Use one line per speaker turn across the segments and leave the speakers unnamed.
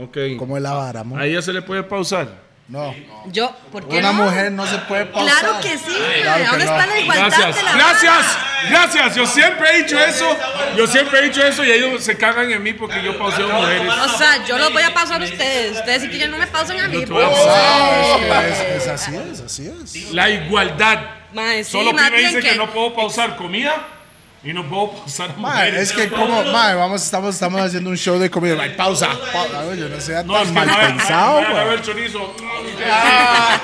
Ok.
Como es la vara, amor?
¿A ella se le puede pausar?
No.
Yo, ¿por qué
Una
no?
mujer no se puede pausar.
Claro que sí.
Claro que
Ahora está
no.
la igualdad
Gracias,
de la
gracias, gracias. Yo siempre he dicho eso. Yo siempre he dicho eso y ellos se cagan en mí porque yo pauseo mujeres.
O sea, yo los voy a pasar a ustedes. Ustedes sí que ya no me pasan a mí.
te voy a
pues.
Ah, es, que es- es así es, así es.
La igualdad.
Mae, sí,
Solo
más
Pibe
bien
dice que...
que-
no puedo pausar comida y no puedo pausar
Mae,
mujeres.
es que como, mae, vamos, estamos, estamos haciendo un show de comida. Mae, pausa. Pa- Ay, yo no sea
No, es
tan
que
mal
no hay-
pensado, Ah.
no hay- no hay
mae.
el chorizo.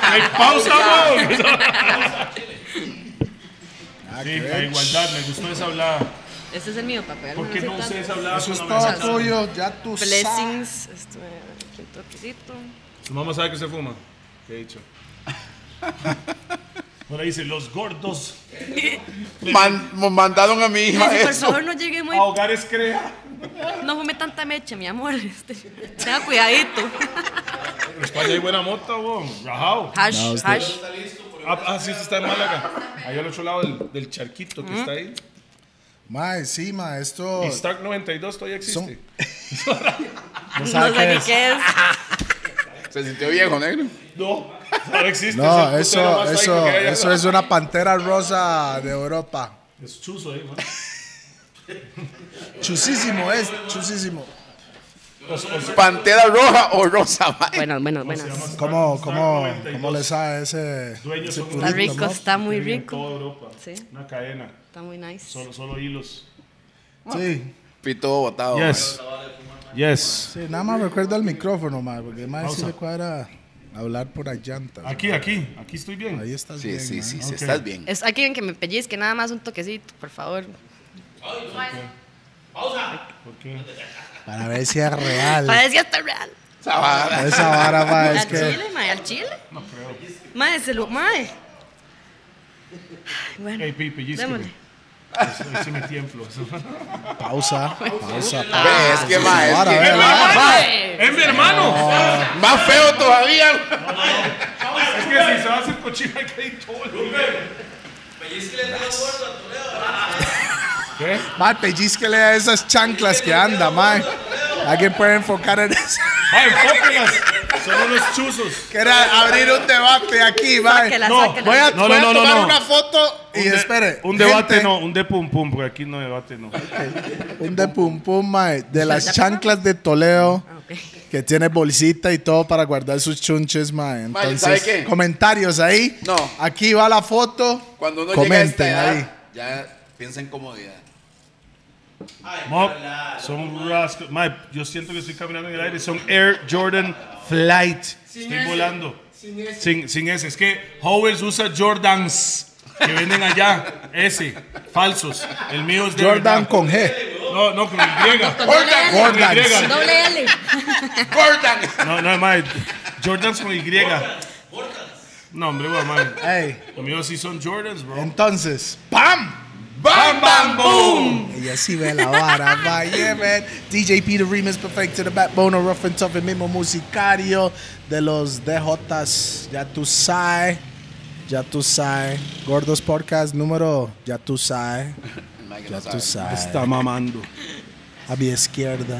Hay pausa, weón.
Ah,
Sí,
qué
la
bien.
igualdad, me gustó esa hablada.
Este es el mío, papel.
¿Por qué no usé esa hablada?
Eso es
cuando me
todo
mataron?
tuyo, ya tú sabes.
Blessings. Esto, aquí un toquecito.
Su mamá sabe que se fuma. ¿Qué he dicho? Ahora dice, los gordos.
Man- mo- mandaron a mi hija eh.
Ay, Por
eso.
favor, no llegue muy.
A hogares crea.
No fume tanta mecha, mi amor. Este, Tenga cuidadito.
En España hay buena mota, weón. Rajao.
Hash,
No, usted-
hash.
Ah, ah, sí, usted está en Málaga. Allá al otro lado del, del charquito que está ahí.
Mae, sí, mae, esto.
Y Stark 92 todavía existe.
No
No
sabe
sé
qué
ni
es.
qué es.
Se sintió viejo, negro.
No, ahora existe.
No,
es el puto de lo más
eso, eso,
psycho que hay allá.
eso es una pantera rosa de Europa.
Es chuzo, eh, man.
Chusísimo es, chusísimo.
Pantera roja o rosa, mae.
Buenas, buenas, buenas.
¿Cómo,
Stark
cómo,
92.
cómo le sabe ese,
Dueños
ese
son
producto,
Está rico,
no?
está muy
Tienen en
rico.
toda Europa.
Sí.
Una cadena.
Está muy nice.
Solo, solo hilos.
Sí,
Pito botado.
Yes. Yes.
sí, nada más recuerda el micrófono, mae, porque mae sí le cuadra hablar por las llantas.
Aquí, aquí. Aquí estoy bien.
Ahí estás
mae. Sí,
bien,
sí,
mae.
sí, sí,
Ok.
estás bien.
Es, hay alguien que me pellizque, nada más un toquecito, por favor.
¿Por qué?
Para ver si es real.
Parece que está real.
Esa vara.
Esa vara, mae, es
Al
que...
chile, mae, al chile.
No creo.
Mae, se lo. Mae. Ay,
Hey,
Bueno,
Pi, pellizqueme.
démosle.
Ahí se me tiemblo.
Pausa, pausa,
Ve, es que, mae, Ah, es
Vara,
que-
ve, vara.
¡Es mi hermano!
Más feo todavía.
Es que si se va a hacer cochina, hay que ir todo. ¿Qué?
Mae, pellizquele a esas chanclas que anda, mae. Alguien puede enfocar en eso.
¡Ay, enfóquenlas! Son unos chuzos.
Quiere abrir un debate aquí, mae.
Sáquela,
No,
sáquela.
Voy a,
No,
voy
no, no,
a
no,
tomar
no.
una foto y
Un de-
espere.
Un debate
gente,
no, un de pum pum, porque aquí no debate no.
Un de pum pum, mae. De las
¿Ya
chanclas de Toledo,
Ah, ok.
que tiene bolsita y todo para guardar sus chunches, mae.
Mae,
Entonces,
¿sabe qué?
comentarios ahí.
No.
Aquí va la foto.
Cuando uno llega a
Comenten
esta edad,
ahí.
ya piensa en comodidad.
Mop, son rascos. Mae, yo siento que estoy caminando en el aire. Son Air Jordan Flight. estoy volando. Sin ese. Sin, ese. Es que Howells usa Jordans que venden allá. Ese. Falsos. El mío es de
Jordan
verdad.
con G.
No, no, con griega.
Doble L.
Gordans.
Griega.
Doble L.
Gordon.
No, no, mae. Jordans con Y. No, hombre, weón, mae.
Ey,
Los míos sí son Jordans, bro.
entonces.
Bam, bam, boom.
Y así ve la vara, mae. Yeah, man. DJ Peter Remix Perfect to the Backbone of Rough and Tough, el mismo musicario de los DJs. Ya tú sabes. Ya tú sabes. Gordos Podcast número. Ya tú sabes.
Mae, que
Ya
no
tú
sabe.
sabes.
Está mamando.
A mi izquierda.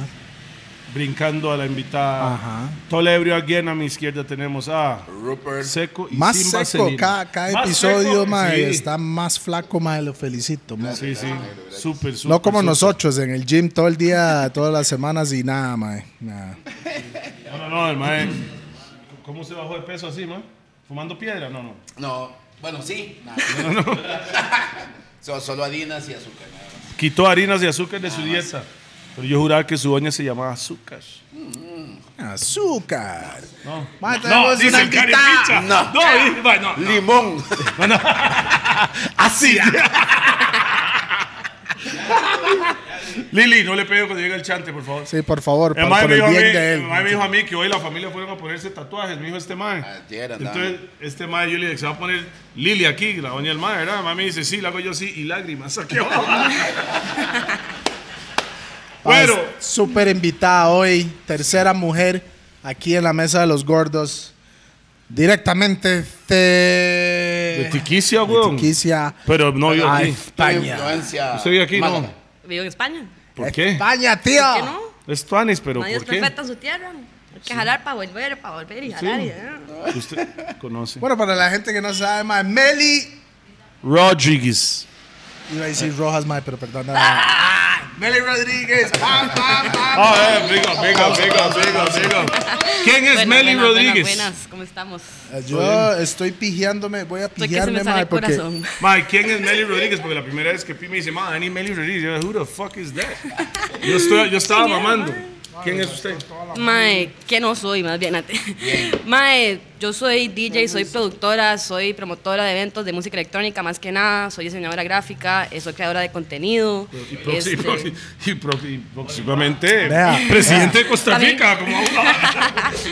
Brincando a la invitada.
Ajá.
Tolebrio again a mi izquierda tenemos a
Rupert.
Seco y
Más
sin
seco,
vaselina.
cada, cada
Más
episodio,
seco,
mae,
sí.
está más flaco, mae, lo felicito, mae.
Sí, sí. Súper, súper.
No como
súper.
nosotros, en el gym todo el día, todas las semanas y nada, mae. nada.
No, no, no, el mae. ¿Cómo se bajó de peso así, mae? ¿Fumando piedra? No, no.
No, bueno, sí. Nah. So- solo harinas y azúcar. nada más.
Quitó harinas y azúcar de su dieta. Pero yo juraba que su doña se llamaba azúcar.
Azúcar.
No.
Mae,
No,
tenemos
dice
una
el Karen
invitada.
Picha.
No.
No, y- bueno, no.
Limón.
Así.
Lili, no le pegue cuando llegue el chante, por favor.
Sí, por favor,
El
por,
Eh, mae
por
me,
el
dijo a mí-
bien de él.
el mae me dijo a mí que hoy la familia fueron a ponerse tatuajes, me dijo este mae.
Ayer andaba.
Entonces, este mae, yo le dije, se va a poner Lili aquí, la doña del mae, ¿verdad? La mami dice, sí, la hago yo sí, y lágrimas, saqueó.
Mae,
Pero,
Súper invitada hoy, tercera mujer aquí en la mesa de los gordos. Directamente de...
de tiquicia, weón.
Tiquicia
Pero no yo
a
aquí.
España.
Influencia.
Usted vive aquí,
Málaga.
no.
Vivo en España.
¿Por qué?
España, tío.
¿Por qué no?
Es Tuanis, Ah, pero
Nadie es
¿por qué?
profeta en su tierra. Hay que jalar para volver, para volver y jalar. y-
Usted conoce.
Bueno, para la gente que no sabe, más, Meli.
Rodríguez.
Iba a decir Rojas, mae, pero perdón. no, no, no. Meli Rodríguez. pam, pam, pam.
Ah, eh, big up, big up, big up, big up, big up. ¿Quién es
Bueno,
Meli
buenas,
Rodríguez?
Buenas, buenas, ¿cómo estamos?
Ah, Yo estoy pijeándome, voy a
Estoy que se
pijearme,
me sale
mae,
el
porque.
corazón.
Mae, ¿quién es Meli Rodríguez? Porque la primera vez que Pi me dice, ma, I need Meli Rodríguez. Yo, who the fuck is that? Yo, estoy- yo estaba mamando. ¿Quién es usted?
Mae, que no soy, más bien. Ate. Mae, yo soy DJ, soy productora, soy promotora de eventos de música electrónica, más que nada, soy diseñadora gráfica, eh, soy creadora de contenido.
Y, proxi-
este,
proxi- y pro- y próximamente,
Vea,
presidente de Costa Rica. Como,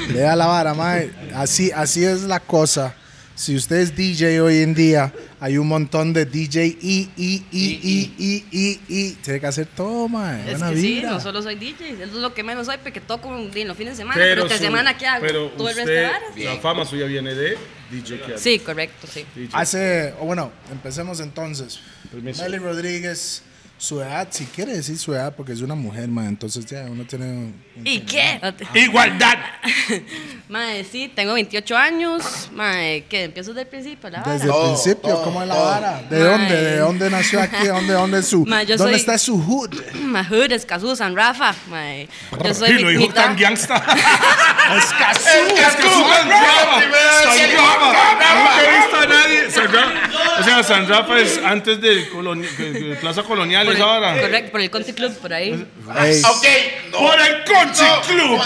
Le da la vara, mae. Así, así es la cosa. Si usted es DJ hoy en día, hay un montón de DJ y, y, y, y, y, y, y. Tiene que hacer todo, mae.
Es
Buena
que sí,
vibra.
no solo soy DJ, eso es lo que menos soy porque toco un día en los fines de semana, pero,
Pero
esta
su-
semana ¿qué hago?
pero
¿Todo el resto de
usted,
varas?
la fama suya viene de DJ Keanu.
Sí, correcto, sí.
DJ.
Hace, o bueno, empecemos entonces.
Permiso.
Meli Rodríguez, su edad, si quiere decir su edad, porque es una mujer, mae. Entonces ya uno tiene. un- un-
¿Y qué?
Igualdad.
Mae, sí, tengo 28 años. Mae, ¿qué? Empiezo desde el principio, la
Desde
vara.
el
Todo,
principio,
Oh,
todo,
¿cómo es la
todo.
vara? ¿De
Mae.
dónde? ¿De dónde nació aquí? ¿Dónde, dónde es su,
Mae, yo
¿dónde
soy-
está su hood?
Majur, Escazú, San Rafa. Mae, yo soy
Y lo
mi-
dijo
mitad-
tan gangsta.
Escazú.
Escazú, San Rafa. San Rafa. Nunca he visto a nadie. San Rafa- O sea, San Rafa es antes de, coloni- de- de Plaza Colonial
por
es
el-
ahora.
Correcto, por el Conti Club, por ahí.
Ey.
Ok, no.
Por el Conchi Club.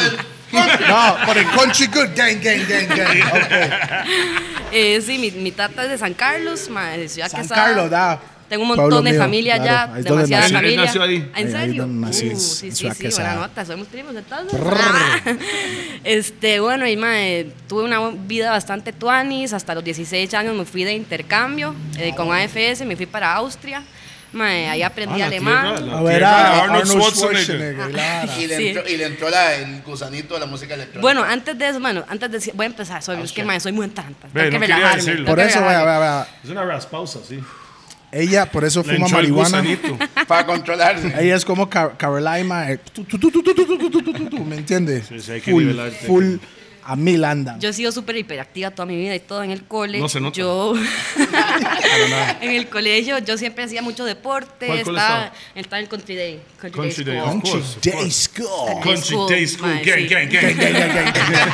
No, por el country good gang, gang, gang, gang. Ok.
Eh, sí, mi, mi tata es de San Carlos, mae, de Ciudad
San
Quesada.
Carlos, da.
Tengo un montón
Pueblo
de
mío,
familia
claro,
allá,
ahí es donde
demasiada
nací. Él- él
familia.
nació ahí.
Ah, ¿En
Ahí- ahí
serio?
donde nací,
Uh,
es-
sí,
en
sí,
Ciudad
sí,
Quesada.
buena nota, somos primos entonces. Ah. este, bueno, y mae, tuve una vida bastante tuanis, hasta los 16 años me fui de intercambio eh, con AFS, me fui para Austria. Mae, ahí aprendí
Ah, la
alemán.
tierra, la-
A ver,
Tierra de
a
Arnold
Arnold
Schwarzenegger.
Schwarzenegger. la vara.
Y le
Sí.
entró, y le entró la- el gusanito de la música electrónica.
Bueno, antes de eso, bueno, antes de voy a empezar, soy, es que mae, soy muy tanta,
Ah, Ve,
tengo que
no quería
relajarme.
decirlo.
tengo
Por
que
eso, vea,
relajarme.
vea, vea.
Es una raspausa, sí.
Ella, por eso
Le
fuma
hinchó el
marihuana.
gusanito.
Para controlarse.
Ella es como Car Caroline, mae. Tu, tu, tu, tu, tu, tu, tu, tu, tu, tu, tu, ¿me entiendes?
Sí, sí, hay que
full,
nivelarte.
full, a mil andan.
Yo he sido súper hiperactiva toda mi vida y todo en el cole.
No se nota.
Yo, en el colegio, yo siempre hacía mucho deporte.
¿Cuál cole
estaba,
estaba?
estaba en Country Day. Country,
Country Day,
Day. School.
of course, of
Country Day
course.
School.
Conchi
School,
Day School.
mae,
Gang,
sí.
gang, gang.
Gang, gang, gang, gang.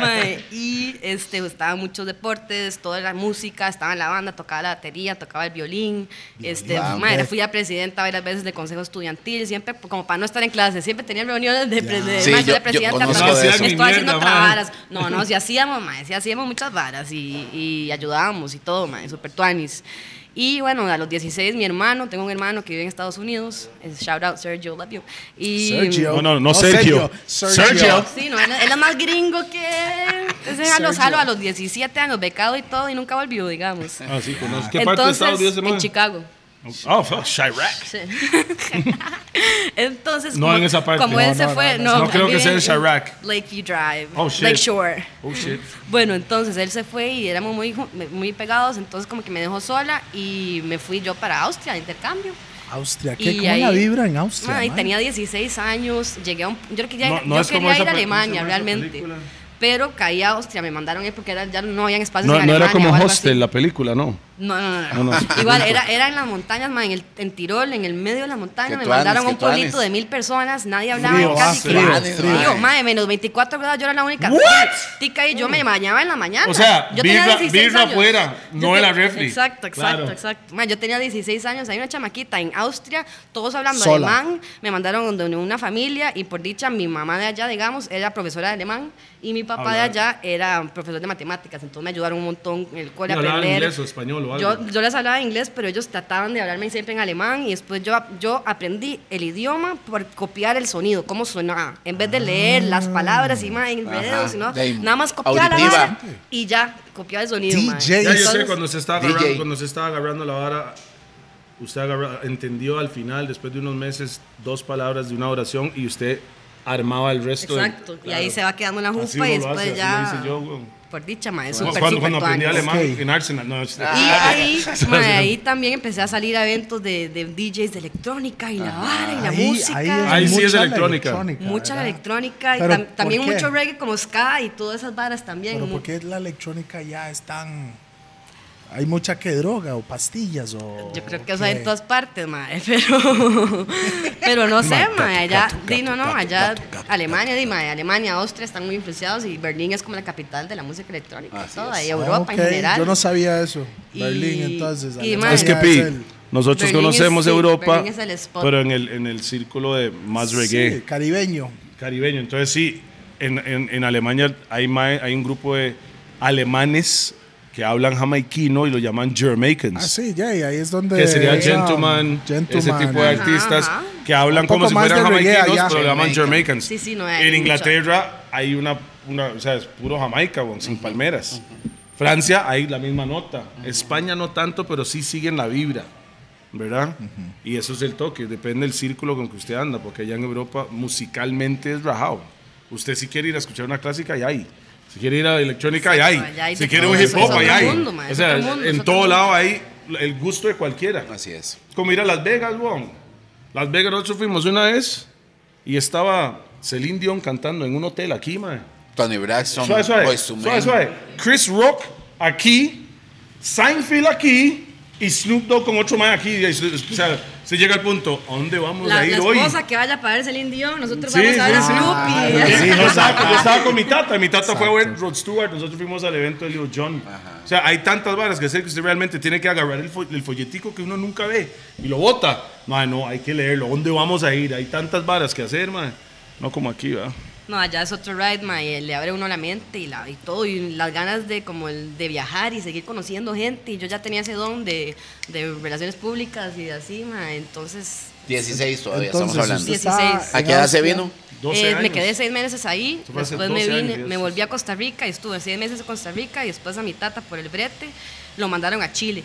Mae, y este, estaba en muchos deportes, toda la música, estaba en la banda, tocaba la batería, tocaba el violín. Este,
Wow,
mae,
ok.
fui a presidenta varias veces de consejo estudiantil, siempre pues, como para no estar en clase, siempre tenía reuniones de, pre- de
Sí,
mae,
yo-
la
yo
presidenta.
conozco
pero
de eso.
estoy
Ni
haciendo
mierda,
otras
mae.
varas. No, no, sí hacíamos, mae, sí hacíamos muchas varas y, y ayudábamos y todo, mae, super tuanis. Y bueno, a los 16, mi hermano, tengo un hermano que vive en Estados Unidos, es- shout out Sergio, love you. Y,
Sergio.
No, no, no, Sergio.
Sergio.
Sergio.
Sí, no, él, él es más gringo que él. Ese a los
Sergio.
jalo a los 17 años, becado y todo, y nunca volvió, digamos.
Ah, sí, conozco. ¿Qué parte de
Entonces,
Estados Unidos se
en Chicago.
Oh, fuck, Chirac.
Sí. Entonces,
No
como,
en esa parte.
como
No,
él se
no,
fue,
no,
no,
no. No creo que
vive
sea en
en
Chirac.
Lakeview Drive,
Oh, shit.
Lakeshore.
Oh, shit.
Bueno, entonces él se fue y éramos muy, ju- muy pegados, entonces como que me dejó sola y me fui yo para Austria de intercambio.
Austria,
Y
¿qué? ¿Cómo la
ahí-
vibra en Austria?
Mae,
mae?
tenía 16 años, llegué a un... Yo, creo que ya-
No- no
yo
es como
quería
esa
ir a
pe-
Alemania,
¿cómo se llama esa
realmente.
película?
Pero caí a Austria, me mandaron ahí porque era- ya no habían espacios
No,
en
no
Alemania.
era como
o algo
hostel
así.
la película, no.
No, no, no. no.
No, no, es-
Igual, era, era en las montañas, mae, en, el, en Tirol, en el medio de las montañas.
Que
Me
tuanes,
mandaron a
que
un pueblito
tuanes.
de mil personas, nadie hablaba
Frío,
casi
ah,
que...
frío,
Frío,
frío.
mae, menos 24 grados, yo era la única. Tica y yo me bañaba en la mañana.
O sea,
yo tenía
birra-
16
birra
años.
afuera,
Yo
no
te-
en la refri.
Exacto, exacto,
Claro.
exacto. Mae, yo tenía 16 años, hay una chamaquita en Austria, todos hablando
Sola.
alemán me mandaron donde una familia y por dicha mi mamá de allá, digamos, era profesora de alemán y mi papá de
Hablar.
allá era profesor de matemáticas, entonces me ayudaron un montón en el cole
¿Y
a
hablaban
aprender.
inglés o español o algo?
Yo, yo les hablaba inglés, pero ellos trataban de hablarme siempre en alemán y después yo, yo aprendí el idioma por copiar el sonido, cómo sonaba, en
Ah.
vez de leer las palabras y más en
Ajá,
videos, sino
de-
nada más copiar la
auditiva.
vara y ya, copiar el sonido. mae.
DJ.
Ya yo sé,
Entonces-
cuando se, estaba
DJ.
agarrando, cuando se estaba agarrando la vara, usted agarra- entendió al final, después de unos meses, dos palabras de una oración y usted armaba el resto. del-
Exacto, y ahí
claro.
se va quedando la
Así
jupa
uno
y
lo hace,
después
así lo
pues ya...
hice yo, weón.
por dicha, mae,
Cu-
súper, Ah,
Cuando,
súper
cuando aprendí
tuanis.
alemán
Ok.
en Arsenal. No, es-
Y ahí,
Eso
mae,
es-
ahí también empecé a salir a eventos de, de DJs de electrónica y la vara y la música.
Ahí sí es
mucha la
electrónica.
Mucha la
¿verdad?
electrónica y
Pero,
tam-
¿por
también
qué?
mucho reggae como ska y todas esas varas también.
Pero
Mu-
¿por qué la electrónica ya es tan... Hay mucha que droga o pastillas o...
Yo creo
qué?
que eso hay en todas partes, mae, pero, pero no sé,
Mae,
mae, allá,
gato, gato,
di, no, no,
gato,
allá
gato, gato,
Alemania, di, mae, Alemania, Austria están muy influenciados y Berlín es como la capital de la música electrónica,
Así
toda,
es.
y
Ah,
Europa
ok,
en general.
Yo no sabía eso.
Y-
Berlín, entonces.
y,
Alemania
mae,
Es que
es
Pi,
el-
nosotros
Berlín es-
conocemos
sí,
Europa,
Berlín es el spot.
pero en el, en el círculo de más
Sí,
reggae
caribeño.
caribeño. Entonces sí, en, en- en Alemania hay, mae- hay un grupo de alemanes que hablan jamaiquino y lo llaman Jamaicans.
Ah, sí, ya, y ahí es donde...
Que sería
era-
gentleman, ese
Gentleman,
tipo de
ajá.
artistas
ajá.
que hablan
Un poco
como si
más
fueran
de reggae
jamaiquinos,
allá.
pero lo llaman
Jamaican.
Jamaicans.
Sí, sí, no hay
en
mucha-
Inglaterra hay una, una, o sea, es puro Jamaica, weón, sin palmeras. Francia hay la misma nota. España no tanto, pero sí siguen la vibra, ¿verdad? Y eso es el toque, depende del círculo con que usted anda, porque allá en Europa musicalmente es rajado. Usted si quiere ir a escuchar una clásica, ya hay. Si quiere ir a electrónica, allá
Exacto, allá hay
hay.
de
Si quiere
todo,
un
eso
hip
es
hop,
otro
allá hay.
mundo, ma,
O
es
sea,
otro mundo, es
en
otro
todo
mundo.
lado hay el gusto de cualquiera.
Así es.
Como ir a Las Vegas, weón. Las Vegas nosotros fuimos una vez y estaba Celine Dion cantando en un hotel aquí, mae.
Tony Braxton.
Suave, suave.
Boyz II Men.
Suave, suave. Chris Rock aquí, Seinfeld aquí y Snoop Dogg con otro mae aquí. O sea, se llega al punto, ¿a dónde vamos
La,
a ir
la
hoy?
esposa que vaya para ver Celine Dion, nosotros
Sí,
vamos a ver
sí,
a
sí. Ah,
Snoopy.
Ah,
Sí, yo estaba, yo estaba con mi tata. Mi tata fue a ver Rod Stewart. Nosotros fuimos al evento de Lil John. O sea, hay tantas varas que hacer que usted realmente tiene que agarrar el, fo- el folletico que uno nunca ve y lo bota. No, no, hay que leerlo. ¿Dónde vamos a ir? Hay tantas varas que hacer, man. No como aquí, ¿verdad?
No, allá es otro ride, ma, y le abre uno la mente y, la, y todo, y las ganas de como el, de viajar y seguir conociendo gente. Y yo ya tenía ese don de, de relaciones públicas y de así, ma, entonces
16 todavía
Entonces,
estamos hablando.
usted está
16.
¿A
en
qué edad se
Austria.
vino?
12
eh,
años.
me quedé seis meses ahí,
Eso fue hace
después me
12
vine,
años,
me
eso.
volví a Costa Rica y estuve seis meses en Costa Rica y después a mi tata por el brete lo mandaron a Chile.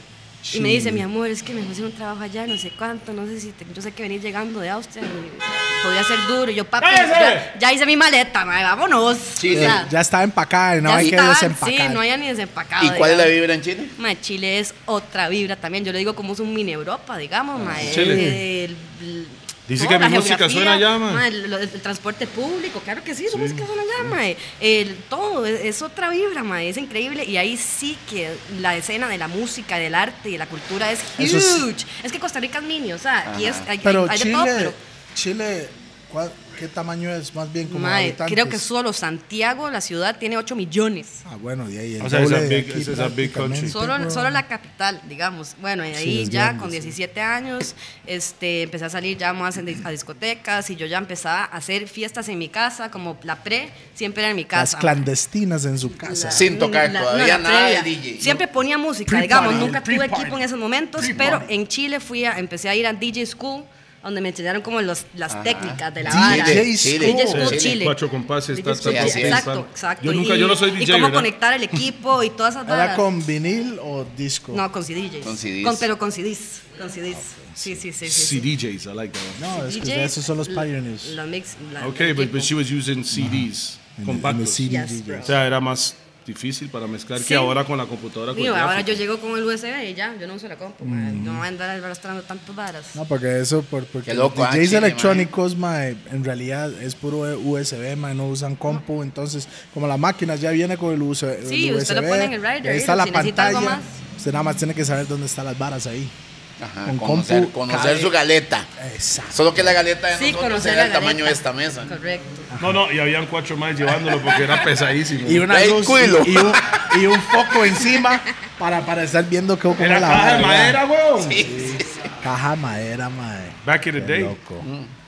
Y me dice, mi amor, es que me hacer un trabajo allá, no sé cuánto, no sé si, te- yo sé que venís llegando de Austria, y podría ser duro. Y yo, papi,
¡Cállese!
ya, ya hice mi maleta, mae, vámonos.
Sí,
O
sí.
sea,
Ya está empacada y no
ya
hay que
está,
desempacar.
Sí, no haya ni desempacado.
¿Y cuál es la
digamos.
vibra en Chile?
Mae, Chile es otra vibra también. Yo le digo como es un mini Europa, digamos.
Ah,
mae.
Chile.
El- el-
Dice
toda
que
la
mi música
geografía,
suena allá, mae.
mae, el, lo- el transporte público, claro que sí, su música suena allá, mae. El, todo, e, es, es otra vibra, mae, es increíble. Y ahí sí que la escena de la música, del arte y de la cultura es
Eso es-
huge. Es, que Costa Rica es mini, o sea, aquí es, hay,
Pero
hay de
Chile,
todo, pero...
Chile, ¿cuál- ¿qué tamaño es? Más bien como
mae,
habitantes.
creo que solo Santiago, la ciudad, tiene 8 millones.
Ah, bueno, de ahí el
O sea, es
doble
a
de
big-
aquí
es- es a big
prácticamente,
country.
Solo,
weón.
solo la capital, digamos. Bueno, y ahí
es
ya
grande,
con
sí.
17 años este, empecé a salir ya más en dis- a discotecas y yo ya empezaba a hacer fiestas en mi casa, como la pre, siempre era en mi
Las
casa.
clandestinas en su casa.
La-
Sin tocar todavía nada
previa.
de DJ.
Siempre ponía música,
Pre-party,
digamos,
el
nunca tuve
pre-party.
equipo en esos momentos, pero en Chile fui a, empecé a ir a DJ School, donde me enseñaron como los, las técnicas de la
DJ
vara.
School.
DJ School
Sí,
Chile.
Cuatro compases,
DJ
ta, ta,
School,
ta, ta,
Chile,
ta,
Exacto,
ta.
exacto.
Yo nunca-
y,
yo no soy
Y
DJ,
cómo
¿verdad?
conectar el equipo y todas esas
¿Era
varas.
con vinil o disco?
No, con CDs.
Con CDs.
Con- pero con CDs. Con CDs. sí, sí, sí. sí, sí.
CDJs, I like that one.
No, es que
DJs,
esos son los
la-
pioneers. pues,
la mix- la-
Okay,
Ah, el
but, but she
equipo.
was using CDs,
En el
compactos.
CD
Yes,
DJ.
O sea, era más difícil para mezclar
Sí.
que ahora con la computadora. con
Digo, ahora
gráfico.
yo llego con el USB y ya, yo no uso la compu, ma, no voy a andar arrastrando tantas varas.
Mm. No, porque eso, por, porque
Qué loco,
los
ah,
DJs
Chile,
electrónicos, mae, en realidad es puro USB, mae, no usan compu, entonces, como las máquinas ya viene con el USB. el
Sí, usted lo
USB,
pone en el rider,
y Ahí está
y
la
si necesita algo
pantalla.
más.
Usted nada más tiene que saber dónde están las varas ahí.
Ajá,
Con
conocer,
compu,
conocer
cabe.
su galeta.
Exacto.
Solo que la galeta de
Sí,
nosotros
conocer
era
la
el
galeta.
tamaño de esta mesa.
Correcto.
No, no, y habían cuatro más llevándolo porque era pesadísimo.
Y una
El
luz
culo.
Y, y un, y un foco encima para, para estar viendo que
Era caja de madera, weón.
Caja de madera, mae.
Back in the
Qué
day.
loco.
Mm.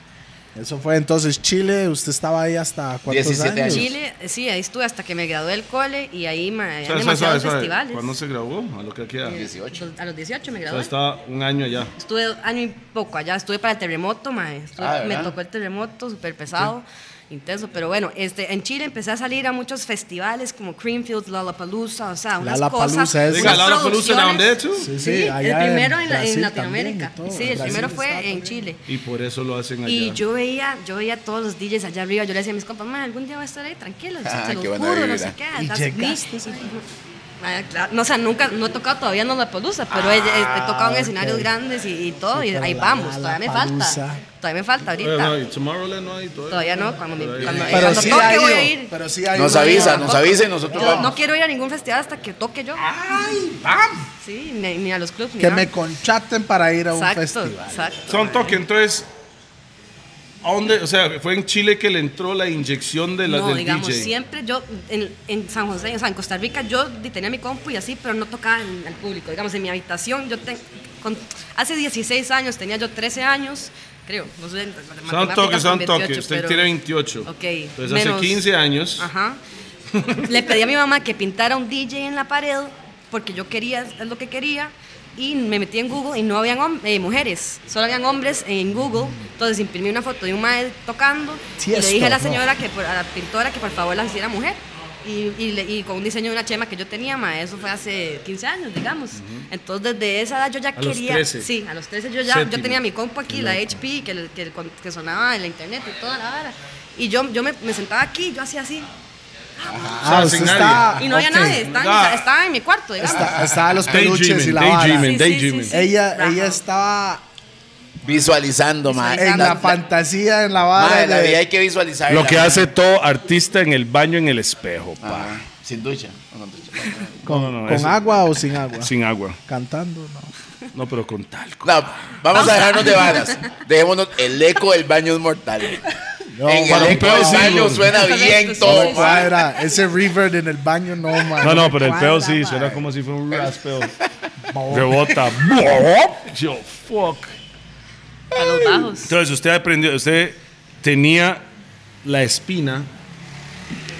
Eso fue entonces Chile, usted estaba ahí hasta cuántos
17
años?
años.
Chile, eh, sí, ahí estuve hasta que me gradué del cole y ahí me
Suave,
habían
suave,
demasiados
suave, suave.
festivales.
Cuando se grabó, a lo que queda.
18.
A los 18 me
O
gradué.
sea, estaba un año allá.
Estuve año y poco allá, estuve para el terremoto, mae. Estuve-
Ah, ¿verdad?
me tocó el terremoto, súper pesado. intenso. Pero bueno, este, en Chile empecé a salir a muchos festivales como Creamfields, Lollapalooza, o sea, unas
Lollapalooza
cosas.
es-
unas
Diga, ¿la Lollapalooza en la
producciones.
donde hecho?
Sí, sí,
Sí, el
allá en
primero en, la- en
Brasil
Latinoamérica.
también y todo.
sí, el
Brasil
primero
está
fue
también.
en Chile.
Y por eso lo hacen allá.
Y yo veía, yo veía a todos los DJs allá arriba, yo le decía a mis compas, "Ma, algún día voy a estar ahí tranquilo,
Ah,
se
qué
los
buena
juro, no
vibra.
sé qué.
Y
that's
llegaste,
me". Ah, claro. No, o sea, nunca, no he tocado todavía en la pelusa, pero he, he- he tocado en
Ah, ok.
escenarios grandes y, y todo,
Sí,
y
pero
ahí
la-
vamos,
la-
todavía me
Lollapalooza.
falta, todavía me falta
Oye,
ahorita.
no, y Tomorrowland no hay todavía.
Todavía no, cuando me-
Todavía
cuando-
no.
eh,
Pero
cuando
sí
toque
ha
voy a
ido,
ir.
pero sí ha
Nos
ido.
avisa, nos
Tampoco.
avisa y nosotros
Yo no
vamos.
quiero ir a ningún festival hasta que toque yo.
¡Ay, bam!
Sí, ni, ni a los clubs, ni
Que
nada.
me contraten para ir a un
Exacto,
festival.
exacto.
Son toque, entonces. ¿A dónde? O sea, fue en Chile que le entró la inyección de la,
no,
del
digamos,
DJ.
siempre yo en, en San José, o sea, en Costa Rica, yo di- tenía mi compu y así, pero no tocaba en- al público. Digamos, en mi habitación, yo te- con- hace 16 años, tenía yo 13 años, creo. No sé,
Son
matemáticas
toques,
con
son
28,
toques. Usted
pero-
tiene 28.
Ok,
Entonces
menos-
hace 15 años.
Ajá. Le pedí a mi mamá que pintara un DJ en la pared porque yo quería, es lo que quería. Y me metí en Google y no habían hom- eh, mujeres, solo habían hombres en Google. Entonces imprimí una foto de un maestro tocando y
Tiesto,
le dije a la
no.
señora, que por- a la pintora, que por favor la hiciera mujer. Y, y le- y con un diseño de una chema que yo tenía, ma, eso fue hace 15 años, digamos. Entonces, desde esa edad yo ya
A los
quería.
13.
Sí, a los 13 yo ya
Séptimo.
yo tenía mi compu aquí, la HP, que, le- que, con- que sonaba en la internet y toda la vara. Y yo, yo me, me sentaba aquí, yo hacía así.
Ah,
O sea,
usted
sin
está.
nadie.
Y no había
ok.
nadie, estaba,
Ah.
estaba en mi cuarto, digamos.
Está- Estaba los peluches
Daydreaming,
y la vara.
daydreaming.
Sí, sí,
Daydreaming.
sí, sí.
Ella, ella
Ajá.
estaba
Visualizando, más.
en la fantasía, en la vara.
Madre, la vida
de-
hay que visualizar.
Eh, Lo que hace todo artista en el baño, en el espejo, pa.
Ajá. Ah, Sin ducha. o con ducha.
¿Con,
No, no, no,
con
eso-
agua o sin agua?
Sin agua.
Cantando, no.
No, pero con talco.
No, vamos a dejarnos de varas. Dejémonos. El eco del baño es mortal.
No,
en el
para un
eco
pedo
del
sí,
baño
güey.
suena bien
Correcto,
todo.
sí, sí.
ma.
Cuadra, ese reverb en el baño no, man.
No, no, pero el
Cuadra,
peo sí,
man.
suena como si fuera un raspeo.
Bo-
Rebota. Yo, fuck.
A los bajos.
Entonces usted aprendió, usted tenía la espina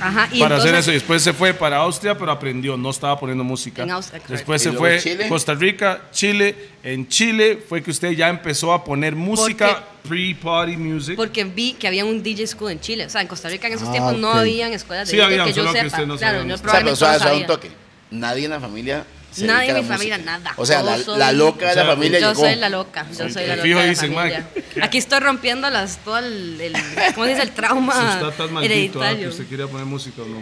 Ajá, y
para hacer eso y
entonces-
después se fue para Austria, pero aprendió, no estaba poniendo música.
En Austria, correcto.
después
¿Y
se
luego
fue
Chile?
Costa Rica, Chile. En Chile fue que usted ya empezó a poner música pre-party music.
Porque vi que había un DJ school en Chile. O sea, en Costa Rica en esos
Ah,
tiempos no
ok.
habían escuelas de
Sí,
DJ
habían,
que yo
solo que
sepa.
usted no
claro,
sabía.
yo
O sea,
O sea, pero
probablemente
suave,
no
suave
sabía.
un toque. Nadie en la familia. se
Nadie
dedica a
en
la
mi familia, nada.
O sea, la,
Todos son-
la loca de la
O sea,
familia
Yo
llegó.
soy la loca, yo
Sí,
soy
que
la loca
fijo
de la
dicen, "Mae,
familia.
¿qué-
Aquí estoy rompiendo las, todo el, el- ¿cómo se dice? El trauma
Usted está tan maldito ah, que
hereditario.
usted quería poner música o no.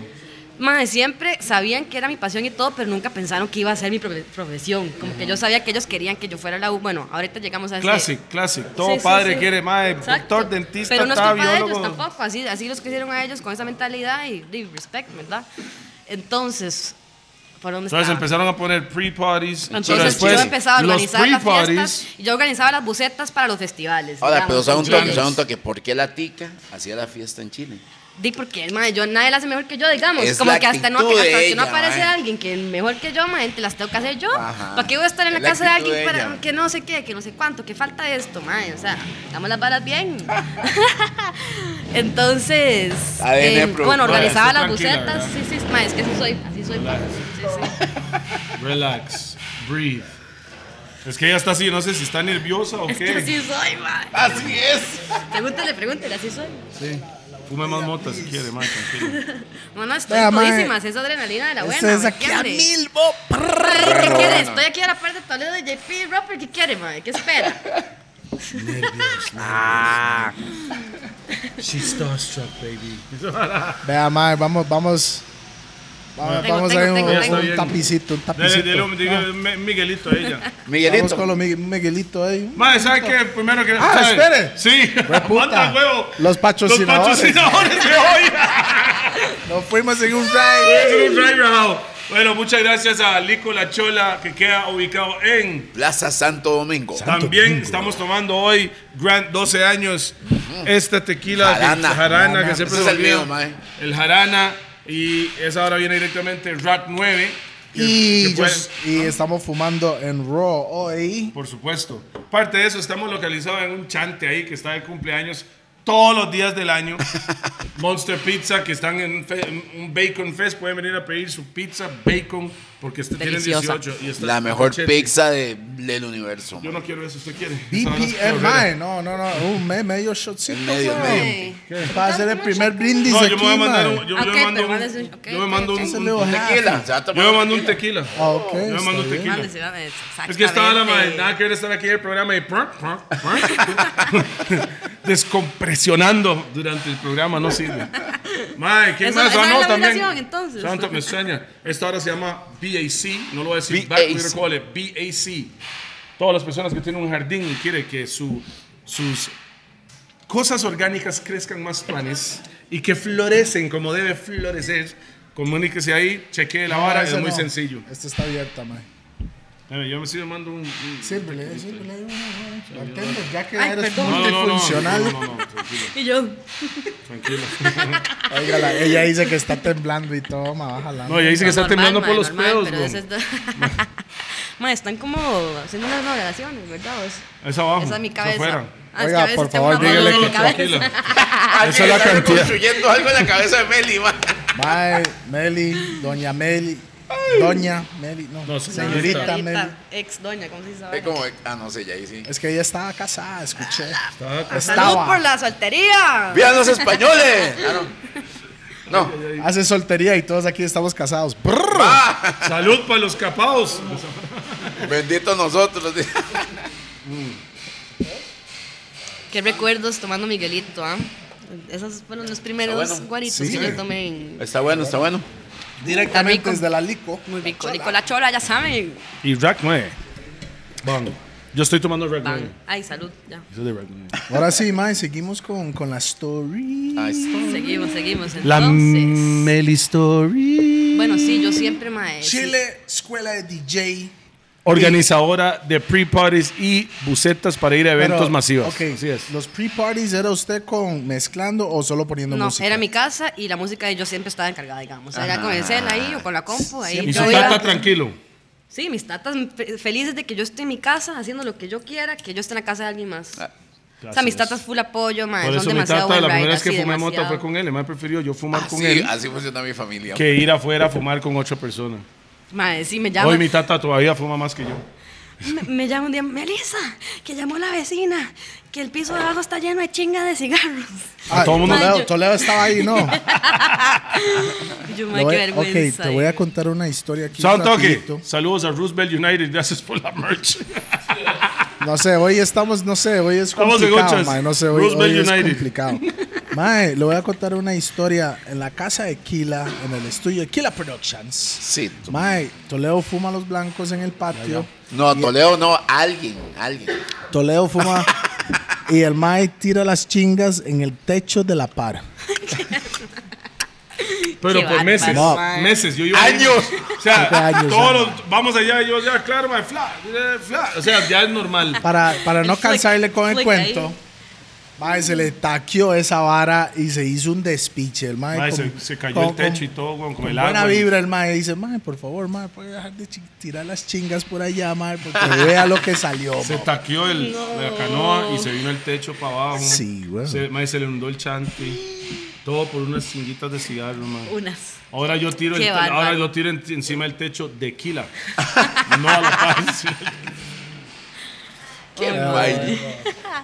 Mae, siempre sabían que era mi pasión y todo, pero nunca pensaron que iba a ser mi profe- profesión. Como que yo sabía que ellos querían que yo fuera la U. Bueno, ahorita llegamos a ese...
Classic, classic. Todo
Sí, sí,
padre
sí.
quiere más.
Exacto.
Doctor, dentista,
Pero no es
ta,
culpa de
biólogo.
ellos tampoco, así, así los hicieron a ellos con esa mentalidad y, y respect, ¿verdad? Entonces, ¿por dónde
Entonces
estaba?
empezaron a poner pre-parties. pero
Entonces
después
yo empezaba a
los
organizar las
pre-parties-
fiestas y yo organizaba las bucetas para los festivales.
Ahora,
digamos,
pero suave un
con
toque,
DJs.
suave un toque. ¿Por qué la tica hacía la fiesta en Chile?
Di porque, madre, yo nadie la hace mejor que yo, digamos.
Es
como
la
que hasta, no,
actitud
hasta
de
que no
ella,
aparece
mae.
alguien que es mejor que yo, madre, te las tengo que hacer yo.
Ajá.
¿Para qué voy a estar en la,
Es la
casa de
actitud
alguien
de
para
ella.
que no sé qué, que no sé cuánto, que falta esto, madre? O sea, damos las balas bien. Entonces,
ADN
em,
pro-
bueno,
mae,
organizaba
está
las
tranquila,
bucetas.
¿verdad?
Sí, sí, madre, es que así soy, así soy. Sí, sí.
Relax, breathe. Es que ella está así, no sé si está nerviosa o
Es que
qué.
así soy, madre.
Así es.
Pregúntale, pregúntale, así soy.
Sí. Fume más mota si quiere, man, tranquilo.
No, no, estoy
Vea, mae,
jodísima, es esa adrenalina de la buena.
Ese es
¿me
aquí a
entiende?
mil, bo- prrr.
¿Qué
Bueno,
quiere?
bueno.
Estoy aquí a la parte de Toledo de JP Rapper. ¿Qué quiere, madre? ¿Qué espera?
She's starstruck, baby. Vea, mae, vamos, vamos. Vamos,
Tengo,
vamos
tengo,
a ir
tengo,
un,
tengo.
un tapicito, un
Dele,
tapicito.
dele un dile un me- Miguelito a ella.
Vamos
Miguelito.
con los Migue- Miguelito ahí.
Madre, ¿sabe qué? Primero que.
Ah,
¿sabe?
espere.
Sí,
Hueputa.
aguanta, huevo.
Los patrocinadores.
Los patrocinadores de hoy.
Nos fuimos en un ride.
Es un drive abajo. Bueno, muchas gracias a Lico La Chola, que queda ubicado en.
Plaza Santo Domingo.
También estamos tomando hoy, Grant, 12 años, esta tequila que-
Jarana.
jarana que
Jarana.
siempre
Ese
se
es el
olvida.
mío, mae.
El jarana, y esa ahora viene directamente Rack 9. que-
Y,
que fue-
yo- y estamos fumando en Raw hoy.
por supuesto. Aparte de eso, estamos localizados en un chante ahí que está de cumpleaños todos los días del año. Monster Pizza, que están en fe- en un Bacon Fest, pueden venir a pedir su pizza bacon porque este tiene
Deliciosa.
18. Y está
La mejor
cachete.
pizza de- del universo.
Yo
man.
no quiero eso, ¿usted quiere? Esa vara es
BPMI. No, no, no. Un me- medio shotcito.
Medio,
güey.
medio.
Va a ser el primer brindis
No, yo
aquí,
me voy a mandar un.
man.
Yo, yo
Ok,
me mando
pero
un.
mándese un- ok,
yo me
ok,
mando
ok.
un.
Ese
un-
little half.
Tequila. Se va a tomar
yo me mando un
tequila.
tequila.
Ah, ok,
Yo me mando un
está bien.
tequila.
Mándese, dame,
Es que estaba la madre,
exactamente.
nada que ver estar aquí en el programa y prr, prr, prr. descompresionando durante el programa, no sirve. Mae, ¿quién
Eso-
más?
esa
Ah,
es
no,
la
también.
relación, entonces.
Santo, me extraña. Esta ahora se llama BAC, no lo voy a decir
BAC.
back, we're gonna call it BAC. Todas las personas que tienen un jardín y quieren que su, sus cosas orgánicas crezcan más planes y que florecen como debe florecer, comuníquese ahí, chequee la
No,
vara,
ese
es muy
no.
sencillo.
Esta está abierta, man.
Mira, Yo me estoy llamando un- un
Sírvele, eh, sírvele. uno, uno. Bartender, Ya que
Ay,
eres
perdón.
No,
multifuncional.
no, no, no, tranquilo,
Y yo,
tranquilo.
Óigala, ella dice que está temblando y todo, ma, bájala.
No, ella dice que está
normal,
temblando por
mae,
los
normal,
pedos,
pero
güey.
ese es do- Mae, están como haciendo unas moderaciones, ¿verdad? vos?
Es abajo.
Esa es mi
está
cabeza.
afuera.
Ah, es que
Oiga,
a veces
por
tengo
favor,
una mano
Dígale
en
que
mi cabeza.
tranquila.
Alguien
Esa es la
Ah, está
cantidad.
reconstruyendo algo en la cabeza de Meli, man.
Bye, Meli, Doña Meli. Doña Meli, no.
No, señorita.
señorita Meli.
Ex doña, ¿cómo se dice?
Es
ahora?
como, ah, no sé, ya ahí sí.
Es que ella estaba casada, escuché.
Está-
Ah, ¡Salud
Estaba.
por la soltería!
¡Vivan los españoles! Ah, no. No.
Hace soltería y todos aquí estamos casados. Brrr.
Salud para los capados.
Bendito nosotros.
Qué recuerdos tomando Miguelito, ¿ah? Esos fueron los primeros
Está bueno.
guaritos
Sí.
que yo tomé. en-
Está bueno, está bueno.
Directamente
rico.
desde la Lico.
Muy rico. Nicolás Chola, ya saben.
Y Rack 9. Bang. Yo estoy tomando Rack
Pan.
9.
Ay, salud, ya.
Eso es de Rack 9.
Ahora sí, mae, seguimos con, con la story.
Ah,
Ahí está.
Seguimos, seguimos.
La
Entonces.
Meli Story.
Bueno, sí, yo siempre, mae. sí.
Chile, escuela de DJ.
Organizadora de pre-parties y bucetas para ir a eventos
Pero,
masivos.
Ok,
Así es.
¿los pre-parties era usted con mezclando o solo poniendo
No,
música?
era mi casa y la música yo siempre estaba encargada, digamos. Era con el cel ahí o con la compu. Ahí
Y
yo
su
iba-
tata tranquilo.
Sí, mis tatas fe- felices de que yo esté en mi casa haciendo lo que yo quiera, que yo esté en la casa de alguien más. o sea, mis tatas full apoyo, mae.
Ah, Por
Ah, Son
eso mi
demasiado
tata, la
buen
primera vez
rider,
que
sí,
fumé mota
demasiado.
fue con él. Me prefirió yo fumar con
Así,
él
así funciona mi familia.
que ir afuera a fumar con ocho personas.
Mae, eh, sí, me
Hoy
llama.
mi tata todavía fuma más que yo.
Me, me llama un día, Melissa, que llamó la vecina, que el piso de abajo está lleno de chinga de cigarros.
A todo el mundo-
Ah, Toledo,
Mae, yo-
Toledo estaba ahí, ¿no?
Y Yo,
Lo
mae, qué
voy- ok,
vergüenza. eh.
te voy a contar una historia aquí.
Sound Toque,
rapidito.
saludos a Roosevelt United, gracias por la merch.
No sé, hoy estamos, no sé, hoy es
Estamos de
complicado,
gochas.
mae, no sé, hoy,
Roosevelt
hoy es
United.
complicado. Mae, le voy a contar una historia en la casa de Kila, en el estudio de Kila Productions.
Sí. tú-
Mae, Toledo fuma los blancos en el patio,
No, Toledo no, alguien, alguien.
Toledo fuma y el mae tira las chingas en el techo de la par.
Pero por
bárbaro,
meses,
mae.
meses, yo, yo
Años.
O sea,
Siete años,
todos
ya.
los- vamos allá, yo ya, claro, mae, fla, eh, fla. O sea, ya es normal.
Para, para no
El flick-
cansarle con el
flick
cuento.
ahí.
Mae, se le taqueó esa vara y se hizo un despiche. El mae,
Mae,
con-
se, se cayó
con-
el techo
con-
y todo, con, con
Con
el
buena
agua.
vibra el mae dice, mae, por favor, mae, puede dejar de chi- tirar las chingas por allá, mae, porque vea lo que salió.
Se
mae".
taqueó el, la canoa y se vino el techo para abajo.
Sí, güey.
Se, mae, se le inundó el chante. Todo por unas cinguitas de cigarro, mae.
Unas.
Ahora yo tiro, el
Qué
te-
bárbaro.
ahora yo tiro en- encima del techo de Kila. no a la paz.
Qué mal.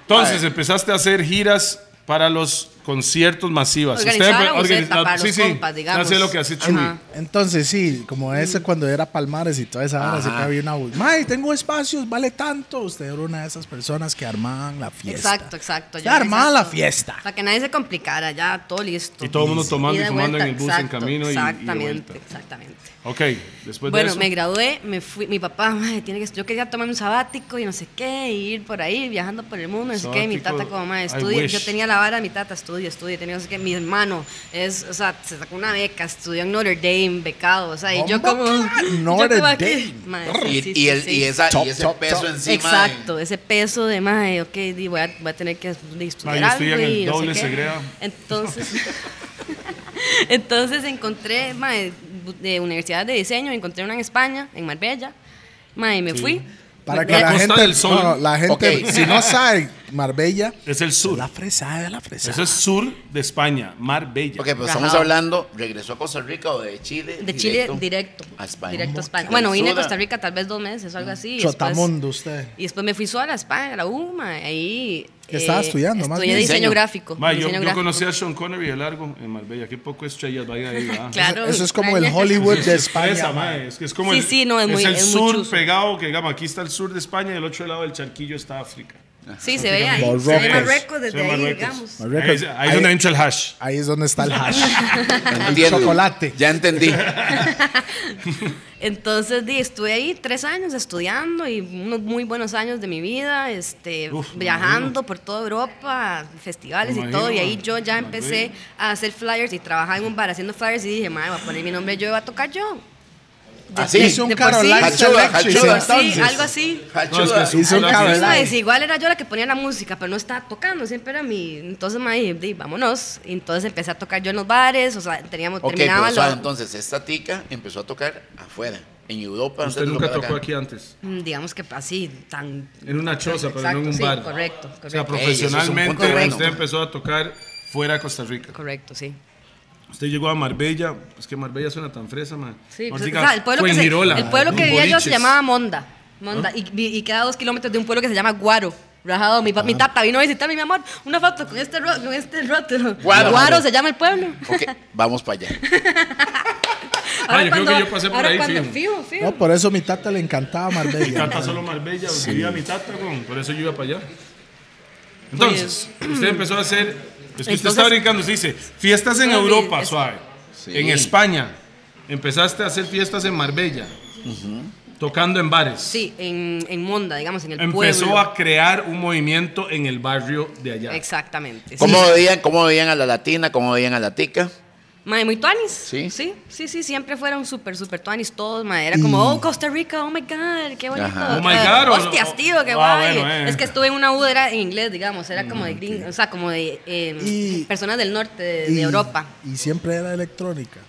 Entonces empezaste a hacer giras para los conciertos masivas.
Organizaba la
organi-
buceta para los compas, digamos.
Hace lo que hace Chuy.
Ajá.
Entonces, sí, como
Mm.
ese cuando era Palmares y toda esa hora, se que había una voz. Mae, tengo espacios, vale tanto. Usted era una de esas personas que armaban la fiesta.
Exacto, exacto.
Usted armaba la
armada
fiesta.
Para que nadie se complicara, ya todo listo.
Y todo el mundo tomando y
de
fumando en
vuelta,
el bus, en camino y- y de
Exactamente,
vuelta.
exactamente.
Ok, después de
Bueno,
eso.
me gradué, me fui, mi papá, "Mae, tiene que, yo quería tomarme un sabático y no sé qué, y ir por ahí viajando por el mundo, no sé qué, y mi
Sabático,
tata como
I
madre estudia, yo
wish.
tenía la vara de mi tata, estudia, estudia, tenía no sé qué, mi hermano es, o sea, se sacó una beca, estudió en Notre Dame, becado, o sea, y yo
Bomba
como
cla-
yo
Notre
como aquí,
Dame.
mae, sí, sí,
Y,
sí,
y, el,
sí.
y, esa,
Chop,
y ese
chop,
peso
chop.
encima. de-
Exacto, ese peso de mae, ok, di, voy, a, voy a tener que de estudiar
Mae, yo estoy
algo
en el
y no
doble
sé qué.
segreda.
Entonces, entonces encontré mae, bu- de universidad de diseño, encontré una en España, en Marbella, mae, me fui.
Para
Me-
que
me-
la
Costa
gente,
del Sol.
no, no, la gente,
Ok.
si no sabe, Marbella.
Es el sur.
La fresada, la fresada.
Eso es sur de España, Marbella.
Ok, pues estamos
Rajao.
hablando, regresó a Costa Rica o de Chile.
De Chile directo.
A España.
Directo a España.
Del
Bueno, vine a
sur
Costa Rica tal vez dos meses o algo así. y después-
Chotamondo usted.
Y después me fui sola a España, a la UMA. Ahí. eh,
¿Qué estaba estudiando, más
Estudié
bien?
diseño,
Diseño.
gráfico.
Ma, yo,
diseño
yo
gráfico.
conocí a Sean Connery de largo en Marbella. Qué poco estrellas vaya ahí. ¿verdad?
Claro.
Eso es como el
España.
Hollywood de
Es fresa,
España.
ma, es que es como
Sí,
el,
sí, no, es muy-
el
es muy
sur
chuzo.
pegado que digamos, aquí está el sur de España y el otro lado del charquillo está África.
Sí, se ve ahí.
Marruecos.
Se ve Marruecos desde
Se ve
ahí,
Marruecos.
digamos.
Marruecos.
Ahí es- Ahí es donde
Ahí-
entra el hash.
Ahí es donde está el hash.
Entiendo.
chocolate.
Ya entendí.
Entonces, di, estuve ahí tres años estudiando y unos muy buenos años de mi vida, este,
Uf, me
viajando
imagino.
por toda Europa, festivales
Me
y todo. Y
imagino,
ahí yo ya
me
empecé
imagino.
a hacer flyers y trabajaba en un bar haciendo flyers y dije, madre, voy a poner mi nombre yo y voy a tocar yo.
Así.
Hizo un
de por sí.
Caroline
Hachuda,
Selection.
hachuda.
entonces.
Sí, algo así.
No, es que
Hachuda.
sí,
Hizo un
Hachuda.
Caroline.
Entonces, mae, igual era yo la que ponía la música, pero no estaba tocando, siempre era mi. Entonces, me dije, "Di, vámonos. Y Entonces empecé a tocar yo en los bares, o sea, teníamos,
Ok,
terminaba
pero
lo-
suave, entonces esta tica empezó a tocar afuera, en Europa. antes
Usted
de
nunca
tocar
tocó
acá.
aquí antes.
mm, digamos que así, tan.
En una choza, pero no en
Exacto,
un
sí,
bar.
correcto, correcto.
O sea,
Ey,
eso es un punto
profesionalmente
bueno.
usted empezó a tocar fuera de Costa Rica.
Correcto, sí.
Usted llegó a Marbella, es que Marbella suena tan fresa, man.
Sí,
No
pues,
diga,
o sea, el pueblo, que, se-
Fuengirola,
el pueblo que vivía yo se
Boliches.
llamaba Monda. Monda y, vi- y queda a dos kilómetros de un pueblo que se llama Guaro. Rajado, mi, pa-
Ah.
mi tata vino a visitarme, mi amor. Una foto con este, ro- con este rótulo.
Guaro.
se llama el pueblo.
Ok, vamos para allá.
Ah, yo creo que yo pasé por
ahora
ahí,
cuando,
fijo.
fijo, fijo.
No, por eso a mi tata le encantaba
Mi
Marbella.
tata solo Marbella, vivía mi tata, con, por eso yo iba para allá. Entonces, usted empezó a hacer, es que usted
Entonces-
está brincando, usted dice, fiestas en
No, mi-
Europa,
es-
suave,
Sí.
en España, empezaste a hacer fiestas en Marbella, tocando en bares.
Sí, en, en Monda, digamos, en el
Empezó
pueblo.
a crear un movimiento en el barrio de allá.
Exactamente.
¿Cómo
Sí.
veían, cómo veían a la latina? ¿Cómo veían a la tica?
Mae, muy tuanis.
Sí.
Sí, sí, sí, siempre fueron súper, súper tuanis todos, mae. Era como, oh, Costa Rica, oh my God, qué bonito.
Ajá.
Oh my God, o-
Hostias,
o-
tío, qué
ah,
guay.
bueno, eh.
Es que estuve en una U, era en inglés, digamos, era como
Mm,
de gring, o sea, como de eh,
Y-
personas del norte, de,
Y-
de Europa.
Y siempre era electrónica.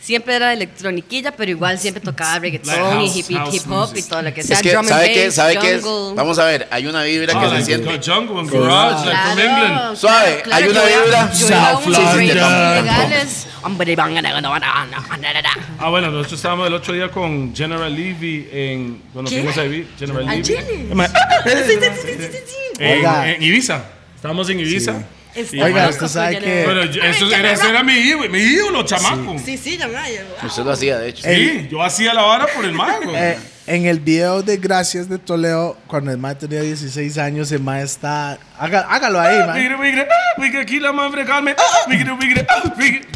Siempre era de electroniquilla, pero igual siempre tocaba reggaetón
house-
y hip,
house
hip hop y
music.
todo lo que sea.
Es que,
drum and
¿sabe qué?
bass,
¿Sabe qué? es?
jungle.
Vamos a ver, hay una vibra
Ah,
que se
like
siente.
jungle and garage, like from
Claro,
England.
Suave,
claro,
hay una
yo iba-
vibra.
yo iba a
South
unos raves
London.
ilegales. Hombre, van a- van a- van a- van a-
Ah, bueno, nosotros estábamos el otro día con General Levy en. Cuando
¿Qué?
fuimos a Ibiza. General
¿Al
Levy.
Chile?
Ma-
Sí, sí, sí, sí, sí, sí.
En,
Oiga.
en Ibiza. Estábamos en Ibiza.
Este,
Oiga,
loco,
usted sabe
yo
que-
le-
Pero yo- eso era, eso era mi ídolo, mi ídolo, chamaco. Sí,
Sí, sí, ya me la llevo.
Usted lo hacía, de hecho.
yo hacía la vara por el mago.
Eh, en el video de Gracias de Toledo, cuando el mae tenía 16 años, el mae está. Haga- hágalo ahí, mae.
Migre, migre, ah, migre, aquí la madre calme. Ah, migre, migre, ah, migre.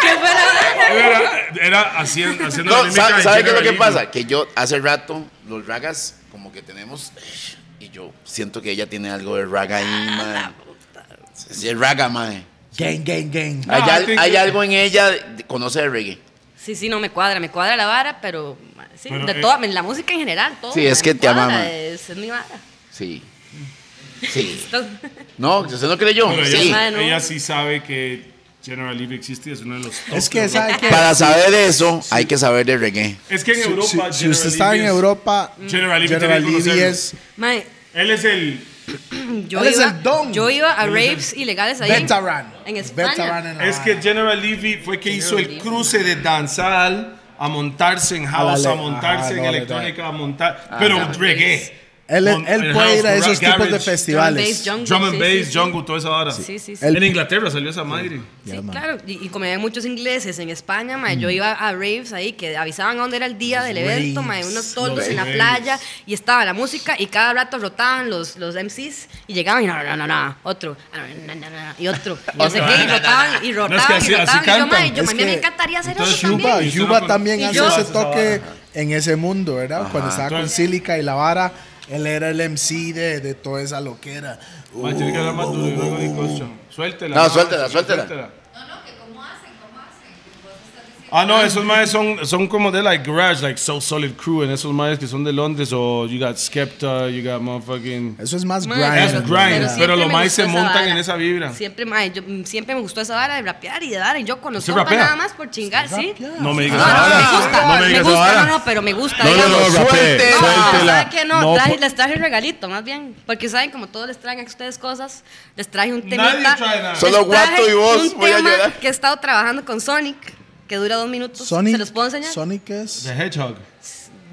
¿Qué fue la-
Era, era haciendo, haciendo la
No,
mímica
¿sabe,
de
sabe qué es lo que
General Levy.
pasa? Que yo hace rato, los ragas, como que tenemos. Y yo siento que ella tiene algo de raga ahí, mae. Es el raga, mae.
Gang, gang, gang.
Hay,
Ah,
al-
sí, sí.
hay algo en ella, de- conoce de reggae.
Sí, sí, no me cuadra, me cuadra la vara, pero sí,
Bueno,
de
eh.
toda, la música en general, todo.
Sí, es
me
que te
cuadra,
amaba.
Es, es mi vara.
Sí. Sí.
Entonces,
No, usted no creyó.
Pero ella,
Sí.
Mano.
ella sí sabe que General Levy existe y es uno de los top
Es que,
del rock.
¿sabe qué?
Para saber de eso, hay que saber de reggae.
Es que en Europa.
Si, si
General
usted está
Levy
en
es-
Europa,
General Levy tiene que
Levy
conocerlo.
es.
mae,
Él es el.
yo,
Él es
iba,
el don.
yo iba a
Él es el-
raves ilegales ahí. en-
Veteran.
En España.
Veteran en la
Es que
Habana.
General Levy fue que hizo el cruce de danzal a montarse en house,
la
a
le-
montarse
Ah, ajá,
en
no,
electrónica, a montar. Pero
Drum
and
reggae.
bass.
Él,
Mon-
él
el
puede ir a
house,
esos
garage,
tipos de festivales.
Drum and bass,
Drum and
jungle, sí,
bass,
sí, sí.
jungle, toda esa vara.
Sí, sí, sí.
El-
En Inglaterra salió esa madre.
Sí,
Ya, man.
claro, y, y como había muchos ingleses en España, mae,
Mm.
yo iba a raves ahí que avisaban a dónde era el día del evento, mae, unos toldos
los
en la
raves.
playa y estaba la música y cada rato rotaban los, los MCs y llegaban y no, no, no, no, otro, ah, no, no, no, no, y otro, y no sé qué, y rotaban y rotaban
No, es que así-
y
así
rotaban y yo,
cantan.
mae, yo,
Es
mae, a mí me
que-
encantaría hacer
entonces,
eso
Yuba,
Yuba,
también.
Y
Yuba
yo-
también
y
hace
yo-
ese toque en ese mundo, ¿verdad? Cuando estaba con
Entonces-
Silica y la vara, él era el MC de, de toda esa loquera.
Man, tiene que hablar más duro, yo no hago ni cuestión. Suéltela.
No,
man,
suéltela, suéltela.
No, no, que cómo hacen, cómo hacen. Vos estás diciendo
Ah, no, esos maes son, son como de like garage, like So Solid Crew, en esos maes que son de Londres, o you got Skepta, you got motherfucking.
Eso es más
Mae,
grind.
Es
man.
grind,
Yeah.
pero
siempre
los
me
maes
gustó
se
esa
montan
vara.
en esa vibra.
Siempre, mae, yo, mm, siempre me gustó esa vara de rapear y de dar. Y yo con los
¿Usted
compas
rapea?
nada más por chingar, ¿sí?
rapea?
No me digas
No, Ah, no,
ahora.
me gusta,
No me
me
digas
gusta,
ahora.
no, no, pero me gusta.
No, no,
digamos.
no, rapé,
suéltela.
No, ¿sabe
suéltela.
qué? No,
No,
traje-
por-
les traje un regalito, más bien. Porque saben, como todos les traen a ustedes cosas, les traje un temita.
Nadie trae nada.
Les
Solo Guato
traje
y vos,
un
voy a
tema
llorar.
que he estado trabajando con Sonic, que dura dos minutos.
Sonic.
¿Se los puedo enseñar?
Sonic es.
The Hedgehog.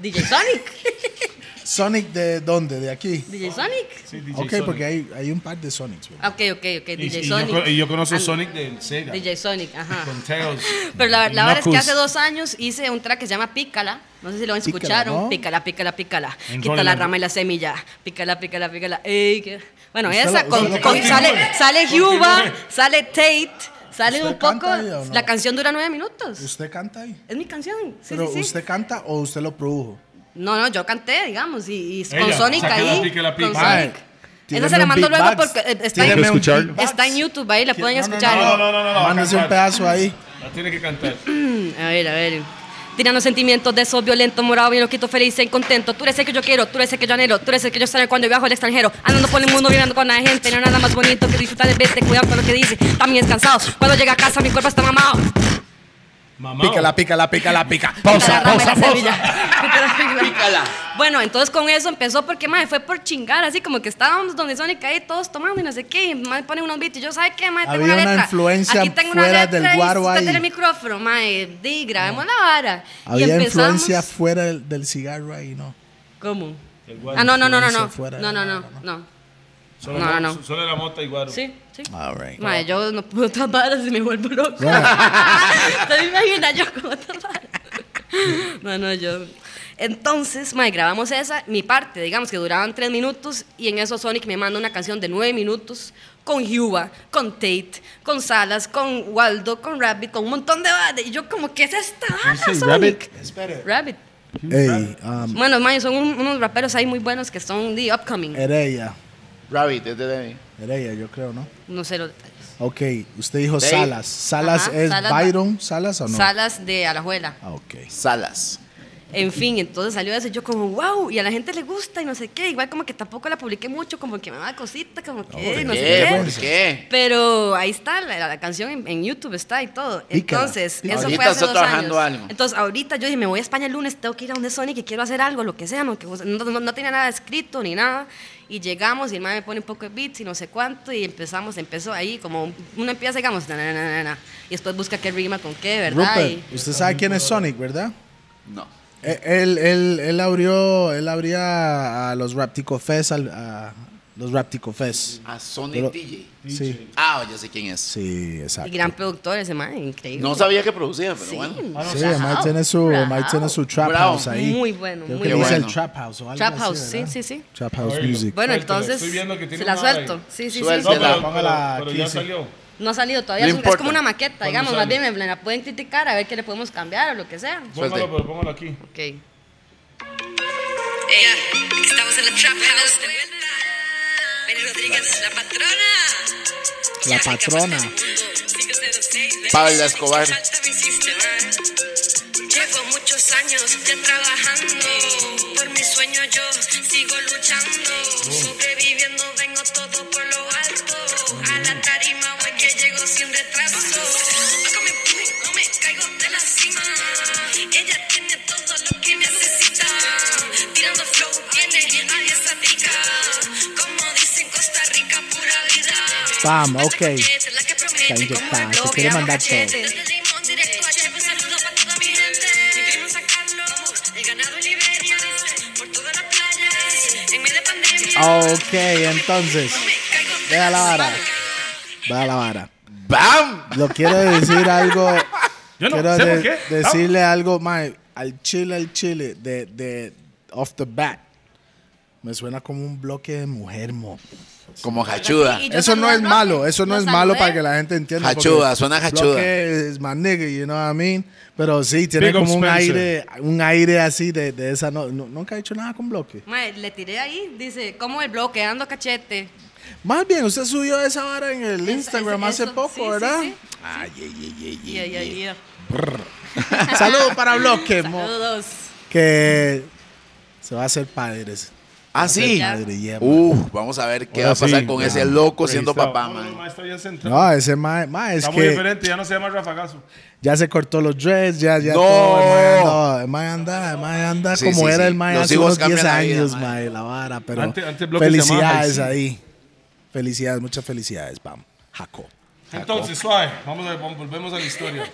DJ Sonic.
Sonic de dónde? De aquí.
DJ Sonic.
Sí, DJ
Ok,
Sonic.
porque hay, hay un par de Sonics. güey.
Ah, Ok, ok, ok,
Y,
DJ
y yo,
Sonic.
con- y yo conozco
Ah,
Sonic de Sega.
DJ Sonic, ajá.
Con Tails.
Pero la, la verdad es que
Knuckles.
hace dos años hice un track que se llama Pícala. No sé si lo
Pícala,
escucharon.
¿no?
Pícala, pícala, pícala.
En
Quita la
Roland.
rama y la semilla. Pícala, pícala, pícala. Ey, que- Bueno,
Usted
esa
lo-
con,
usted lo
con-
canta.
sale,
Continúe.
sale Huba,
Continúe.
sale Tate, sale
¿Usted
un poco.
canta ella o no?
La canción dura nueve minutos.
¿Usted canta ahí?
Es mi canción. Sí,
pero
sí, sí.
¿usted canta o usted lo produjo?
No, no, yo canté, digamos, y, y con
Ella,
Sonic
saque la
ahí.
pica, la
con
pica.
Mae,
Sonic.
tíreme
Esa se la
un
mando
beatbox.
luego porque eh, está
Tíreme
en,
un escucharlo.
beatbox.
está en YouTube, ahí la pueden
No, no, no,
escuchar.
No, no, no, no. la va a
Mándese un
cantar.
pedazo ahí.
La tiene que cantar.
A ver, a ver. Tirando sentimientos de esos violentos, morado, bien loquito, feliz y contento. Tú eres el que yo quiero, tú eres el que yo anhelo, tú eres el que yo salgo cuando viajo al extranjero. Andando por el mundo, vibrando con la gente, no hay nada más bonito que disfrutar de verte, cuidado con lo que dice. También es cansado, cuando llega a casa mi cuerpo está mamado.
Mamá.
Pica la pica, la pica, la pica.
Pausa, pausa,
Pícala.
Bueno, entonces con eso empezó porque, madre, fue por chingar, así como que estábamos donde Sonic ahí todos tomando y no sé qué, y madre pone unos beats y yo, ¿sabe qué, madre? Tengo
Había
una
una
letra.
influencia
Aquí tengo una
fuera
letra
del
y
guaro
usted
ahí.
tiene el micrófono, madre, di, grabemos la vara. y
Había
empezamos.
influencia fuera del, del cigarro ahí, ¿no?
¿Cómo?
El guaro.
Ah, no, no, no, no, no.
influencia fuera de
No, no,
la
no,
vara,
no.
Solo,
No,
la-
no, no.
solo era mota y guaro.
Sí, sí.
All right.
Madre, yo no puedo otras varas y me vuelvo loca. ¿Te imaginas yo con otras varas? No, no, yo... Entonces, madre, grabamos esa, mi parte, digamos, que duraban tres minutos y en eso Sonic me manda una canción de nueve minutos con Huba, con Tate, con Salas, con Waldo, con Rabbit, con un montón de varas. Y yo como, ¿qué es esta vara,
Ah,
Sí,
Sonic?
Rabbit.
Espere.
Rabbit.
Ey, um,
Bueno, madre, son un- unos raperos ahí muy buenos que son de upcoming.
Ereya.
Rabbit, es de Demi.
Ereya, yo creo, ¿no?
No sé los detalles.
Ok, usted dijo
Dave.
Salas. ¿Salas
Ajá,
es
Salas.
Byron Salas o Ah, no?
Salas de Alajuela.
Ah, ok.
Salas.
En fin, entonces salió eso y yo como, wow, y a la gente le gusta y no sé qué. Igual como que tampoco la publiqué mucho, como que me daba cosita, como que no sé
¿Qué?
qué.
¿Por qué?
Pero ahí está, la, la canción en, en YouTube está y todo.
Pícala.
Entonces,
Pícala.
eso
Ahorita
fue hace
estoy
dos
trabajando
años.
algo.
Entonces, ahorita yo dije, me voy a España el lunes, tengo que ir a donde Sonic y quiero hacer algo, lo que sea, no, que- no, no- no tenía nada escrito ni nada. Y llegamos y el madre me pone un poco de beats y no sé cuánto y empezamos, empezó ahí como uno empieza, digamos, na, na, na, na, na, y después busca qué rima con qué, ¿verdad? Y-
Rupert, usted sabe quién es Sonic, ¿verdad?
No.
Eh, Él, él, él abrió, él abría a los Raptico Fest, al- a los Raptico Fest.
A Sonic
Pero-
DJ.
Sí,
Ah, ya sé quién es.
sí,
Y
exacto.
gran productor ese man, increíble.
No sabía que producía, pero
Sí.
bueno.
Sí, Mike tiene su,
Bravo.
Mike tiene su trap
Bravo.
house ahí.
Muy bueno,
Creo
muy
que le dice
bueno.
el trap house o algo
Trap
así,
house, sí,
¿verdad?
sí, sí.
Trap house
Oílo.
music.
Bueno,
Suéltela,
entonces
estoy viendo que tiene
se la
una vara ahí.
suelto. Sí, sí,
No,
Suéltela.
sí.
la-
pero,
póngala
pero
aquí,
ya
sí.
salió.
No ha salido todavía.
No
es un- es
importa.
como una maqueta,
Cuando
digamos. Más
sale.
bien me- me la pueden criticar a ver qué le podemos cambiar o lo que sea.
Póngalo,
Suelte.
pero póngalo aquí.
Ok. estamos en la Trap House de vuelta. Rodríguez, la patrona.
La patrona.
Pablo Escobar.
Llevo muchos años ya trabajando. Por mi sueño yo sigo luchando. Sobreviviendo vengo todo por lo alto. A la tarima hoy que llego sin retraso. Nunca me pude, no me caigo de la cima. Ella tiene todo lo que necesita. Tirando flow viene, nadie se pica. Como dicen Costa Rica, pura vida.
Pam, ok.
Está
inyectada, se quiere mandar todo. Ok, entonces. Vea la vara. Vea la vara.
¡Bam!
Lo quiero decir algo.
Yo no
quiero
sé por
de-
qué.
decirle algo, Mike. Al chile, al chile. De, de off the bat. Me suena como un bloque de mujer, mo.
Como hachuda.
Eso no es malo, eso no es malo para que la gente entienda. porque
Hachuda, suena hachuda.
bloque Es más nigga, you know what I mean? Pero sí, tiene
Big up
como un aire,
Spencer.
un aire así de, de esa. No, no- nunca he hecho nada con bloque.
le tiré ahí, dice, como el bloqueando cachete.
Más bien, usted subió esa vara en el
Esa-
Instagram
esa-
hace
eso,
poco,
sí, sí,
¿verdad?
sí.
Ay, ay, ay, ay,
Yeah, yeah, yeah.
Saludos para Bloque, mo,
Saludos.
que se va a hacer padres.
Ah, sí.
Ya.
Padre, yeah, man.
Uf, vamos a ver qué
Ahora
va a pasar
sí,
con
ya.
ese loco siendo
Registrado.
papá,
No, no, no,
man.
ma, está bien centrado.
No, ese mae, mae, es
Está muy
que
diferente, ya no se llama Rafagazo.
ya se cortó los dreads, ya, ya
No.
todo. El mae anda, el mae anda, el mae anda
Sí,
como
sí,
era
sí.
el mae
Los
hace
hijos
unos 10
cambian la vida,
años,
mae.
mae, la vara, pero
Antes- antes Bloque se llamaba
felicidades
Jacinto.
ahí. Felicidades, muchas felicidades, pam. Jaco.
Entonces, suave, vamos a ver, vamos- volvemos a la historia.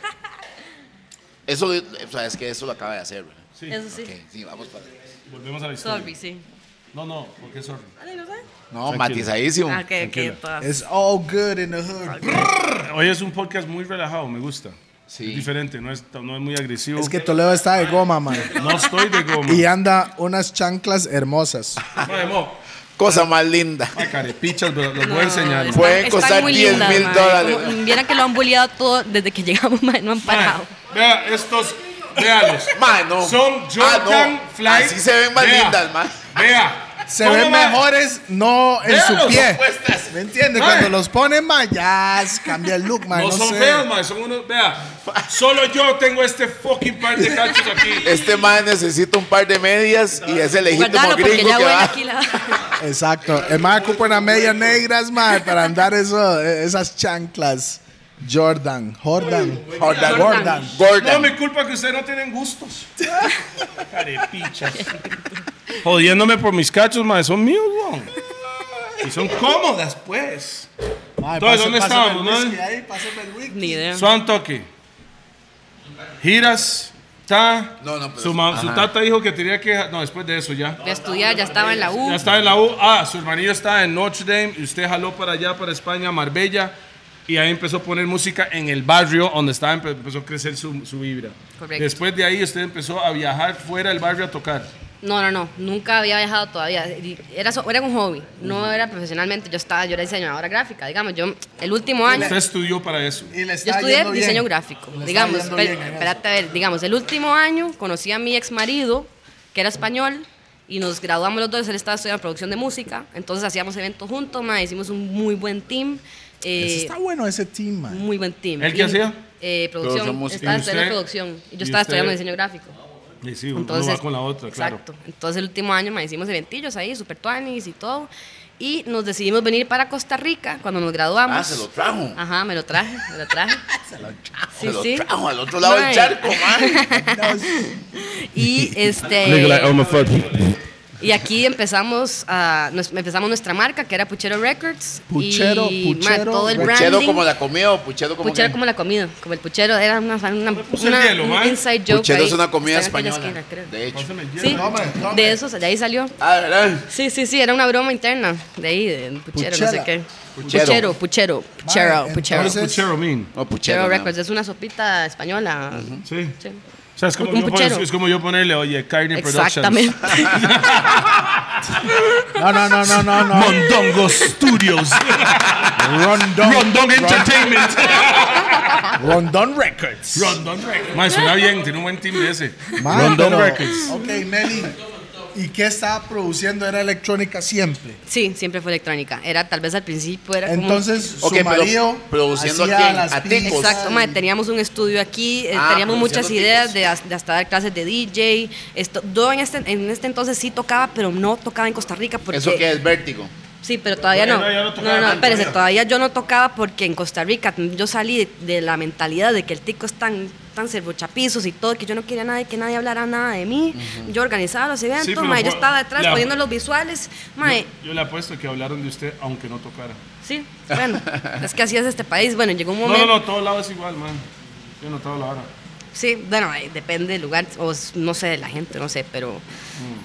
Eso, o sea, es que eso lo acaba de hacer, ¿verdad?
Sí,
Eso sí.
Ok, sí, vamos para
volvemos a la historia.
Sorry, sí.
No, no, porque sorry.
Ay, no sé.
No, matizadísimo.
Ah, que, que
Tranquila.
todas.
It's all good in the hood.
Hoy es un podcast muy relajado, me gusta.
Sí.
Es diferente, no es, no es muy agresivo.
Es que Toledo está de goma, man.
no estoy de goma.
Y anda unas chanclas hermosas.
Mae, mo,
Cosa más linda.
mae, carepichas, lo, lo voy a enseñar.
Ah, están-
mae.
Pueden
están
costar
muy
10
lindas,
mil
mae.
dólares.
Como- Vieran que lo han bulleado todo desde que llegamos, mae, no han parado.
Vea, estos, véalos.
Ma, no.
Son
Ah,
Jordan
no.
Fly.
Así se ven más
Vea,
lindas, ma.
Vea.
Se
¿Cómo,
ven
mae?
mejores, no en su
Véalos,
pie.
opuestas.
¿Me entiendes?
Mae.
Cuando los ponen, man, ya se cambia el look, man.
No,
No,
son
sé.
feos, mae, son unos, vea. Solo yo tengo este fucking par de cachos aquí.
Este man necesita un par de medias y es el legítimo
Guardalo porque
gringo
ya
que
huele
va.
aquí la.
Exacto. El man ocupa unas medias negras, man, para andar eso, e-, esas chanclas. Jordan, Jordan,
Jordan.
Jordan.
No,
Gordon.
mi culpa que ustedes no tienen gustos. Carepichas. Jodiéndome por mis cachos, mae, son míos, weón. Y son cómodas, pues.
Mae,
Entonces,
pase-
¿dónde
pásame
estábamos,
el
mae?
whisky ahí, pásame el whisky.
Ni idea.
Swan Toque. Giras. Ta.
No, no, pero-
su, ma- su
ajá.
tata dijo que tenía que. No, después de eso ya.
Voy a estudiar, ya estaba en la U.
Ya está en la U. Ah, su hermanillo está en Notre Dame y usted jaló para allá, para España, Marbella. Y ahí empezó a poner música en el barrio donde estaba, empe- empezó a crecer su, su vibra.
Correcto.
Después de ahí usted empezó a viajar fuera del barrio a tocar.
No, no, no, nunca había viajado todavía. Y Era, so- era un hobby, no era profesionalmente. Yo estaba, yo era diseñadora gráfica, digamos. Yo, el último año,
Usted estudió para eso.
Y le está
yo estudié
yendo bien.
diseño gráfico,
Le está
digamos.
yendo
espe-
bien en eso.
espérate a ver, digamos, el último año conocí a mi ex marido, que era español, y nos graduamos los dos. Él estaba estudiando producción de música, entonces hacíamos eventos juntos, ma, hicimos un muy buen team. eh,
Ese está bueno ese team, man.
muy buen team.
¿El qué
Y,
hacía?
eh,
Producción
producción.
musical.
estaba
¿Y
estudiando
usted?
producción. Y
¿Y
yo estaba estudiando
usted?
diseño gráfico.
Y sí, uno
Entonces,
va con la otra, claro.
Exacto. Entonces el último año me hicimos eventillos ahí, super tuanis y todo. Y nos decidimos venir para Costa Rica cuando nos graduamos.
Ah, se lo trajo.
Ajá, me lo traje, me lo traje.
Se lo
sí.
trajo al otro lado del
Mae.
charco, man.
Y este y aquí empezamos a nos- empezamos nuestra marca que era Puchero Records
Puchero,
y ma,
Puchero
todo el
Puchero
branding.
como la comida o puchero como
puchero
que-
como la comida, como el puchero era una, una,
puse pues el
una-
hielo,
un
ma.
inside joke.
Puchero
ahí,
es una comida
está en aquella
española.
esquina, creo.
de hecho.
Pásame el hielo.
Sí,
Tome, tome.
de esos, de ahí salió.
Ah, ¿verdad?
Sí, sí, sí, era una broma interna de ahí, de Puchero, no
Puchera.
sé qué.
Puchero.
Puchero, Puchero, Puchero,
Vale,
Puchero.
entonces-
Puchero, min.
No, puchero.
Puchero
no.
Records, es una sopita española.
Sí.
Sí.
O sea, es como,
Un
yo,
puchero.
es como yo ponerle, oye, Carne Productions.
Exactamente.
No, no, no, no, no, eh. no.
Mondongo Studios.
Rondon.
Rondon Entertainment.
Rondon Records.
Rondon Records. Man, suena bien, tiene un buen timbre ese.
Ma,
Rondon
pero-
Records.
Ok, Nelly. ¿Y qué estaba produciendo? Era electrónica siempre.
Sí, siempre fue electrónica. Era tal vez al principio era como-
Entonces, su
Ok, pero
marido.
produciendo
hacía
a quién?
las
A ticos.
pistas.
Exacto, mae, teníamos un estudio aquí, eh,
Ah,
teníamos muchas
produciendo
ideas
tipos.
de, as- de hasta dar clases de DJ. Esto, yo en este, en este entonces sí tocaba, pero no tocaba en Costa Rica porque
Eso que es vértigo.
Sí, pero todavía no.
Bueno, ya no
No,
tocaba
no,
tanto,
espérese,
ya.
todavía yo no tocaba porque en Costa Rica yo salí de, de la mentalidad de que el tico es tan, tan cervochapizos y todo, que yo no quería nada, que nadie hablara nada de mí. Yo organizaba los eventos,
pero
mae, yo
fue-
estaba detrás
la-
poniendo los visuales. Mae,
Yo le apuesto que hablaron de usted aunque no tocara.
sí, bueno, es que así es este país. Bueno, llegó un
No, no,
momento.
no, todo lado es igual, man. Yo he notado la hora.
Sí, bueno, eh, depende del lugar, o s- no sé, de la gente, no sé, pero...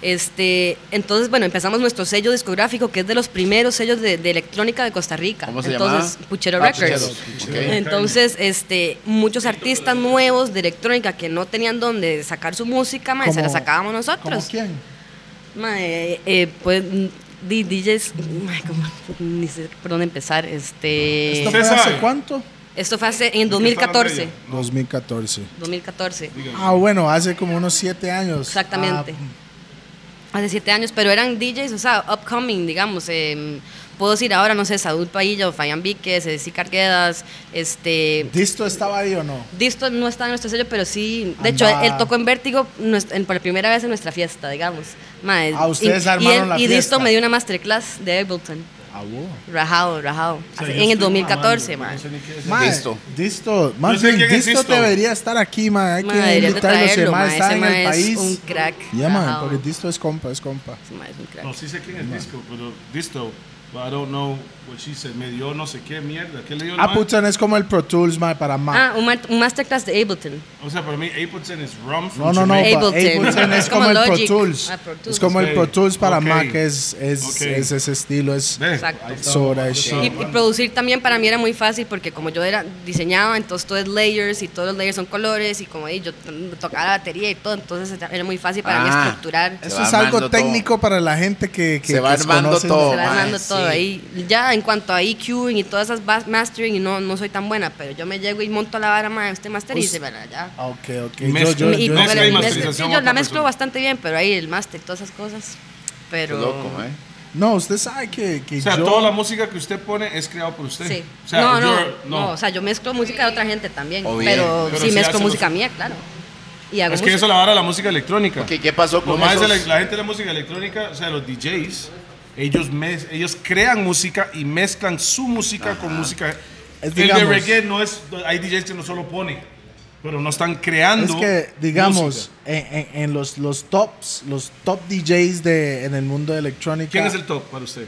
Este, entonces, bueno, empezamos nuestro sello discográfico, que es de los primeros sellos de, de electrónica de Costa Rica.
¿Cómo se
entonces,
llamaba?
Puchero
Ah,
Records.
Puchero, ok.
Entonces, este, muchos artistas nuevos de electrónica que no tenían dónde sacar su música, mae, se la
Como-
sacábamos
¿Cómo
nosotros.
quién?
Mae, eh, pues, mm, di- DJs, mae, como- ni sé por dónde empezar. Este,
¿Esto
Usted
fue hace
sabe.
cuánto?
esto fue hace, en 2014.
2014.
2014.
Ah, bueno, hace como unos siete años.
Exactamente.
Ah,
hace siete años, pero eran DJs, o sea, upcoming, digamos. eh, puedo decir ahora, no sé, Saúl Paillo, Fabián Víquez, Ceci Carguedas, este...
¿Disto estaba ahí o no?
Disto no está en nuestro sello, pero sí. De hecho,
Andaba-
él tocó en Vértigo nues- en- por primera vez en nuestra fiesta, digamos. Mae,
Ah, ustedes
y,
armaron
y él-
la
Y Disto
fiesta.
me dio una masterclass de Ableton.
Ah, wow.
Rajado, rajado.
O sea, yo
Así- Ah, en el
estoy
2014,
mamando,
mae.
no sé ni qué es.
Mae,
Disto.
Disto, más
Yo sé
bien,
quién es
Disto
Disto.
debería estar aquí, mae. Hay
Mae,
que
deberían de
invitarlo, si el
traerlo,
mae
mae,
está
ese
en el
mae es
país.
un crack,
Ya, mae,
ajá.
porque Disto es compa, es compa.
Ese mae es un crack.
No, sí sé quién es disco, pero disto. But I don't know what she said. Me dio no sé qué mierda. ¿Qué le dio el man?
Appleton Ah, es como el Pro Tools, mae, para Mac.
Ah, un, ma- un masterclass de Ableton.
O sea, para mí, Appleton es rum from
No, no, no.
Jamaica.
pa-
Ableton.
es
Es
como
como
el Pro
Logic.
Tools.
Ah, Pro
Es
Tools.
como el
Ok,
Pro Tools para
ok.
Mac. Es, es,
Ok.
es ese estilo. Es
Ve,
Exacto.
ahí está.
Soda
Yo
Shake.
Y,
estaba
y
hablando.
producir también para mí era muy fácil porque como yo era diseñaba, entonces todo es layers y todos los layers son colores y como ahí yo t- tocaba la batería y todo, entonces era muy fácil para mí
Ah.
estructurar.
Se
eso
va
es algo
armando
técnico para la gente que, que
Se va
que
armando
desconoce
todo.
se va
mae,
armando
sí.
todo ahí. Ya en cuanto a EQing y todas esas bas- mastering, y no, no soy tan buena, pero yo me llego y monto la vara más, este masterice, ¿verdad? Ya.
Ah, Ok, ok.
Mezcla-
Yo- yo-
y
mezcla y
yo-
póngale- y mezcla-
masterización
sí,
a
yo
otra
la mezclo
persona.
bastante bien, pero ahí el master, todas esas cosas. Pero.
Loco, ¿eh?
No, usted sabe que, que
O sea,
yo...
toda la música que usted pone es creada por usted.
Sí.
O sea,
no, no,
you're-
no, O sea, yo mezclo música de otra gente también.
O bien,
pero,
pero
sí
sí
mezclo
hace
música
los-
mía, claro. Y hago
es que
música.
eso la vara de la música electrónica.
Ok, ¿Qué pasó
Lo
con
más de la,
esos?
la gente de la música electrónica, o sea, los DJs, ellos, mez- ellos crean música y mezclan su música con música.
Es,
el
digamos-
de reggae no es, hay DJs que no solo ponen, pero no están creando.
Es que, digamos,
música.
en, en- en los, los tops, los top DJs de, en el mundo de electrónica...
¿Quién es el top para usted?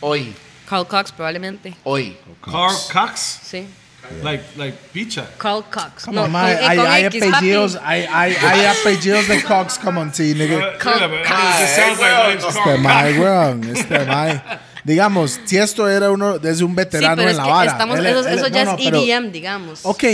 Hoy,
Carl Cox, probablemente.
hoy.
Carl Cox,
Sí.
like, like picha.
Carl Cox.
Come on, mae,
con- eh,
hay,
con
hay
X, papi.
apellidos, hay, hay, hay apellidos de Cox, come on, sí,
Uh,
nigga.
yeah, but it sounds eh, like my name's
Este
Carl
mae, weón, este mae. Digamos, si esto era uno, desde un
Sí,
veterano
pero
en
es
la
que
vara.
estamos,
Él-
eso,
él-
eso ya
no, no,
es E
pero-
EDM, digamos.
Ok,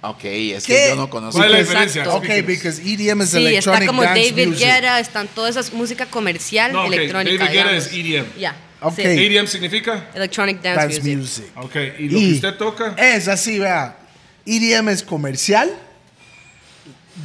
Ok, es
¿Qué?
que yo no conozco.
¿Cuál es la
Because-
diferencia?
ok, because E EDM es
Sí, está
electronic
como
dance
David
music.
Guetta, están todas esas música comercial
No, ok,
electrónica.
David Guetta
digamos.
es E EDM.
Ya.
Ok.
sí.
Hey.
EDM E significa?
Electronic Dance,
Dance
Music.
music.
Ok, y lo que usted toca.
Es así, vea. EDM es comercial.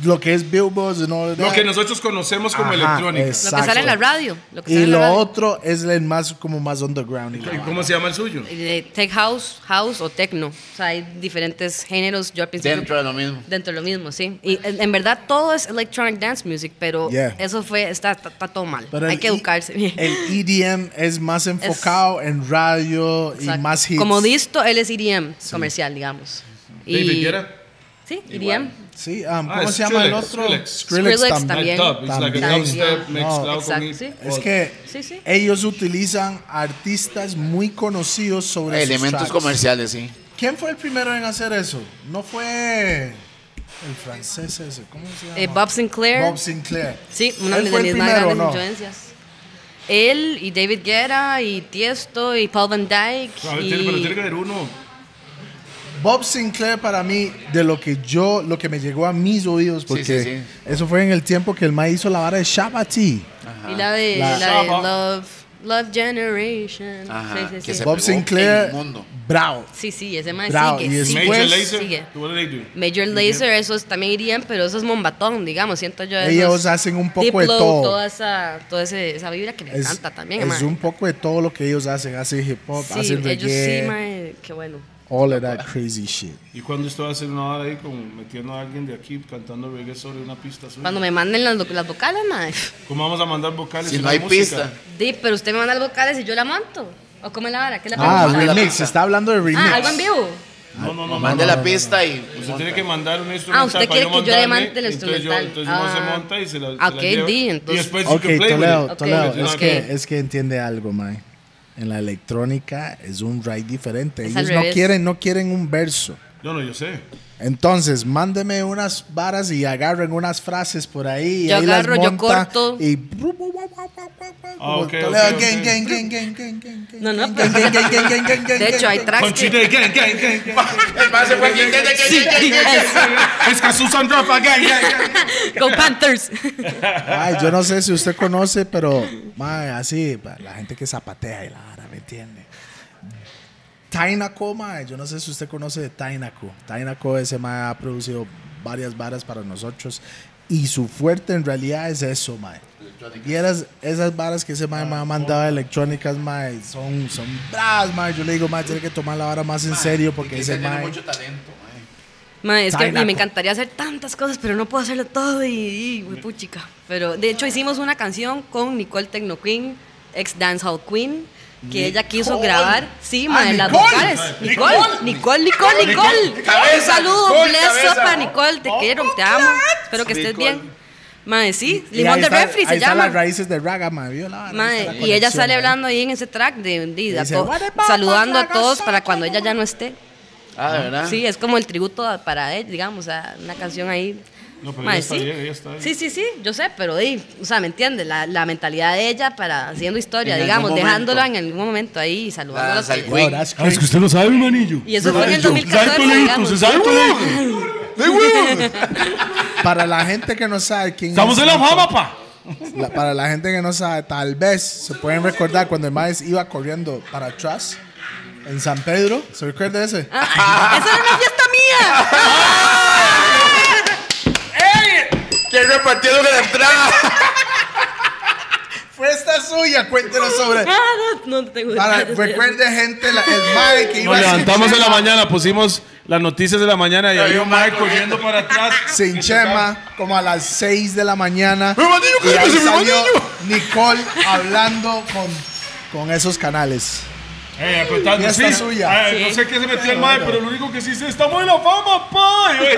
Lo que es billboards y all of
Lo
that.
que nosotros conocemos como
Ajá,
electrónica.
es-
Lo que sale en la
Exacto.
radio. Lo que sale
Y
en la
lo
radio.
otro es el más, como más underground. y la
¿Y
vara.
¿Cómo se llama el suyo?
Eh, Tech house, house o techno. O sea, hay diferentes géneros. Yo al principio
Dentro de lo mismo.
Dentro de lo mismo, sí. Y en, en verdad todo es electronic dance music, pero
Yeah.
eso fue, está, está, está todo mal.
Pero
Hay
el
que
E-
educarse.
El EDM es más enfocado en radio y
Exacto.
más hits.
Como disto, él es EDM, comercial, digamos.
David Guetta.
Sí, E EDM.
Sí, um,
Ah,
¿cómo
es
se llama el
Skrillex,
otro?
Skrillex.
Skrillex
Like
también.
dub, it's like a
También.
dubstep
No,
mezclado con
exacto,
hip
sí.
Es
hop.
que
Sí, sí.
ellos utilizan artistas muy conocidos sobre sus
Elementos
tracks.
comerciales, sí.
¿Quién fue el primero en hacer eso? No fue el francés ese, ¿cómo se llama?
Eh, Bob Sinclair.
Bob Sinclair.
Sí, una
Él
de
fue el
mis más
primero,
grandes
¿no?
influencias. Él y David Guetta y Tiesto y Paul Van Dyke.
A ver,
y-
Ah, tiene- pero tiene que haber uno.
Bob Sinclair para mí, de lo que yo, lo que me llegó a mis oídos, porque
sí, sí.
eso fue en el tiempo que el ma hizo la vara de Shabati.
y la de,
La-
la de
Saba.
Love, Love Generation.
Ajá,
Sí, sí,
que
sí.
se-
Bob
pegó
Sinclair,
en el mundo.
bravo.
sí, sí, ese man
Bravo, y
sigue,
es
sigue,
Major
Pues-
Lazer.
sigue.
What do they do?
Major Lazer, esos también irían, pero esos mombatón, digamos, siento yo.
Ellos
esos
hacen un poco
Diplo,
de todo.
Toda esa, toda ese- esa vibra que me
Es,
encanta también,
es
mae.
un poco de todo lo que ellos hacen. Hacen hip hop,
Sí,
hacen
ellos sí,
reggae,
mae, qué bueno.
all of that crazy shit.
¿Y cuando usted va a hacer una hora ahí con, metiendo a alguien de aquí cantando reggae sobre una pista suya?
Cuando me manden las, las vocales, mae.
¿Cómo vamos a mandar vocales?
Si
y
no
la
hay
música?
pista.
Di, pero usted me manda las vocales y yo la monto. ¿O cómo es la vara? ¿Qué es la
Ah,
manda
pregunta?
la
remix,
pista.
está hablando de remix.
Ah, algo en vivo.
No, no, no.
Mande
no,
la
no, no.
pista y. pues,
Usted tiene
monta.
que mandar un instrumental
Ah, usted
para
quiere que yo le
mandarme,
mande el
entonces yo-
instrumental.
Entonces uno se
Ah.
monta y se la, se
Ah,
la
ok,
lleva.
di,
Y
entonces.
después Pues you
Ok,
can play with
Toledo,
it.
Ok.
Toledo, es,
Ok.
que, es que entiende algo, mae. En la electrónica es un ride diferente.
Es al
ellos no
revés.
quieren, no quieren un verso.
No, no, yo sé.
Entonces, mándeme unas varas y agarren unas frases por ahí. y
Yo
ahí
agarro,
las
yo
monta
corto.
Y.
Ah, ok,
Toledo,
ok, ok.
gang, gang, gang, gang, gang, gang, gang,
No, no,
gang,
pero-
gang, gang, gang, gang, gang, gang,
De hecho, hay
gang.
tracks
Punchy
que...
day, gang, gang, gang, gang.
El man se fue aquí, ya, ya, ya, ya, ya, ya.
Es que Susan Rafa, gang, gang, gang.
Go Panthers.
Ay, yo no sé si usted conoce, pero mae, así, pa- la gente que zapatea y la vara, ¿me entiende? Tainaco, mae, yo no sé si usted conoce de Tainaco. Tainaco, ese mae ha producido varias varas para nosotros. Y su fuerte en realidad es eso, mae. Y eras- esas varas que ese mae me ha mandado electrónicas, mae, son, son bravas, mae. Yo le digo, mae, tiene que tomar la vara más en serio porque ese
tiene
mae...
mucho talento, mae.
Mae, es que
Tainaco.
y me encantaría hacer tantas cosas, pero no puedo hacerlo todo y, y puchica. Pero de hecho hicimos una canción con Nicole Techno Queen, ex Dancehall Queen, que ella quiso grabar. Sí, mae, las
Ah, Nicole. Ah,
vocales.
Ay,
Nicole, Nicole, Nicole, Nicole. Un
Cabeza,
saludo,
Nicole,
un beso
cabeza.
para Nicole,
Oh,
te quiero, te amo. Espero que estés
Nicole.
bien. Mae, sí,
Y ahí
Limón de
está-
Refri se
ahí están
llama.
las raíces de Raga, mae. vio la vara, ahí
Mae,
está la
y ella
conexión,
sale
mae.
hablando ahí en ese track de, de- de a
Dice,
to-
"What about
saludando a
Raga
todos
Saki?"
para cuando ella ya no esté.
Ah, de verdad.
Sí, es como el tributo a- para él, digamos, a una canción ahí.
No, pero
Mae,
ella está
sí.
bien, ella está bien.
Sí, sí, sí, yo sé, pero di, o sea, ¿me entiendes? La, la mentalidad de ella para haciendo historia,
En algún
digamos,
momento.
dejándola en algún momento ahí y saludando a los
Las
que-
algu- Güey.
Yo, that's
Ah, es que usted lo sabe, manillo.
Y eso fue en el
Yo,
2014,
sabe Toledo,
digamos.
se sabe Toledo.
Para la gente que no sabe quién
Estamos
es
en la
Nicole,
fama, pa.
la- para la gente que no sabe, tal vez se pueden recordar cuando el maíz iba corriendo para atrás en San Pedro. ¿Se recuerda ese?
¡Ah! ¡Eso era una fiesta mía!
Que repartieron la entrada.
Fue esta suya, cuéntenos sobre.
Ah, no, no te gusta.
Para, recuerde, gente, la- el mae que iba
Nos levantamos
sin
en la
chema,
mañana, pusimos las noticias de la mañana y había un mae corriendo para atrás.
Sin chema, como a las 6 de la mañana.
Mi manillo,
Y ahí
cálmese, mi
salió
manillo.
Nicole hablando con, con esos canales.
Eh, contando,
Fiesta
sí.
suya.
Ay, No sé qué se metió el mae, pero lo único que sí sé, estamos en la fama, pa. Y, güey,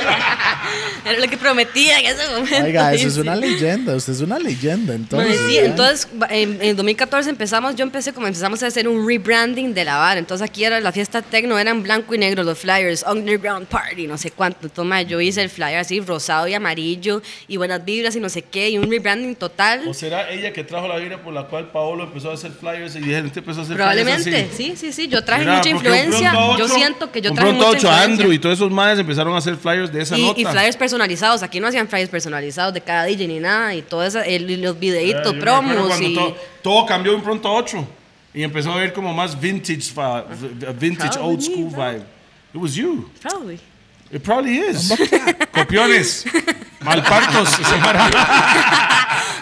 Era lo que prometía en ese momento.
Oiga, eso es
sí.
una leyenda. Usted es una leyenda,
Mae,
entonces.
Pues sí, entonces ba- en, en 2014 empezamos, yo empecé como empezamos a hacer un rebranding de la vara. Entonces aquí era la fiesta tecno, eran blanco y negro los flyers, underground party, no sé cuánto. Toma, yo hice el flyer así rosado y amarillo y buenas vibras y no sé qué y un rebranding total.
¿O será ella que trajo la vibra por la cual Paolo empezó a hacer flyers y la gente empezó a hacer
Probablemente,
flyers así?
sí, sí, sí. Yo traje
Mira,
mucha
porque un
influencia.
pronto a
yo
ocho-
siento que yo
un
traje
pronto
mucha
a ocho
influencia.
Andrew y todos esos madres empezaron a hacer flyers de esa
Y,
nota.
y flyers personalizados, aquí no hacían flyers personalizados de cada DJ ni nada, y todo eso, el- y
Ya,
los
yo
videitos,
me acuerdo
promos
cuando
y...
todo, todo cambió de un pronto a otro. Y empezó a ver como más vintage, va- v- vintage
Probably,
old school
¿no?
vibe. It was you.
Probably.
It probably is. Copiones. Malpartos. esa vara.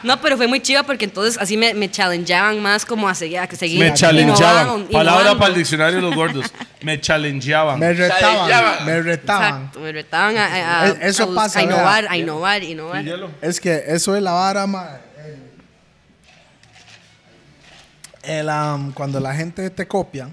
No, pero fue muy chiva porque entonces así me, me challengeaban más como a seguir, a que seguir
Me challengeaban.
innovando,
Palabra
innovando.
para el diccionario de los gordos. Me challengeaban.
Me retaban,
Chalequeaban.
me retaban.
Exacto, me retaban a, a- a-
Es- E-, eso
a bus-
pasa,
a
vea.
innovar, a innovar, a innovar.
Y hielo.
Es que eso es la vara, ma. El, el, am, cuando la gente te copia,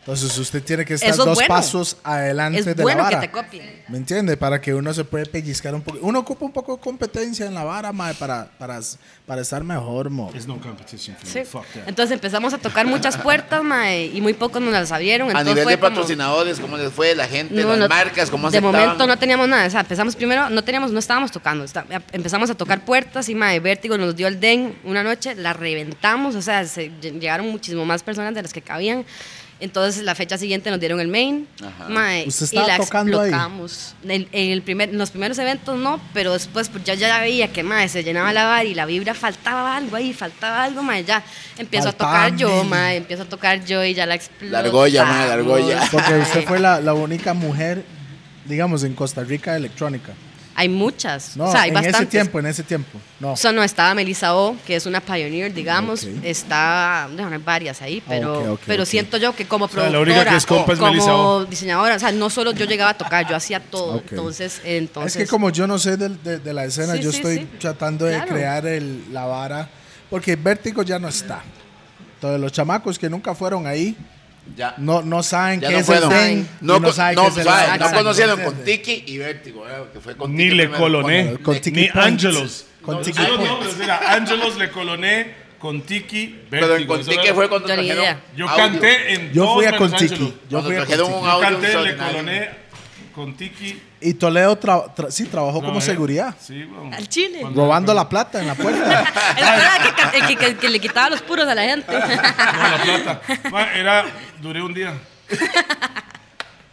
entonces usted tiene que estar
Eso es
dos
bueno.
pasos adelante
Es
de la
bueno que
vara.
te copien.
¿Me entiende? Para que uno se puede pellizcar un poco. Uno ocupa un poco de competencia en la vara, ma, para, para, para estar mejor, mo.
There's no competition for
Sí.
me. Fuck that.
Entonces empezamos a tocar muchas puertas, mae, y muy pocos nos las abrieron.
A
entonces
nivel
fue
de
como-
patrocinadores, cómo les fue, la gente,
No,
las
no-
marcas, cómo
De
aceptaban.
momento no teníamos nada. O sea, empezamos primero, no teníamos, no estábamos tocando. está- eh, empezamos a tocar puertas y mae, Vértigo nos dio el den una noche, la reventamos. O sea, se- lle- llegaron muchísimo más personas de las que cabían. Entonces la fecha siguiente nos dieron el main.
Ajá.
mae,
¿Usted
y
estaba
la
tocando ahí?
explotamos. En, en el primer, en los primeros eventos no, pero después pues, ya, ya veía que mae, se llenaba la bar y la vibra faltaba algo ahí, faltaba algo, mae, ya empiezo a
Faltaba
tocar yo,
mil.
mae, empiezo a tocar yo y ya la explotamos.
La argolla, mae, la argolla.
Porque usted
mae.
fue la, la única mujer, digamos, en Costa Rica electrónica.
Hay muchas.
No,
o sea, hay
en
bastantes.
ese tiempo, en ese tiempo. No.
O sea, no, estaba Melissa O, que es una pioneer, digamos.
Ok.
Está, bueno, hay varias ahí, pero,
ok, ok,
pero
ok.
siento yo que como
sea,
productora,
la única que es compa es Melissa O.
como diseñadora, o sea, no solo yo llegaba a tocar, yo hacía todo.
Ok.
Entonces, entonces...
Es que como yo no sé del- de, de la escena,
Sí,
yo
sí,
estoy
sí.
tratando de
Claro.
crear el- la vara, porque Vértigo ya no está. Entonces los chamacos que nunca fueron ahí,
Ya.
no, no saben
Ya
qué
no
es
fueron.
el den, y
No,
no
con-
saben
no,
qué es el
sabe,
den.
no conocieron
Exacto.
con Tiki y Vértigo, ¿verdad? que fue con
Ni
Tiki
le
primero.
coloné.
Con Tiki
Ni
Points.
Angelos.
Con
No,
Tiki
esos
Points.
nombres, Era Angelos le coloné con Tiki.
Pero en
Vértigo,
con
eso
Tiki
era-
fue cuando
Yo ni
trajeron
idea.
Yo
audio.
canté en
Yo
dos
fui a
menos
con Tiki.
Angelos.
Yo
Cuando
fui a
trajeron
con
un
Tiki.
Yo
audio
canté, le
extraordinario.
coloné con Tiki.
Y Toledo tra- tra- sí trabajó como
Trabajé.
seguridad,
Sí, weón.
Al chile.
Cuando-
robando la plata en la puerta.
Es verdad que ca- que, que- que le quitaba los puros a la gente.
No, la plata. Ma, Era, duré un día.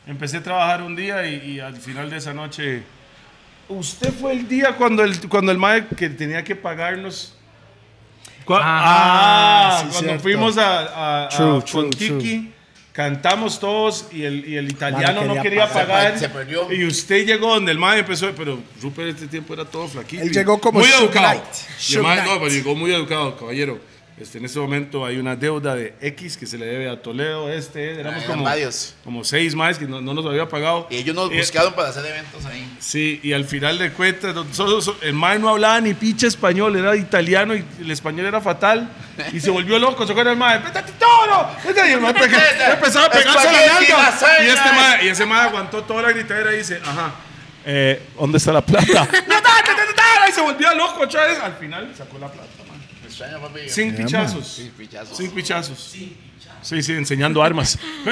Empecé a trabajar un día y, y al final de esa noche. Usted fue el día cuando el, cuando el mae que tenía que pagarnos. Cua-
Ah,
ah,
sí,
cuando
cierto.
fuimos a, a- a-
True,
con
true,
Tiki Cantamos todos y el, y el italiano
Mano,
no
quería
quería
pagar.
pagar.
Se perdió.
Y usted llegó donde el mae empezó, pero Rupert este tiempo era todo flaquito.
Él
y
llegó como
muy
Suge
educado.
Knight.
Y el
Suge
mae,
Knight.
no, pero llegó muy educado, caballero. Este, en este momento hay una deuda de X que se le debe a Toledo, este, éramos
eran
como,
Eh, varios.
como seis más que no, no nos había pagado.
Y ellos nos
Eh,
buscaron para hacer eventos ahí.
Sí, y al final de cuentas, no- solo- solo- el mae no hablaba ni pinche español, era italiano y el español era fatal. Y se volvió loco, se acuerda el mae, ¡pétate todo! Y el mae pega- empezaba a pegarse a la
Espagueti,
nalga.
lasaña.
Y, este mae, y ese mae aguantó toda la gritadera y dice, ajá, eh, ¿dónde está la plata? "No, ta, ta, ta, ta, ta", y se volvía loco otra vez. Al final sacó la plata, mae.
Me extraña, papi.
Sin pichazos.
Sí, pichazos.
Sin pichazos. Sí, sí, enseñando armas.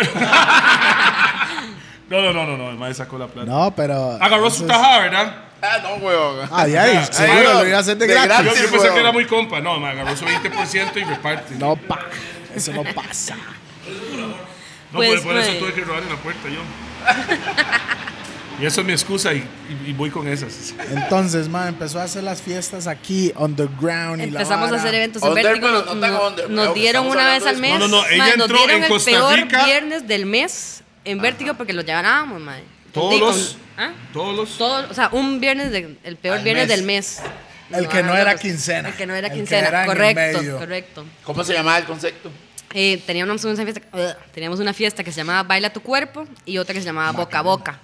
no, no, no, no, no, el mae sacó la plata.
No, pero.
Agarró su tajada, ¿verdad?
Ah, no, weón.
Ah, de ahí,
Ay,
seguro,
no,
lo iba a hacer de
de
gratis.
gratis.
Yo, yo
Sí,
pensé
weón.
que era muy compa. No, me agarró su 20% y reparte. No,
No, pa. Eso no pasa.
por,
Pues,
por eso
mae.
tuve que robar en la puerta yo. y eso es mi excusa y, y- y voy con esas.
Entonces, man, empezó a hacer las fiestas aquí, underground. y la
Empezamos a
vara.
hacer eventos en
Under,
Vértigo.
pero
Nos,
no tan
nos-
under,
nos
pero
dieron
estamos
una vez
hablando
al
de-
mes.
No, no, no, ella
mae, nos
entró
dieron
en
el
Costa
peor
Rica.
viernes del mes en Vértigo porque lo llevábamos, madre.
Todos los-
¿ah?
Todos los.
Todo, o sea, un viernes, de- el peor
Al
viernes
mes.
del mes.
El
Nos
que no
daban
era
los-
quincena.
El que no era
El que
quincena,
era en el medio.
correcto, correcto.
¿Cómo se llamaba el concepto?
Eh, teníamos, una fiesta, teníamos una fiesta que se llamaba Baila tu cuerpo y otra que se llamaba Boca a Boca.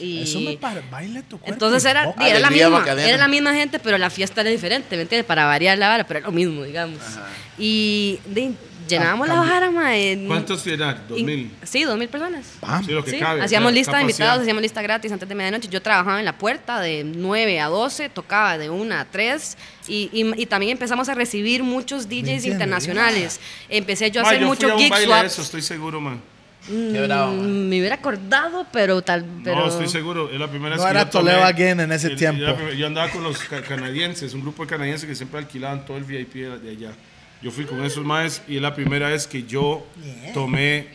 Y
Eso me para. Baila tu cuerpo.
entonces
y
era,
boca.
y era la
Alegría
misma,
Macarena.
era la misma gente, pero la fiesta era diferente, ¿me entiendes? Para variar la vara, pero era lo mismo, digamos. Y de-
Ah,
llenábamos la vara, mae. en-
¿Cuántos eran? ¿Dos
in-
mil?
Sí, dos mil personas.
Pam.
Sí, lo que
Sí,
cabe.
hacíamos
o sea,
lista de
capacidad.
invitados, hacíamos lista gratis antes de medianoche. Yo trabajaba en la puerta de 9 a 12, tocaba de 1 a 3 y, y- y también empezamos a recibir muchos DJs
entiendo,
internacionales. Empecé yo a
Ma,
hacer
yo fui a
muchos
un
gig
baile de
swaps.
eso, estoy seguro, man.
Qué bravo, man.
Mm, Me hubiera acordado, pero tal pero
No, estoy seguro. Es la primera vez
No
que
era
yo tomé-
Toledo again en ese
el-
tiempo.
era la primera- Yo andaba con los ca- canadienses, un grupo de canadienses que siempre alquilaban todo el VIP de, de allá. Yo fui con esos maes y es la primera vez que yo tomé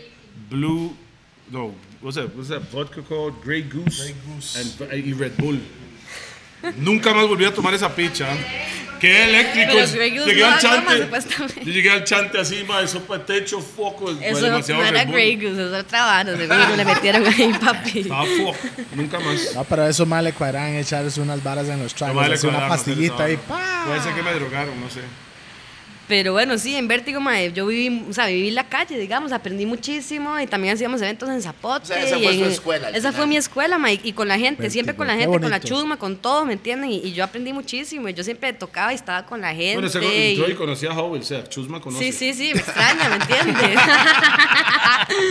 Blue, no, what's that, what's that vodka called? Grey Goose, and- y Red Bull. Nunca más volví a tomar esa picha. Qué eléctrico.
Pero Grey Goose
llegué
no
al
da
chante.
goma, supuestamente.
Yo llegué al chante así, mae, sopa de techo, foco,
eso no,
demasiado
era
Red Bull.
Grey Goose, eso era trabajo, seguro que le metieron ahí, papi.
Estaba foco, nunca más.
No, ah, pero eso más le cuadran echarse unas varas en los tragos.
Vale,
hacer una
cuadrarnos,
pastillita
hacer
ahí.
esa vara. Puede ser que me drogaron, no sé.
Pero bueno, sí, en Vértigo, mae, yo viví, o sea, viví la calle, digamos, aprendí muchísimo y también hacíamos eventos en Zapote.
O sea, esa
y
fue su
en-
escuela, al
Esa
final.
fue mi escuela, mae, y con la gente,
Vértigo,
siempre con la
qué
gente, con la
bonito.
chusma, con todo, ¿me entienden? Y, y yo aprendí muchísimo, y yo siempre tocaba y estaba con la gente.
Bueno, se
y-
entró y conocía a Howell, o sea, Chusma conoce.
Sí, sí, sí, me extraña, ¿me entiendes?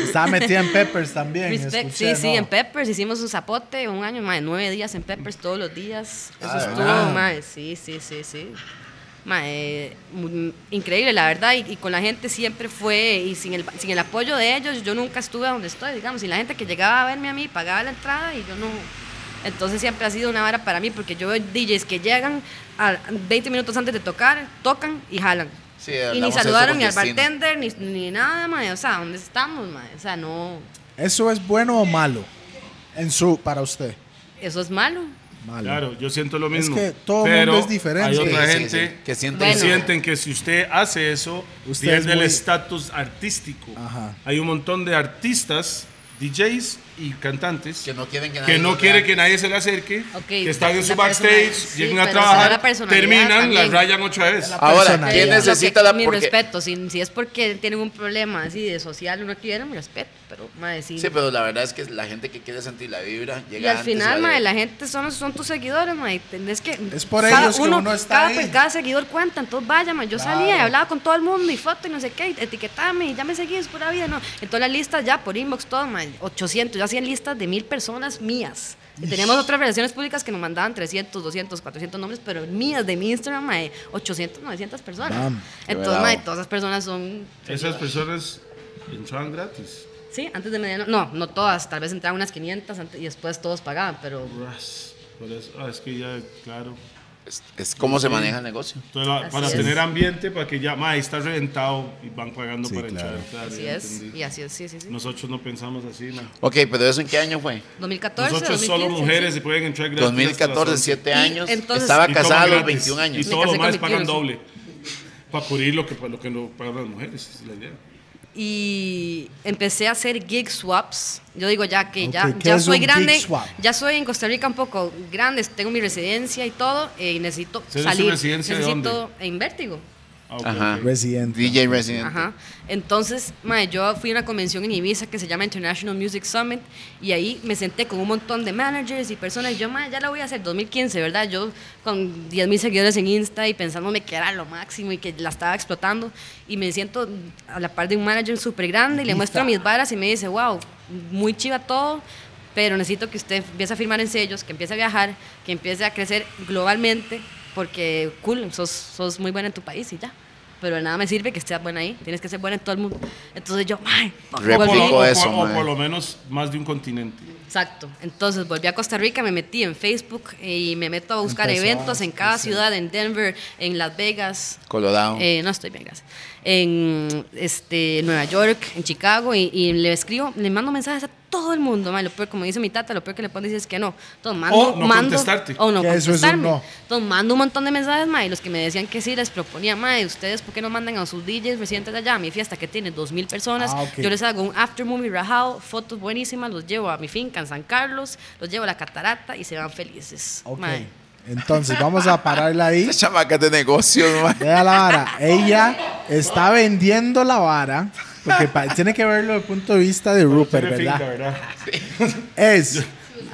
Estaba metida en Peppers también.
Respect, sí,
escuché,
sí,
¿no?
en Peppers hicimos un zapote un año, mae, nueve días en Peppers todos los días. Eso
Ah, de
estuvo,
verdad.
mae, sí, sí, sí, sí. Mae, mu- increíble, la verdad, y, y con la gente siempre fue, y sin el, sin el apoyo de ellos, yo nunca estuve donde estoy, digamos, y la gente que llegaba a verme a mí pagaba la entrada y yo no... Entonces siempre ha sido una vara para mí, porque yo veo DJs que llegan a 20 minutos antes de tocar, tocan y jalan.
Sí,
y
hablamos
ni
de eso
saludaron
con
ni al
Cristina.
bartender, ni, ni nada, mae, o sea, ¿dónde estamos, mae? O sea, no...
¿Eso es bueno o malo? En su, para usted.
Eso es malo.
Malo.
Claro, yo siento lo mismo.
que todo
pero
mundo es diferente.
Hay
Sí,
otra
sí,
gente
sí, que sienten
que
Bueno.
sienten que si usted hace eso,
Usted
pierde
es
el
muy-
estatus artístico.
Ajá.
Hay un montón de artistas, DJs y cantantes
Que no quieren que nadie
que no
los
quiere
vea.
que nadie se le acerque,
Ok,
que están en
la
su
persona-
backstage,
sí,
llegan a
pero será
trabajar,
la personalidad
terminan, las
también.
rayan otra vez.
Ahora,
personalidad.
¿quién
Lo que-
necesita la
Mi
porque-
respeto, si, si es porque tienen un problema así de social, no quieren mi respeto, pero madre, sí.
Sí, pero la verdad es que la gente que quiere sentir la vibra llega
y al
antes
final,
la
madre,
vibra.
la gente son, son tus seguidores, madre. Tenés que.
Es por ellos que uno está
cada,
ahí.
cada seguidor cuenta, entonces vaya, madre. Yo salía y hablaba con todo el mundo y foto y no sé qué, y etiquetame y ya me seguís, pura vida, no. Entonces las listas ya por inbox, todo, madre. 800, yo hacía listas de mil personas mías. Y teníamos otras relaciones públicas que nos mandaban 300, 200, 400 nombres, pero mías de mi Instagram, madre, 800, 900 personas.
Bam.
Entonces,
bravo.
madre, todas esas personas son
Esas personas entraban gratis.
Sí, antes de medianoche. No, no todas. Tal vez entraban unas 500 antes- y después todos pagaban, pero
Ras, por eso- ah, es que ya, claro.
Es, es cómo se maneja
Mm.
el negocio.
Entonces, la-
Así
para
es.
tener ambiente, para que ya, mae, está reventado y van pagando
Sí,
para
claro.
entrar. Claro,
así
ya
es.
entendí.
Y así es, sí, sí, sí.
Nosotros no pensamos así, mae.
Ok, pero ¿eso en qué año fue?
2014,
Nosotros solo
2015,
mujeres
sí.
y pueden entrar gratis. hasta las
2014,
11.
7
Y
años.
entonces-
Estaba
Y toman
casada a los
gratis.
21 años.
Y
Me
todos los
casé con
maes
mi
pagan
tío, sí.
doble. Para cubrir lo que, lo que no pagan las mujeres, esa es la idea.
y empecé a hacer gig swaps. Yo digo ya que ya,
Ok, ¿qué
ya
es
soy
un gig
grande,
swap?
ya soy en Costa Rica un poco grande, tengo mi residencia y todo eh, y necesito
¿Tiene su
salir.
residencia de
necesito en Vértigo.
Ah, ok,
Ajá.
ok.
Residente.
DJ Resident.
Ajá. Entonces, mae, yo fui a una convención en Ibiza que se llama International Music Summit y ahí me senté con un montón de managers y personas. Y yo, mae, ya la voy a hacer 2015, ¿verdad? Yo con 10 mil seguidores en Insta y pensándome que era lo máximo y que la estaba explotando. Y me siento a la par de un manager súper grande y le muestro mis varas y me dice, wow, muy chiva todo. Pero necesito que usted empiece a firmar en sellos, que empiece a viajar, que empiece a crecer globalmente, porque cool, sos, sos muy buena en tu país y ya pero de nada me sirve que estés buena ahí. Tienes que ser buena en todo el mundo. Entonces yo, ¡ay!
O por,
Replico
o por-
eso,
o por
mae.
lo menos más de un continente.
Exacto. Entonces volví a Costa Rica, me metí en Facebook y me meto a buscar
Empezó a
eventos en cada
hacer.
ciudad, en Denver, en Las Vegas.
Colorado.
Eh, no estoy bien, gracias. En este, Nueva York, en Chicago, y, y le escribo, le mando mensajes a todo el mundo. ma, lo peor, como dice mi tata, lo peor que le pueden decir es que no. Entonces, mando,
O no
mando-
contestarte.
O no
Que eso es un
contestarme.
no.
Entonces, mando un montón de mensajes, ma, y los que me decían que sí, les proponía, ma, ¿y ustedes por qué no mandan a sus DJs residentes de allá a mi fiesta que tiene 2.000 personas?
Ah, ok.
Yo les hago un after movie rajado, fotos buenísimas, los llevo a mi finca en San Carlos, los llevo a la catarata y se van felices.
Ok.
ma.
Entonces, vamos a pararla ahí.
Esa chamaca de negocios, mae.
Vea la vara. Ella está vendiendo la vara. Porque pa- tiene que verlo desde el punto de vista de Rupert,
Tiene finca,
¿verdad? Es.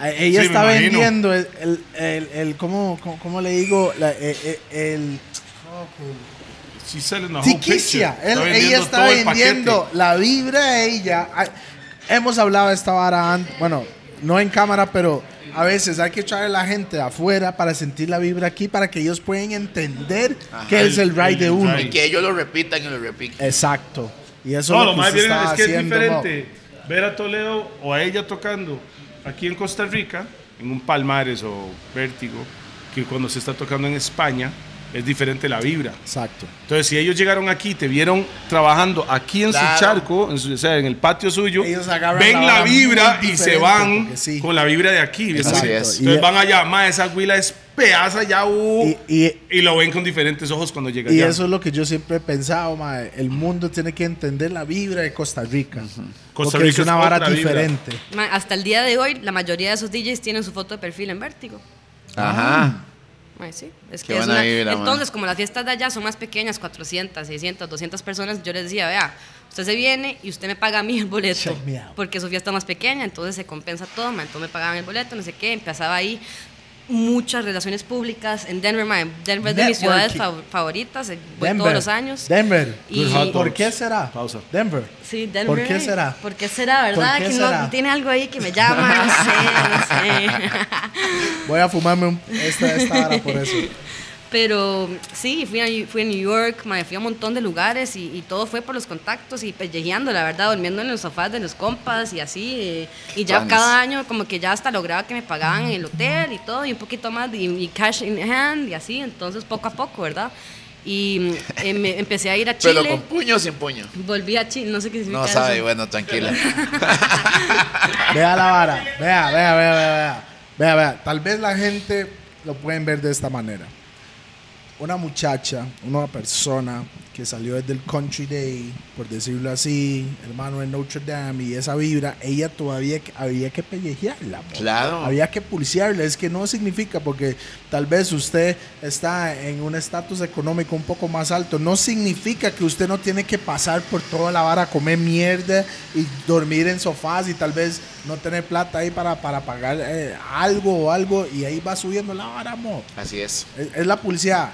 a- Ella
Sí, me
está
imagino.
vendiendo el, el, el- el- ¿cómo, cómo, cómo le digo? La- e- e- el
She's selling the whole
tiquicia.
picture.
Él-
Está
ella
vendiendo
está
todo el paquete.
vendiendo la vibra de ella. Ay, Hemos hablado de esta vara antes, bueno, no en cámara, pero a veces hay que traer a la gente de afuera para sentir la vibra aquí, para que ellos puedan entender qué
el-
es el ride de
el
uno.
ride.
Que ellos lo repitan y lo repitan.
Exacto. Y eso
No,
es lo
lo
que
más
usted
bien
está
es que es
haciendo,
diferente ver a Toledo o a ella tocando aquí en Costa Rica, en un Palmares o Vértigo, que cuando se está tocando en España, es diferente la vibra.
Mo. Exacto.
Entonces, si ellos llegaron aquí, te vieron trabajando aquí en
Claro.
su charco, en su- o sea, en el patio suyo,
Ellos agarran
ven
la
la,
vara
vibra
muy
y se
diferente,
van
porque sí.
con la vibra de aquí. ¿verdad?
Así es.
Entonces
Y-
van allá, ma, esa huila es pedaza ya, uh",
Y- y-
y lo ven con diferentes ojos cuando llegan
Y eso es lo que yo siempre he pensado, mae. El mundo tiene que entender la vibra de Costa Rica.
Costa
porque
Rica
es
es
una vara
otra vibra.
diferente.
Ma, Hasta el día de hoy, la mayoría de esos DJs tienen su foto de perfil en Vértigo. Ah,
Ajá.
Ay, Pues sí, es
Qué
que es
buena
una-
vibra, man.
Entonces, como las fiestas de allá son más pequeñas, 400, 600, 200 personas, yo les decía, vea, usted se viene y usted me paga a mí el boleto,
Check me out.
porque su fiesta es más pequeña, entonces se compensa todo, man. entonces me pagaban el boleto, no sé qué, empezaba ahí muchas relaciones públicas en Denver, man. Denver es de mis ciudades
Networking.
fav- favoritas, eh, voy
Denver.
todos los años.
Denver.
Y-
Good hot
¿Por
dogs.
qué será?
Pausa.
Denver.
Sí, Denver. eh,
¿Por qué será?
¿Por qué será, verdad?
¿Por qué
que
será?
no tiene algo ahí que me llama, no sé, no sé.
Voy a fumarme un- esta, esta vara por eso.
Pero sí, fui a, fui a New York, mae, fui a un montón de lugares y, y todo fue por los contactos y pellejeando, la verdad, durmiendo en los sofás de los compas y así. eh, y ya
Planes.
cada año como que ya hasta lograba que me pagaban el hotel y todo, y un poquito más, y, y cash in hand y así, entonces poco a poco, ¿verdad? Y mm, eh, me- empecé a ir a
Pero con
Chile,
puño o sin puño.
volví a Chile, no sé qué significa
No sabe,
eso.
bueno, tranquila.
Vea la vara. Vea, vea, vea, vea, vea. Vea, vea. Tal vez la gente lo pueden ver de esta manera. Una muchacha, una persona que salió desde el Country Day, por decirlo así, hermano en Notre Dame y esa vibra, ella todavía que- había que pellejearla. mo.
Claro.
Había que pulsearla. Es que no significa porque tal vez usted está en un estatus económico un poco más alto. No significa que usted no tiene que pasar por toda la vara, comer mierda y dormir en sofás y tal vez no tener plata ahí para, para pagar eh, algo o algo. Y ahí va subiendo la vara, mo.
Así es.
Es, es la pulseada.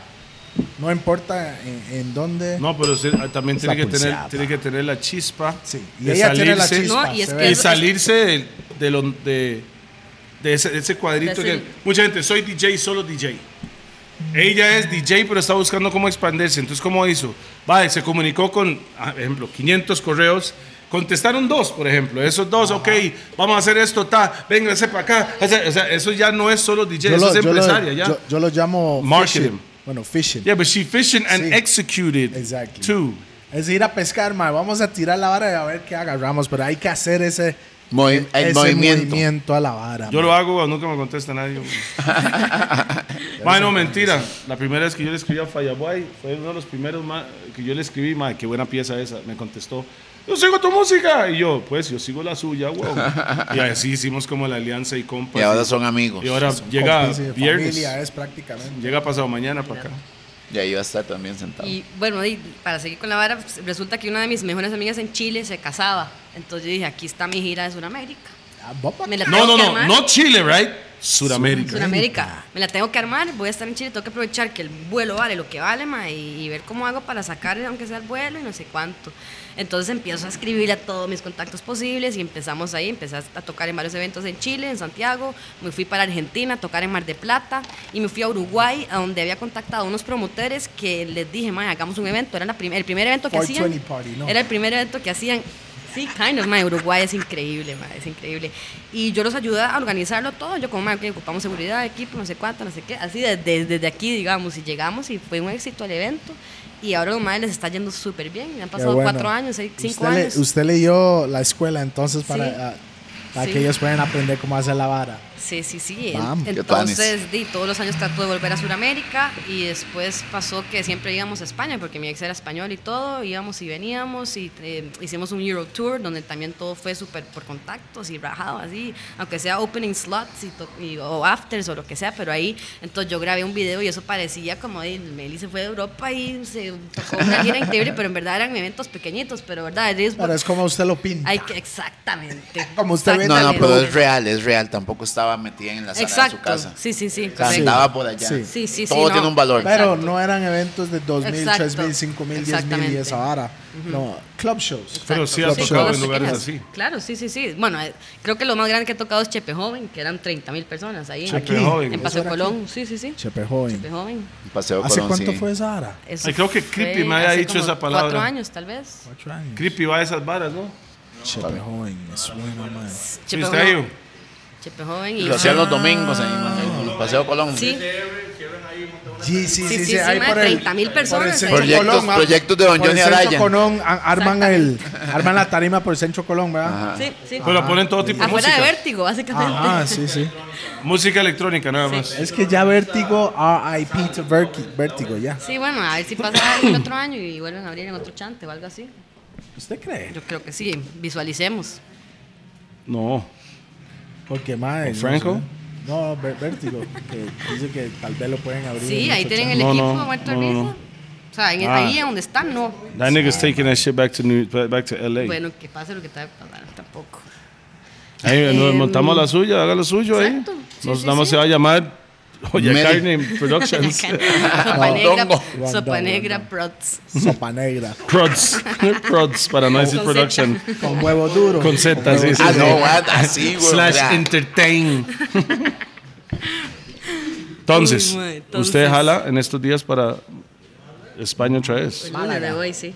No importa en, en dónde.
No, pero se- ah, también
Está
tiene que, tener,
pulseada.
tiene que tener la chispa.
Sí. Y
de
ella tiene la
salirse-
chispa.
No, y es
se
que
ve.
Y
es-
salirse de, de lo- de- de ese, de ese cuadrito.
De ese-
que- mucha gente, soy DJ, solo DJ. Ella es DJ, pero está buscando cómo expandirse. Entonces, ¿cómo hizo? Vale, se comunicó con, ah, ejemplo, 500 correos. Contestaron dos, por ejemplo. Esos dos, ok, vamos a hacer esto, ta, vénganse para acá. O sea, o sea, eso ya no es solo DJ,
Yo
eso
lo-
es
yo lo-
empresaria, ya.
yo- yo lo llamo.
Marketing.
fishing. Bueno, fishing.
yeah, but she fishing and
Sí.
executed.
Exactly.
Too.
Es ir a pescar, mae. Vamos a tirar la vara y a ver qué agarramos. Pero hay que hacer ese,
Movi- el
ese
movimiento.
a la vara.
Yo
mae.
lo hago cuando nunca me contesta nadie. güey. Mae, no, mentira. La primera vez que yo le escribí a Fayaboy fue uno de los primeros ma- que yo le escribí, mae, qué buena pieza esa. Me contestó, yo sigo tu música. Y yo, pues, yo sigo la suya, wow. Y así hicimos como la alianza y compas.
Y ahora son amigos.
Pues Y ahora llega
Cómplice de
viernes,
familia eh. es prácticamente.
llega pasado mañana para acá.
Y ahí va a estar también sentado.
Y bueno, y para seguir con la vara, pues, resulta que una de mis mejores amigas en Chile se casaba. Entonces yo dije, aquí está mi gira de Sudamérica.
Ah, va pa'
Me la
No,
tengo
no,
que
no,
armar.
no Chile, right? Sudamérica.
Sudamérica. Me la tengo que armar, voy a estar en Chile, tengo que aprovechar que el vuelo vale lo que vale, ma, y, y ver cómo hago para sacar, aunque sea el vuelo y no sé cuánto. Entonces empiezo a escribir a todos mis contactos posibles y empezamos ahí, empecé a tocar en varios eventos en Chile, en Santiago, me fui para Argentina a tocar en Mar de Plata y me fui a Uruguay, a donde había contactado a unos promotores que les dije, ma, hagamos un evento, era la prim- el primer evento que hacían.
420 party, ¿no?
Era el primer evento que hacían. Sí, kind of, mae, Uruguay es increíble, mae, es increíble. Y yo los ayudé a organizarlo todo. Yo como, mae, ok, ocupamos seguridad, equipo, no sé cuánto, no sé qué. Así desde, desde aquí, digamos, y llegamos y fue un éxito el evento. Y ahora los madres les está yendo súper bien. Ya Han
Qué
pasado
bueno.
cuatro años, seis- cinco
usted le-
años.
usted leyó la escuela entonces para,
Sí.
ah, para
Sí.
que ellos puedan aprender cómo hacer la vara.
Sí, sí, sí. En-
Bam.
Qué
Entonces, di, todos los años trato de volver a Sudamérica y después pasó que siempre íbamos a España, porque mi ex era español y todo, íbamos y veníamos y eh, hicimos un Euro Tour donde también todo fue súper por contactos y rajado así, aunque sea opening slots y to- y- o afters o lo que sea, pero ahí, entonces yo grabé un video y eso parecía como, de Meli se fue de Europa y se tocó una gira increíble, pero en verdad eran eventos pequeñitos, pero verdad, it is what-
Pero es como usted lo pinta.
hay que, exactamente.
Como usted ve-
No, no,
Exactamente.
pero es real, es real. Tampoco estaba metida en la sala
Exacto.
de su casa.
Sí, sí, sí.
O sea,
Sí.
Correcto.
Andaba por allá.
Sí.
Sí, sí, sí,
Todo
no.
tiene un valor.
Pero
Exacto.
no eran eventos de 2.000,
Exacto.
3.000, 5.000, 10.000 y
Exactamente.
esa vara. No, club shows.
Pero sí ha
Exacto.
tocado
cosas
en lugares
pequeñas.
así.
Claro, sí, sí, sí. Bueno, eh, creo que lo más grande que he tocado es Chepe Joven, que eran 30 mil personas ahí en-
Chepe
Aquí.
Joven.
en
¿Eso
Paseo
era
Colón. Sí, sí, sí.
Chepe Joven.
Chepe Joven.
Paseo
¿Hace
Colón,
cuánto
sí.
fue esa vara?
Eso
Ay, creo que
fue
Creepy me había
hace
dicho
como
esa palabra.
Cuatro años, tal vez.
Cuatro años.
Creepy va a esas varas, ¿no?
Chepe Joven, me suena, man.
Sí,
Chepe
está ahí.
Joven. Chepe Joven y. Ah.
Lo hacían los domingos ahí, en el Paseo Colón.
Sí,
Sí, sí, sí,
sí,
sí,
sí,
ahí
mae,
por el por
30.000
el
personas
Centro
ahí. Proyectos-
Colón, ah,
proyectos de
por
don
el
Johnny
Centro
Araya.
Colón, a- arman, el, arman la tarima por el Centro Colón, ¿verdad?
sí, sí.
Pero ponen todo tipo de
Afuera de
música. Ah.
vértigo, básicamente.
Ajá, Ah, sí, sí.
Música electrónica, nada más.
Es que ya Vértigo, RIP to Verki- Vértigo, ya.
Sí, bueno, a ver si pasa el otro año y vuelven a abrir en otro chante o algo así.
¿Usted cree?
Yo creo que sí, visualicemos.
No.
Porque más.
Franco?
No, Ver- Vértigo, que dice que tal vez lo pueden abrir.
Sí,
en
ahí
ocho
tienen el
No,
equipo
no,
muerto de
no, no,
risa. O sea, en-
Ah.
ahí donde están, no.
That nigga's taking that shit back to, New, back to LA.
Bueno, que pase lo que tenga que pasar tampoco.
Ahí nos
Em,
montamos la suya, haga lo suyo ahí.
exacto. Sí,
Nos
sí,
damos
sí.
se va a llamar Oye
Medi-
Carne Productions.
Sopa negra,
Rondongo.
sopa
Rondongo,
negra
no.
prots.
Sopa negra.
Prods. Prods, para no decir
Con
production.
Con huevo duro.
Con Z, sí, sí.
Ah,
sí.
no, what? así, güey.
Slash
mira.
entertain. Entonces,
Uy, mae, entonces.
usted jala en estos días para España otra vez.
Bueno, le voy, sí.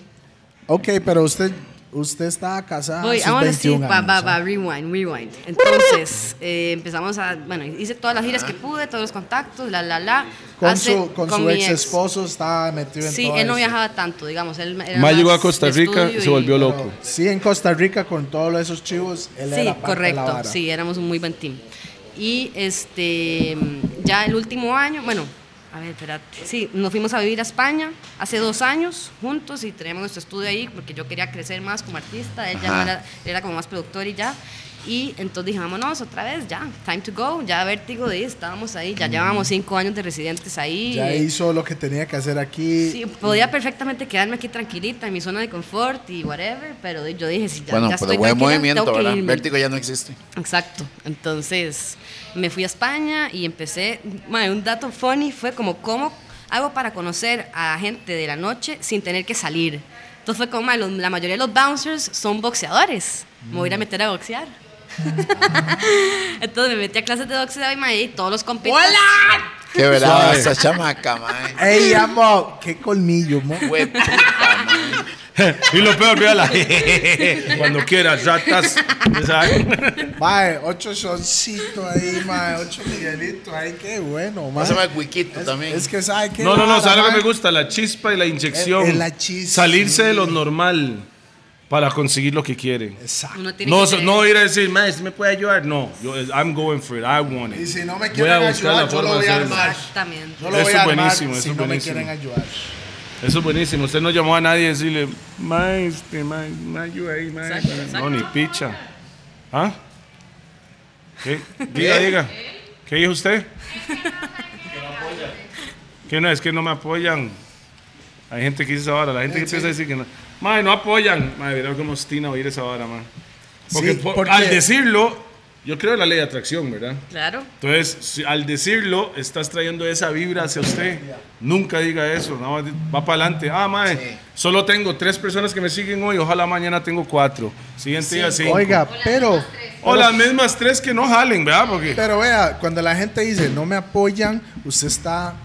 Ok, pero usted, usted está casada.
Voy,
a sus
ahora sí,
21
va,
Ah,
va,
años,
va,
¿eh?
rewind, rewind. Entonces, eh, empezamos a, bueno, hice todas las giras que pude, todos los contactos, la, la, la.
Con
Hace-
su, con su
mi
ex esposo está metido en
Sí,
todo
él no
eso.
viajaba tanto, digamos. Él era
Más llegó a
más
Costa
de
Rica,
estudio
se volvió
y-
loco.
Sí, en Costa Rica con todos esos chivos, él
Sí,
era parte de la
correcto,
vara.
sí, éramos un muy buen team. Y este, mm, ya el último año, bueno, a ver, espérate, sí, nos fuimos a vivir a España hace dos años juntos y tenemos nuestro estudio ahí porque yo quería crecer más como artista, él ya no
Ajá.
era, era como más productor y ya. Y entonces dije, vámonos otra vez, ya, time to go, ya vértigo de ahí, estábamos ahí,
Mm.
ya llevábamos cinco años de residentes ahí.
Ya
eh,
hizo lo que tenía que hacer aquí.
Sí, podía perfectamente quedarme aquí tranquilita en mi zona de confort y whatever, pero yo dije, si ya,
Bueno,
ya
pero
estoy
buen
tranquila,
movimiento,
tengo que
¿verdad?
irme.
Vértigo ya no existe.
Exacto. Entonces me fui a España y empecé. mae, un dato funny fue como cómo hago para conocer a gente de la noche sin tener que salir. Entonces fue como mae, los- la mayoría de los bouncers son boxeadores. Me voy a ir a
Mm.
meter a boxear. Entonces me metí a clases de boxeo y, mae, y todos los compitas.
Qué verdad,
Suave.
esa chamaca, man.
¡Ey, amo! ¡Qué colmillo, mo!
Güey, puta, man.
y lo peor, véala. Cuando quieras, ratas. Exacto.
Mae, ocho soncitos ahí, mae, ocho Miguelitos ahí, qué bueno, mae.
Pásame el Wiquito
Es,
también.
es que sabe que.
No, no, no, ¿sabes lo que me gusta? La chispa y la inyección.
Eh, eh, la chispa.
Salirse de lo normal para conseguir lo que quiere.
Exacto.
Uno tiene
No,
que
so-
ser-
no ir a decir, man, ¿sí me puede ayudar? No, yo, I'm going for it, I want it.
Y si no me
Voy
quieren
a buscar la
ayudar, yo
forma
lo
de
voy a
hacerlo.
armar.
Exactamente.
Yo lo
Eso
voy
es
a armar
buenísimo,
si
eso
no
es
me
buenísimo.
quieren ayudar.
Eso es buenísimo. Usted no llamó a nadie y decirle, mae, este, mae, mae, ayuda ahí, mae.
Exacto,
No,
exacto.
ni picha. ¿Ah? ¿Qué? Diga, diga. ¿Qué dijo usted? Que no, es que no me apoyan. Hay gente que dice esa vara, la gente que empieza a decir que no. Mae, no apoyan. Mae, verá cómo ostina oír esa vara, mae. Porque,
Sí,
po-
porque-
al decirlo, yo creo en la ley de atracción, ¿verdad?
Claro.
Entonces, si- al decirlo, estás trayendo esa vibra hacia usted. Nunca diga eso, no, va para adelante. Ah, mae, solo tengo tres personas que me siguen hoy, ojalá mañana tengo cuatro. Siguiente día cinco.
Oiga, pero.
O las mismas tres que no jalen, ¿verdad? Porque
Pero vea, cuando la gente dice no me apoyan, usted está.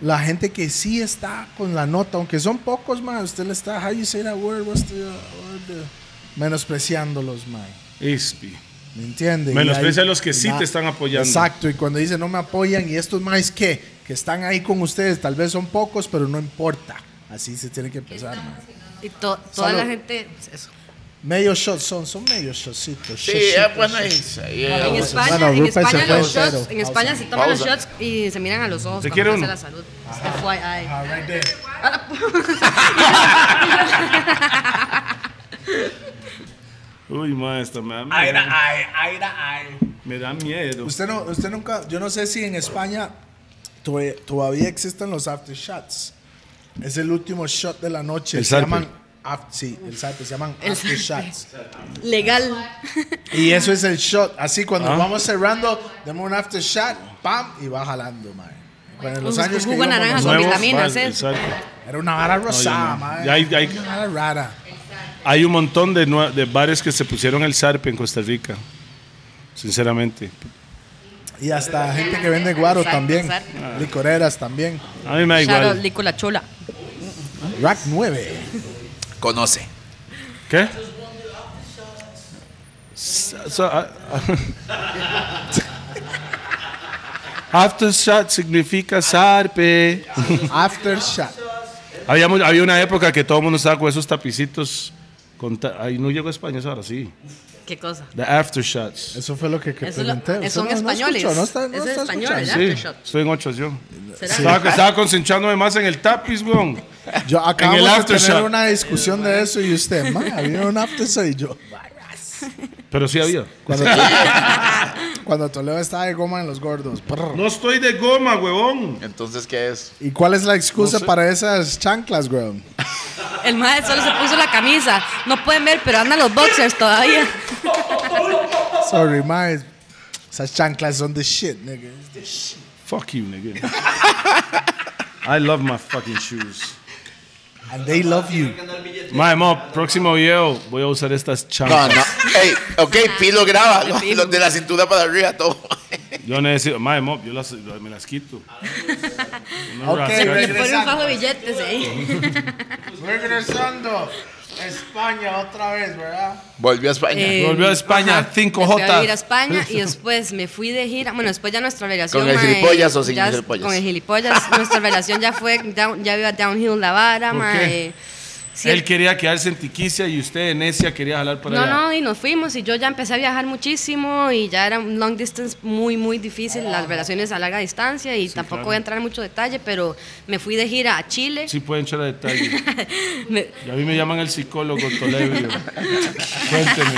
La gente que sí está con la nota, aunque son pocos, man, usted le está. How you say that word? What's the uh, word? The- menospreciándolos, man.
Ispi.
¿Me entiende?
Menosprecia
Y
a los que sí te están apoyando.
Exacto, y cuando dice no me apoyan, y estos más que que están ahí con ustedes, tal vez son pocos, pero no importa. Así se tiene que empezar, man.
Y to- toda
Salud.
la gente. pues, Eso.
Medio shot son, son medio shotcitos.
Sí,
shotcitos,
es bueno
shotcitos.
es- pues, ahí es-
En España,
Bueno,
en
Rupert se
España
fue,
los shots,
pero-
en España se toman los
Pausa.
shots y se miran a los ojos.
¿Se
para
quiere
cuidarse
uno?
la salud. FYI.
Ah, right there.
Uy, mae, esta me da miedo. Me da miedo.
Usted no, usted nunca, yo no sé si en España to- todavía existen los aftershots. Es el último shot de la noche.
El
se
salpe.
llaman af- sí, el salpe, se llaman
El
aftershots.
Legal.
Y eso es el shot. Así cuando
Ah.
vamos cerrando, demos un aftershot, pam, y va jalando, mae. Bueno, en los
Un
años que
jugo de
íbamos
naranja con
nosotros,
Nuevos,
vitaminas,
vale,
¿eh?
exacto.
era una vara rosada,
no.
mae.
Ya hay- ya hay-
Una vara rara.
Hay un montón de, nue- de bares que se pusieron el zarpe en Costa Rica. Sinceramente.
Y hasta gente que vende guaro
Exacto,
también.
exacto.
Licoreras también.
A mí me da
Shout out
igual.
Lico la chola.
Rack 9.
Conoce.
¿Qué? So- so- ah, ah. Aftershot significa zarpe.
Aftershot.
había, mu- había una época que todo el mundo estaba con esos tapicitos. Con ta- Ay, no llegó a España eso ahora, sí.
Qué cosa.
The aftershots.
Eso fue lo que, que
Eso lo- eh,
pregunté. Usted
son
no- no
españoles.
escuchó, no está- no
es
está
español,
escuchando.
el
Sí,
aftershot.
estoy en ocho yo.
¿Será?
Estaba, estaba concentrándome más en el tapiz, weón.
Yo acabo
el
de
aftershot.
tener una discusión de eso y usted, ma, había un aftershot y yo.
Pero sí había.
Cuando, cuando Toledo estaba de goma en los gordos. brr.
No estoy de goma, huevón.
Entonces, ¿qué es?
¿Y cuál es la excusa
No sé.
para esas chanclas, güey?
El mae solo se puso la camisa. No pueden ver, pero andan los boxers todavía.
Sorry, ma. es- Esas chanclas son the shit, nigga. It's the shit.
Fuck you, nigga. I love my fucking shoes.
And they love you.
Mae, mo, próximo video voy a usar estas
No,
chanclas.
no. Ey, ok, Pilo graba. Los,
Pilo.
los de la cintura para arriba, todo.
Yo necesito, mae, mo, yo las, me las quito. No,
Ok,
Le
rasca-
regresa.
ponen un fajo de billetes ahí.
Regresando. España otra vez, ¿verdad?
Volvió a España.
Eh,
Volvió a España,
ajá.
cinco
Me fui a
J.
vivir a España y después me fui de gira. Bueno, después ya nuestra relación.
¿Con el
mae,
gilipollas o sin
ya-
el gilipollas?
Con el gilipollas. nuestra relación ya fue, down- ya iba downhill la vara,
¿Por
mae.
qué?
Sí,
Él quería quedarse en Tiquicia y usted en Necia quería jalar para
No,
allá.
no, y nos fuimos y yo ya empecé a viajar muchísimo y ya era un long distance muy, muy difícil, las relaciones a larga distancia y tampoco
Ah. claro.
voy a entrar en mucho detalle, pero me fui de gira a Chile.
Sí pueden echar a detalle.
Me-
Y a mí me llaman el psicólogo Toledo. Cuénteme.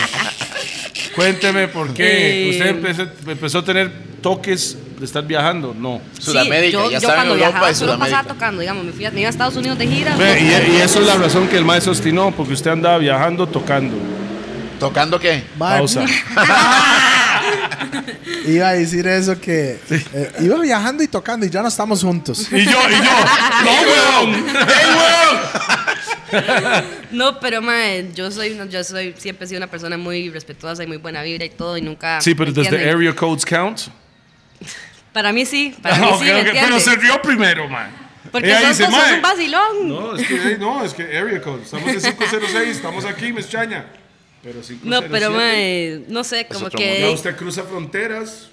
Cuénteme por qué.
Eh,
¿Usted empezó, empezó a tener toques de estar viajando? No.
Sudamérica,
sí, yo, yo
ya estaba en
cuando
Europa
viajaba
y
solo pasaba
Sudamérica.
tocando, digamos, me, fui a, me iba a Estados Unidos de gira.
Ve, y, y eso es la razón que el maestro obstinó, porque usted andaba viajando, tocando.
¿Tocando qué?
Pausa.
Iba a decir eso que eh, iba viajando y tocando y ya no estamos juntos.
Y yo, y yo, no, weón.
No, pero mae, yo soy, una- yo soy, siempre he sido una persona muy respetuosa y muy buena vibra y todo y nunca...
Sí, pero
¿me
desde
entienden?
area codes count.
Para mí sí, para mí
Ah, Ok,
sí, ¿me
ok, pero
entienden?
se rió primero, man.
Porque
Ella
sos,
dice,
sos
"Mae".
un vacilón. No,
No, es que, eh, no, es que area code. Estamos en 506, estamos aquí, Miss Chaña. Pero 507.
pero mae, eh, no sé, como
otro
que...
Ya usted cruza fronteras.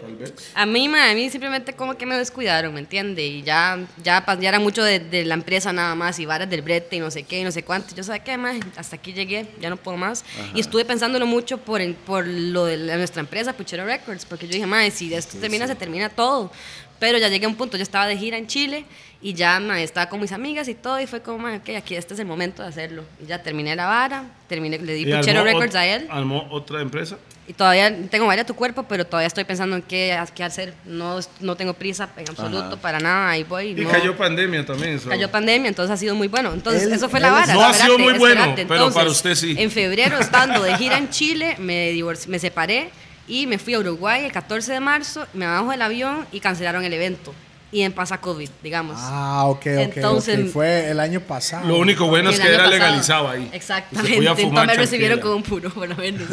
Tal vez.
A mí, ma, a mí simplemente como que me descuidaron, ¿me entiende? Y ya, ya, pa- ya era mucho de, de la empresa nada más y varas del brete y no sé qué y no sé cuánto. Yo sabía que, ma, hasta aquí llegué, ya no puedo más. Y estuve pensándolo mucho por, el- por lo de la- nuestra empresa, Puchero Records, porque yo dije, ma, si esto termina, se termina todo. Pero ya llegué a un punto, yo estaba de gira en Chile Y ya ma, estaba con mis amigas y todo, y fue como, ma, ok, aquí este es el momento de hacerlo. Y ya terminé la vara, terminé, le di
Y
Puchero
armó
Records
ot-
a él.
Armó otra empresa.
Y todavía tengo varias tu cuerpo, pero todavía estoy pensando en qué, qué hacer. No, no tengo prisa en absoluto
Ajá.
para nada. Ahí voy.
Y
no.
cayó pandemia también. so.
Cayó pandemia, entonces ha sido muy bueno. Entonces,
Él-
eso fue la
él-
vara.
No ha sido
espérate,
muy bueno,
espérate.
pero para usted sí.
En febrero, estando de gira en Chile, me, divorci- me separé y me fui a Uruguay el 14 de marzo, me bajo del avión y cancelaron el evento. Y en pasa COVID, digamos.
Ah, ok, ok.
Entonces-
ok. Fue el año pasado.
Lo único bueno
El
es que
año
era
pasado.
legalizado ahí.
Exactamente.
Y se podía
Entonces
fumar
me recibieron con
chanquilla.
un puro, por lo menos.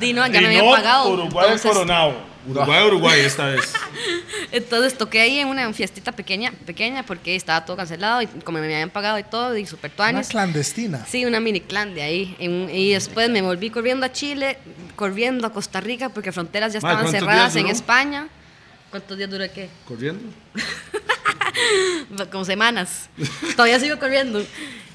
Di, no, ya
Y
me habían
no,
pagado.
Uruguay
entonces-
coronado. Uruguay, Uruguay esta vez.
Entonces toqué ahí en una fiestita pequeña, pequeña, porque estaba todo cancelado y como me habían pagado y todo, y super
Una
tuanis.
clandestina.
Sí, una mini clan de ahí. en un- y después me volví corriendo a Chile, corriendo a Costa Rica, porque fronteras ya
Mae,
estaban
¿cuántos
cerradas
días
en
duró?
España. ¿Cuántos días duró qué?
Corriendo.
Como semanas. Todavía sigo corriendo.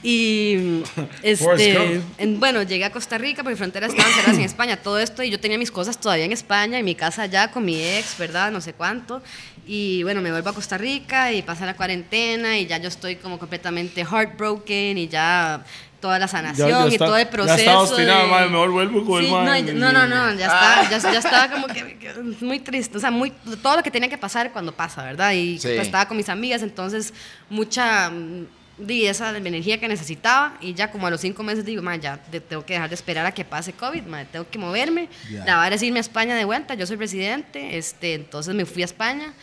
Y este,
Forrest Gump.
en- bueno, llegué a Costa Rica porque fronteras estaban cerradas en España, todo esto, y yo tenía mis cosas todavía en España, y mi casa allá con mi ex, ¿verdad? No sé cuánto. Y bueno, me vuelvo a Costa Rica y pasa la cuarentena y ya yo estoy como completamente heartbroken y ya toda la sanación
Ya- ya
y
está-
todo el
ya está
proceso.
obstinada,
de-
madre, mejor vuelvo con el
Sí, no,
madre.
ya- no, no, no, ya, estaba, ya, ya estaba como que, que muy triste, o sea, muy, todo lo que tenía que pasar cuando pasa, ¿verdad? Y
Sí.
pues, estaba con mis amigas, entonces mucha mm, di esa energía que necesitaba y ya como a los cinco meses digo, "Ma, ya de- tengo que dejar de esperar a que pase COVID, ma, tengo que moverme,
Ya.
la vara es irme a España de vuelta, yo soy residente, este, entonces me fui a España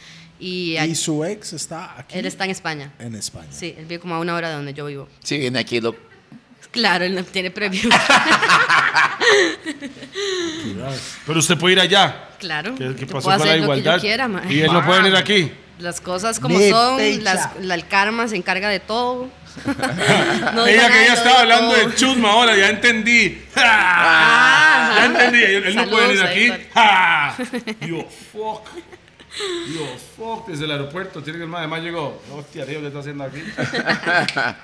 y, a-
Y su ex está aquí. Eh.
él está en España,
en España.
sí, él vive como a una hora de donde yo vivo.
Sí, viene aquí lo.
Claro, él no tiene previo.
Pero usted puede ir allá.
claro.
¿Qué, qué
yo
pasó
puedo
con la
hacer lo que yo
igualdad?
quiera, ma.
y él no puede venir aquí.
Las cosas como
Mi
son,
pecha.
las, la, el karma se encarga de todo. No digo
Ella
nada,
que ya
no digo
estaba hablando
todo.
de chusma ahora, ya entendí.
Ah,
ya
ajá.
entendí. Él, él no
Saludos,
puede venir aquí.
ahí
Ja. Yo, fuck. Yo, fuck. Desde el aeropuerto. Tiene que el madre. Además llegó. Hostia, tío, ¿qué está haciendo aquí?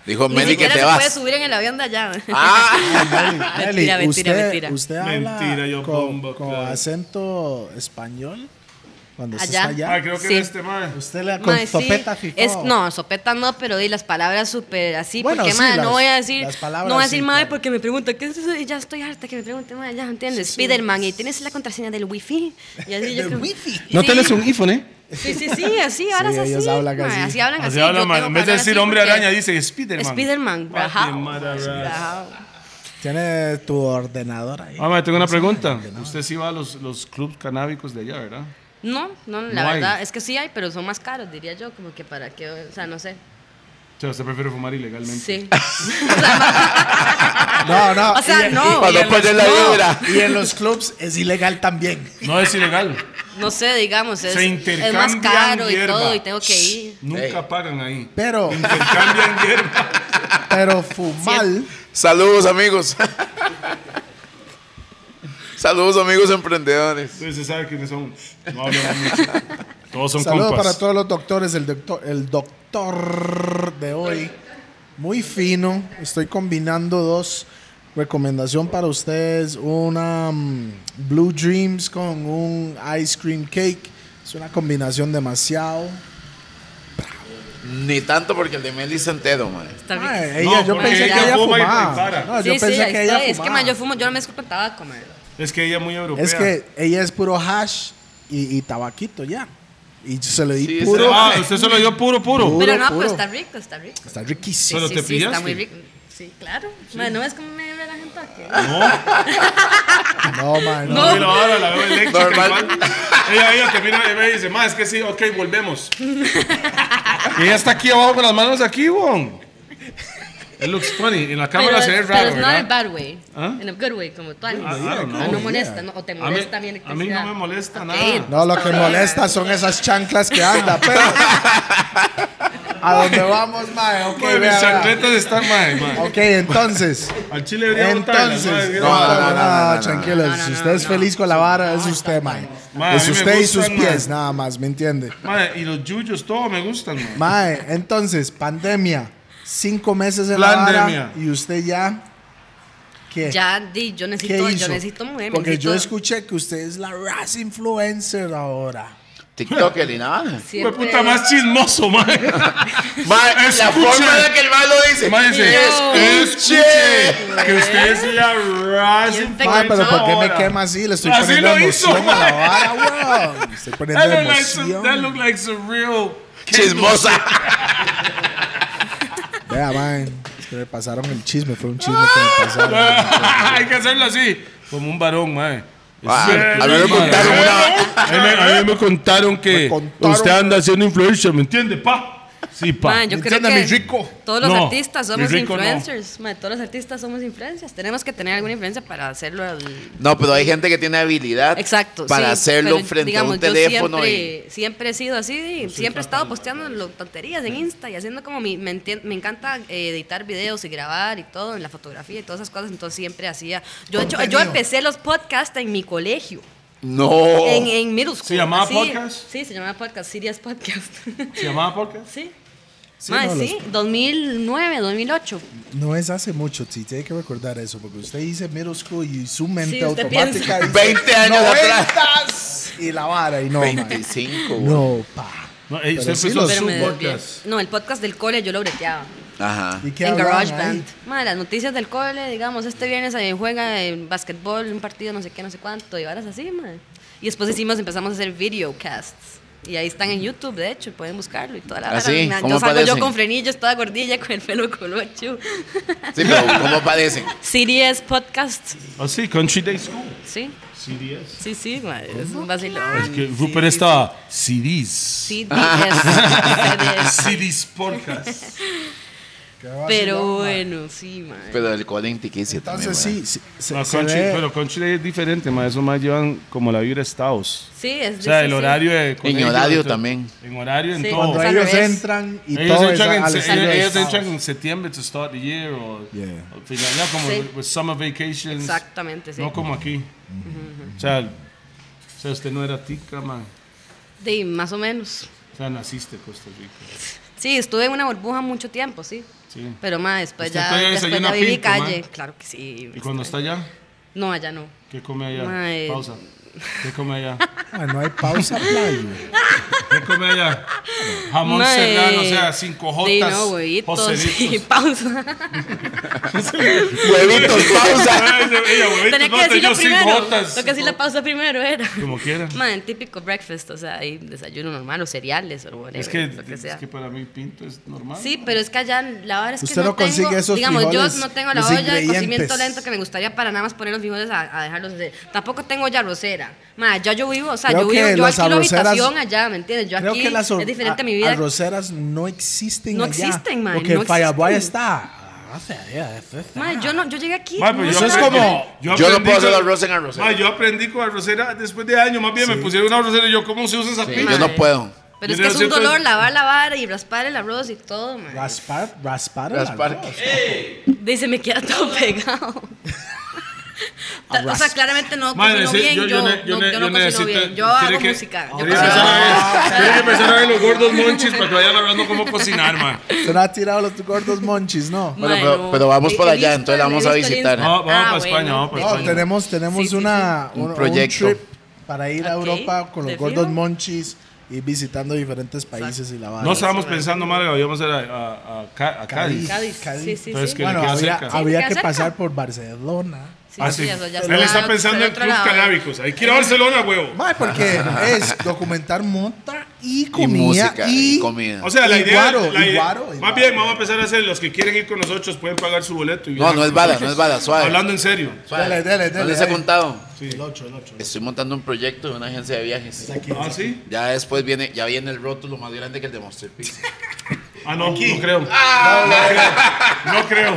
Dijo
Ni
Meli que
siquiera
te
se puede
vas.
subir en el avión de allá.
Ah,
Nelly,
Mentira, mentira,
usted,
mentira.
usted habla
Mentira, yo
con,
pongo,
con
claro.
acento español cuando usted
Allá.
está allá.
Ah, creo que
Sí.
era este madre.
Usted le con
Mae, sí,
sopeta fijo.
es, no, sopeta no, pero di las palabras súper así.
Bueno,
porque,
sí,
mae,
las-
no voy a decir,
las palabras
no voy a decir
sí,
madre
claro.
porque me preguntan, ¿qué es eso? Y ya estoy harta que me pregunten, madre, ya entiendes. Spiderman, ¿y tienes la contraseña del wifi? Y así yo creo-
wifi.
No
Sí.
tenés un iPhone, ¿eh?
Sí, sí, sí, así, ahora
Sí,
es así.
ellos hablan
mae,
así.
así hablan así.
Así
yo
habla,
tengo
man.
que
En vez de
hablar
decir
así
hombre
porque-
araña, dice Spiderman.
Spiderman, rajao.
Spiderman,
Rajao.
Tiene tu ordenador ahí.
Mamá, Ah, tengo una pregunta. Usted sí va a los, los clubs canábicos de allá, ¿verdad?
No, no, la
No hay.
verdad es que sí hay, pero son más caros, diría yo, como que para qué, o sea, no sé.
O sea, usted prefiere fumar ilegalmente.
Sí. o sea,
No, no.
Ah, o sea,
y-
no,
para no perder la vibra.
Y en los clubs es ilegal también.
No es ilegal.
no sé, digamos, es,
Se
es
intercambian
más caro y
hierba.
todo, y tengo que ir.
Nunca
Ey.
pagan ahí.
Pero,
Intercambian hierba.
pero fumar.
saludos, amigos. saludos, amigos emprendedores.
Ustedes se saben quiénes son. No hablamos mucho. Todos son
Saludos
compas.
para todos los doctores. El doctor, el doctor de hoy. Muy fino. Estoy combinando dos. Recomendación para ustedes. Una mm, Blue Dreams con un ice cream cake. Es una combinación demasiado.
Ni tanto porque el de Meli es entero, man.
Está rico.
Ah, ella,
No,
yo
porque
pensé
ella
que ella
fuma y
fumaba.
prepara.
No,
sí,
yo
sí,
pensé
ahí
que ella
estoy. Es que
fumaba.
ma, yo fumo, yo no me escupo tabaco, ma.
Es que ella es muy europea.
Es que ella es puro hash y, y tabaquito ya. Y yo se le di
Sí, se
puro.
Ah, usted solo dio puro, puro.
Puro,
Pero no,
puro.
pero está rico, está rico.
Está riquísimo.
Pero
sí,
te
sí, está
pillaste.
muy rico. Sí, claro. Ma, no es como me ve la gente aquí.
No,
No, man.
no,
No.
mira, ahora la veo eléctrica
Normal.
igual. Ella, ella te mira y me dice, ma, es que sí, ok, volvemos. y ella está aquí abajo con las manos aquí, bon. It looks funny. En la cámara se ve
es- pero
raro,
es not in a
¿verdad?
bad way.
¿Ah?
In a good way, como tú.
Ah, I don't
no,
know.
molesta, no, o te
A mí,
molesta mi
a mí no
electricidad.
me molesta
Ok.
nada.
No, lo que molesta son esas chanclas que anda, pero. A dónde vamos, mae. Ok,
Madre,
vea,
mis
vea.
chancletas están mal,
Ok, entonces.
Al chile debería botarlas, madre,
Entonces.
mira,
No, no,
madre.
no,
no, no, no,
no,
no.
tranquilo.
No, no,
Si
no,
usted es
no.
feliz con la vara, es
No,
usted,
está
mae.
Mae, a
Es
mí me
usted y
gustan,
sus pies,
mae.
nada más, ¿me entiende?
Madre, y los yuyos, todo me gustan, madre.
Mae, entonces, pandemia. Cinco meses en la
Plandemia.
vara y usted ya. ¿Qué?
Ya, di, yo
¿Qué
necesito, yo
hizo?
necesito moverme.
Porque yo
necesito-
escuché que usted es la Raz Influencer ahora.
TikToker y nada.
Fue
Siempre-
puta más chismoso, mae.
Ma, la
Escuchen.
forma en la que el mal lo dice.
Mae, dice,
Yo.
escuche que usted es la Rasen.
Siempre
Ay, pero ¿por qué me
ahora.
quema así? Le estoy
Así
poniendo
lo hizo,
emoción a la
mae.
vara, weón. Le Estoy
That
poniendo
look like some, that
emoción.
look like some real
Chismosa.
Vea, man. Es que me pasaron el chisme. Fue un chisme que me
Ah.
pasaron.
Hay que hacerlo así, como un varón, mae.
Ah,
Es
a mí me
cierto,
contaron
mae.
una-
A mí me- a mí me contaron que
Me contaron.
usted anda haciendo influencer, ¿me entiende, pa? Sí, pa.
Ma, yo creo
entiende,
que
mi rico?
todos los
No,
artistas
mi
somos
rico no.
influencers. ma, todos los artistas somos influencers. Tenemos que tener alguna influencia para hacerlo. al-
No, pero hay gente que tiene habilidad
Exacto.
para
sí,
hacerlo
pero,
frente
digamos,
a un
yo
teléfono. y-
Siempre, siempre he sido así. Siempre he estado posteando lo- tonterías en Insta y haciendo como mi. Me, entien- me encanta eh, editar videos y grabar y todo, en la fotografía y todas esas cosas. Entonces siempre hacía. Yo, de hecho, yo empecé los podcasts en mi colegio.
No.
En, en middle school,
llamaba
así.
podcast?
Sí, se llamaba podcast. Sirius Podcast.
¿Se llamaba podcast?
sí.
Sí,
Ma,
no, los-
sí, 2009, 2008.
No es hace mucho, sí, tiene que recordar eso, porque usted dice middle school y su mente
Sí, usted
automática
piensa.
dice
20 años atrás.
"Noventas", y la vara y no. man.
25. güey.
No, pa.
No, ey,
Pero
usted
sí
empezó
los-
su
Pero me desvié.
podcast.
No, el podcast del cole yo lo breteaba.
Ajá.
¿Y qué
En
hablaban
GarageBand.
ahí?
Ma, las noticias del cole, digamos, este viernes eh, juega en básquetbol, un partido no sé qué, no sé cuánto, y varas así, ma. Y después hicimos, empezamos a hacer videocasts. Y ahí están en YouTube, de hecho, y pueden buscarlo y toda la
¿Ah,
vara.
sí?
Ma,
¿Cómo
Yo salgo
aparecen?
yo con frenillos, toda gordilla, con el pelo colocho.
Sí, pero ¿cómo parecen?
CDS Podcast.
pues.
Ah, sí, Country Day School.
Sí,
CDS.
sí, sí, ma, es un
Es
vacilón.
que Rupert estaba CDs.
CDS.
CDs podcast.
Qué vacilón,
Pero eh,
man.
bueno, sí, ma.
Pero el cole intiquicia también.
Entonces
¿verdad?
sí, sí, se,
No,
se
country,
ve-
pero Country Day es diferente, ma. Eso más llevan como la vibra Estados.
Sí, es
O sea, el
difícil.
horario de colegio,
En horario
entonces-
también.
En horario, en
Sí.
todo.
cuando
Al
ellos
revés.
entran y
Ellos
todo es
entran, en,
al
se-
estilo de
ellos
Estados.
entran en septiembre to start the year o
Yeah.
o final, ya como
Sí.
with- with summer vacations.
Exactamente, sí.
No como aquí. O sea, o sea, usted no era tica, man.
Sí, más o menos.
O sea, naciste pues, en Costa Rica.
Sí, estuve en una burbuja mucho tiempo, sí.
Sí.
Pero más después
¿Usted
ya,
todavía
después
desayuna
ya viví
pinto,
calle.
ma?
Claro que sí.
¿Y cuando está allá?
No, allá no.
¿Qué come allá?
Mae.
Pausa. ¿Qué come allá?
Ah, no hay pausa, playo.
¿Qué come allá? Jamón
Ma,
serrano, o
eh,
sea, cinco jotas.
Sí, no, huevitos y
joselitos.
pausa.
Huevitos, pausa.
Ay, se veía, huevitos,
Tenía que
pues, no,
decirlo
yo cinco
primero.
jotas.
Tengo que decir la pausa primero, era.
Como quieran.
Man, típico breakfast, o sea, hay desayuno normal o cereales o whatever,
Es que,
lo que
es
sea.
que para mí pinto es normal.
Sí, pero es que allá la hora es que
Usted no consigue
tengo,
esos
digamos,
frijoles,
yo no tengo la
los
olla de cocimiento
ingredientes.
lento que me gustaría para nada más poner los frijoles a, a dejarlos hacer. Tampoco tengo olla arrocera. Ma, ya yo vivo, o sea,
Creo
yo
que
vivo, yo
las
alquilo
arroceras-
habitación allá, ¿me entiendes? Yo
Creo
aquí
que las
es diferente a mi vida.
arroceras no existen
No
allá,
existen, man,
Porque
no
Fireboy
existen.
está. Ah, se vea, eso está.
Ma, yo no, yo llegué aquí.
Ma, pero
no
yo
Eso es
aprendí-
como-
Yo no
aprendí
puedo hacer
con-
arroz en arrocera.
Ma, yo aprendí con arrocera después de años. Más bien me pusieron una arrocera y yo, ¿cómo se usa esa
Sí,
pinta?
yo no puedo.
Pero es
Yo
que es un
siempre-
dolor lavar, lavar y raspar el arroz y todo, man.
Raspar, raspar, el
Raspar.
arroz.
Dice, me queda todo pegado. o sea, claramente no
Madre,
cocino
sí,
bien, yo,
ne-
no,
ne-
yo no cocino
necesito-
bien. Yo
tiene
hago
que-
música. Yo
tiene que
cocino
empezar
bien. Ah,
a ver- tiene que empezar a ver los gordos monchis para que vayan hablando cómo cocinar, man.
Se lo ha tirado los gordos monchis, ¿no?
Bueno,
Mae,
pero-
no.
pero vamos
He-
por
he
allá,
visto,
entonces la
lo he
vamos a
visto en
visitar.
Instagram.
No, vamos
Ah,
para España, vamos para
bueno.
No,
España.
tenemos, tenemos
Sí, sí,
una,
sí. Un
un- un
proyecto.
trip para ir a
Ok,
Europa con los
¿de
gordos
fijo?
monchis y visitando diferentes países y la vara.
No estábamos pensando mal que íbamos a ir a, a- a Ca- a Cádiz.
Cádiz.
Cádiz.
Sí, sí,
Entonces,
sí.
que-
Bueno,
queda
había,
cerca.
Sí,
había
queda
que
cerca.
pasar por Barcelona.
Sí,
Ah,
sí,
sí.
eso ya
Él está
del
pensando en
otro
Club
lado. ¿eh?
Canábicos. Hay que ir a Barcelona, huevo.
Mae, porque es documentar monta y
Y
comida.
música y,
y-
comida.
O sea, la
Y
idea.
guaro,
la
y
idea-
guaro, y
más
guaro.
bien, vamos a empezar a hacer. Los que quieren ir con nosotros pueden pagar su boleto. y
no,
viajan
no es
con
bala,
nosotros.
no es bala, suave.
Hablando en serio.
suave.
Dale, dale,
No
dale,
les he
dale.
contado.
El 8, el 8.
Estoy montando un proyecto de una agencia de viajes.
Ah, sí.
Ya después viene, ya viene el rótulo más grande que el de Monster Pizza.
Ah, no, no creo.
Ah,
No creo.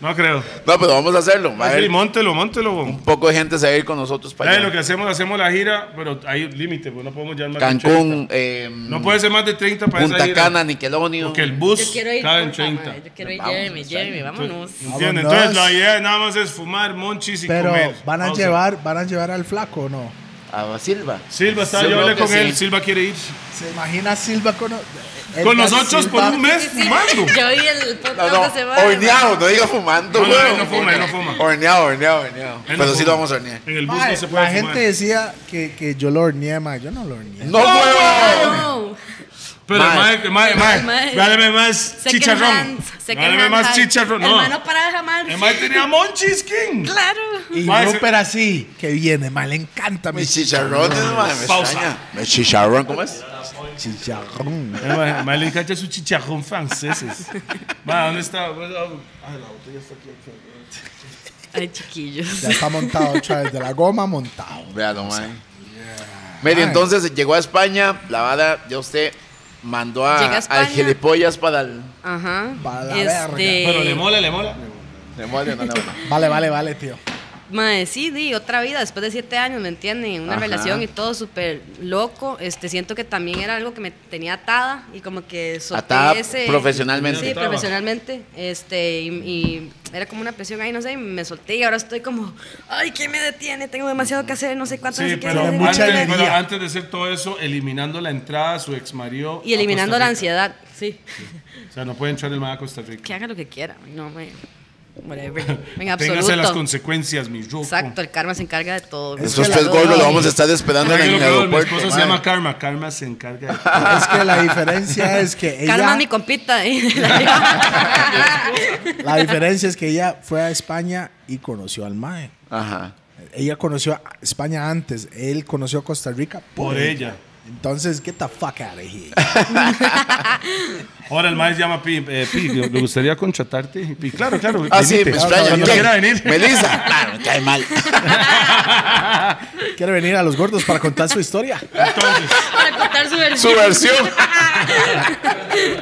No creo.
No, pero vamos a hacerlo. va a
Ah,
haber
Sí, montelo, montelo. bo.
un poco de gente se va a ir con nosotros para
Ya, lo
allá.
que hacemos, hacemos la gira, pero hay límite, pues no podemos llevar más de 80.
Cancún, eh,
No puede ser más de 30 para esa
Punta
gira.
Cana, Nickelodeon.
Porque el bus
Yo quiero ir.
cabe en
porfa,
30.
madre, Yo quiero ir,
Vamos,
Jeremy, Jeremy, vámonos.
¿Entiendes?
Vámonos.
Entonces la idea nada más es fumar monchis y
Pero
comer.
van a
Pausa.
llevar, van a llevar al flaco o no?
a Silva.
Silva está, yo
Yo
hablé
creo
con
que
él.
sí.
Silva quiere ir.
¿Se imagina a Silva con, eh,
Con
Edgar
nosotros por
Silva?
un mes fumando.
Yo vi el
No,
podcast
no,
de semana.
horneado, no diga fumando,
No, no,
güey.
él no fuma, él no fuma.
Horneado, horneado, horneado.
Él no
Pero sí
fuma.
lo vamos a hornear.
En el bus
Mae,
no se puede
la
fumar.
gente decía que, que yo lo horneé, mae. Yo no lo horneé.
¡No, güey!
No.
Pero,
Mae.
mae, que- mae, mae,
Mae.
dáleme más
Second
chicharrón.
hand, second
Dáleme
hand
más
high.
chicharrón.
El
No.
mano para jamás.
El mae tenía monchis, King.
Claro.
Y
Mae, se-
Rupert así, que viene, mae. Le encanta mi
Mis chicharrones, madre, me
Pausa.
extraña. Mis chicharrón, ¿cómo es?
chicharrón.
El mae- el mae le encanta su chicharrón franceses. Mae, ¿dónde está? Ah, la botella está aquí.
Ay, chiquillos.
Ya está montado otra vez, de la goma montado.
Véalo, madre. Mire, entonces llegó a España, la vara, ya usted mandó a,
Llega a España.
al gilipollas para el...
Ajá.
Pa' la
Pero le
este.
mola, le mola.
Demonio, no, no, no.
Vale, vale, vale, tío.
Mae, sí, di, otra vida, después de siete años, ¿me entienden? Una
Ajá.
relación y todo súper loco. Este, siento que también era algo que me tenía atada y como que solté
Atada
ese-
profesionalmente.
eh, Sí,
Atada.
profesionalmente. Este, y, y era como una presión ahí, no sé, y me solté y ahora estoy como, ay, ¿quién me detiene? Tengo demasiado que hacer, no sé cuánto, no
Sí,
sé qué
pero
hacer".
mucha
antes,
energía.
pero antes de hacer todo eso, eliminando la entrada a su ex marido.
Y eliminando
a
la
Costa Rica.
ansiedad, sí.
O sea, no puede entrar el mae a Costa Rica.
Que haga lo que quiera, no me... Whatever. En
Téngase las
absoluto.
consecuencias, mi roco.
Exacto, el karma se encarga de todo.
Es
Esos
que
tres
la-
gordos los pues vamos a estar esperando en
Tranquilo,
el
que Mi
aeropuerto.
esposa se
madre.
llama Karma. Karma se encarga de todo.
Es que la diferencia es que ella.
Karma es mi compita. ¿eh? La-
La diferencia es que ella fue a España y conoció al Mae.
Ajá.
Ella conoció a España antes. Él conoció a Costa Rica por,
Por ella.
Entonces, get the fuck out of here.
Ahora el maíz llama a Pi, eh, Pi, le le gustaría contratarte. Pi, claro, claro.
Ah, sí,
venite.
me extraña.
Cuando
¿Quién?
quiera venir.
Melissa. Claro, me cae mal.
Quiere venir a los gordos para contar su historia.
Entonces,
Para contar su
Su
versión.
versión.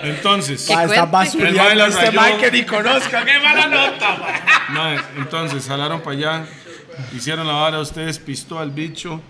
entonces.
Ah, está
cuente.
El mae
basureando
la
a este
rayó.
Mae que ni conozca.
¡Qué mala nota, mae! Entonces, jalaron para allá, hicieron la vara, ustedes pistó al bicho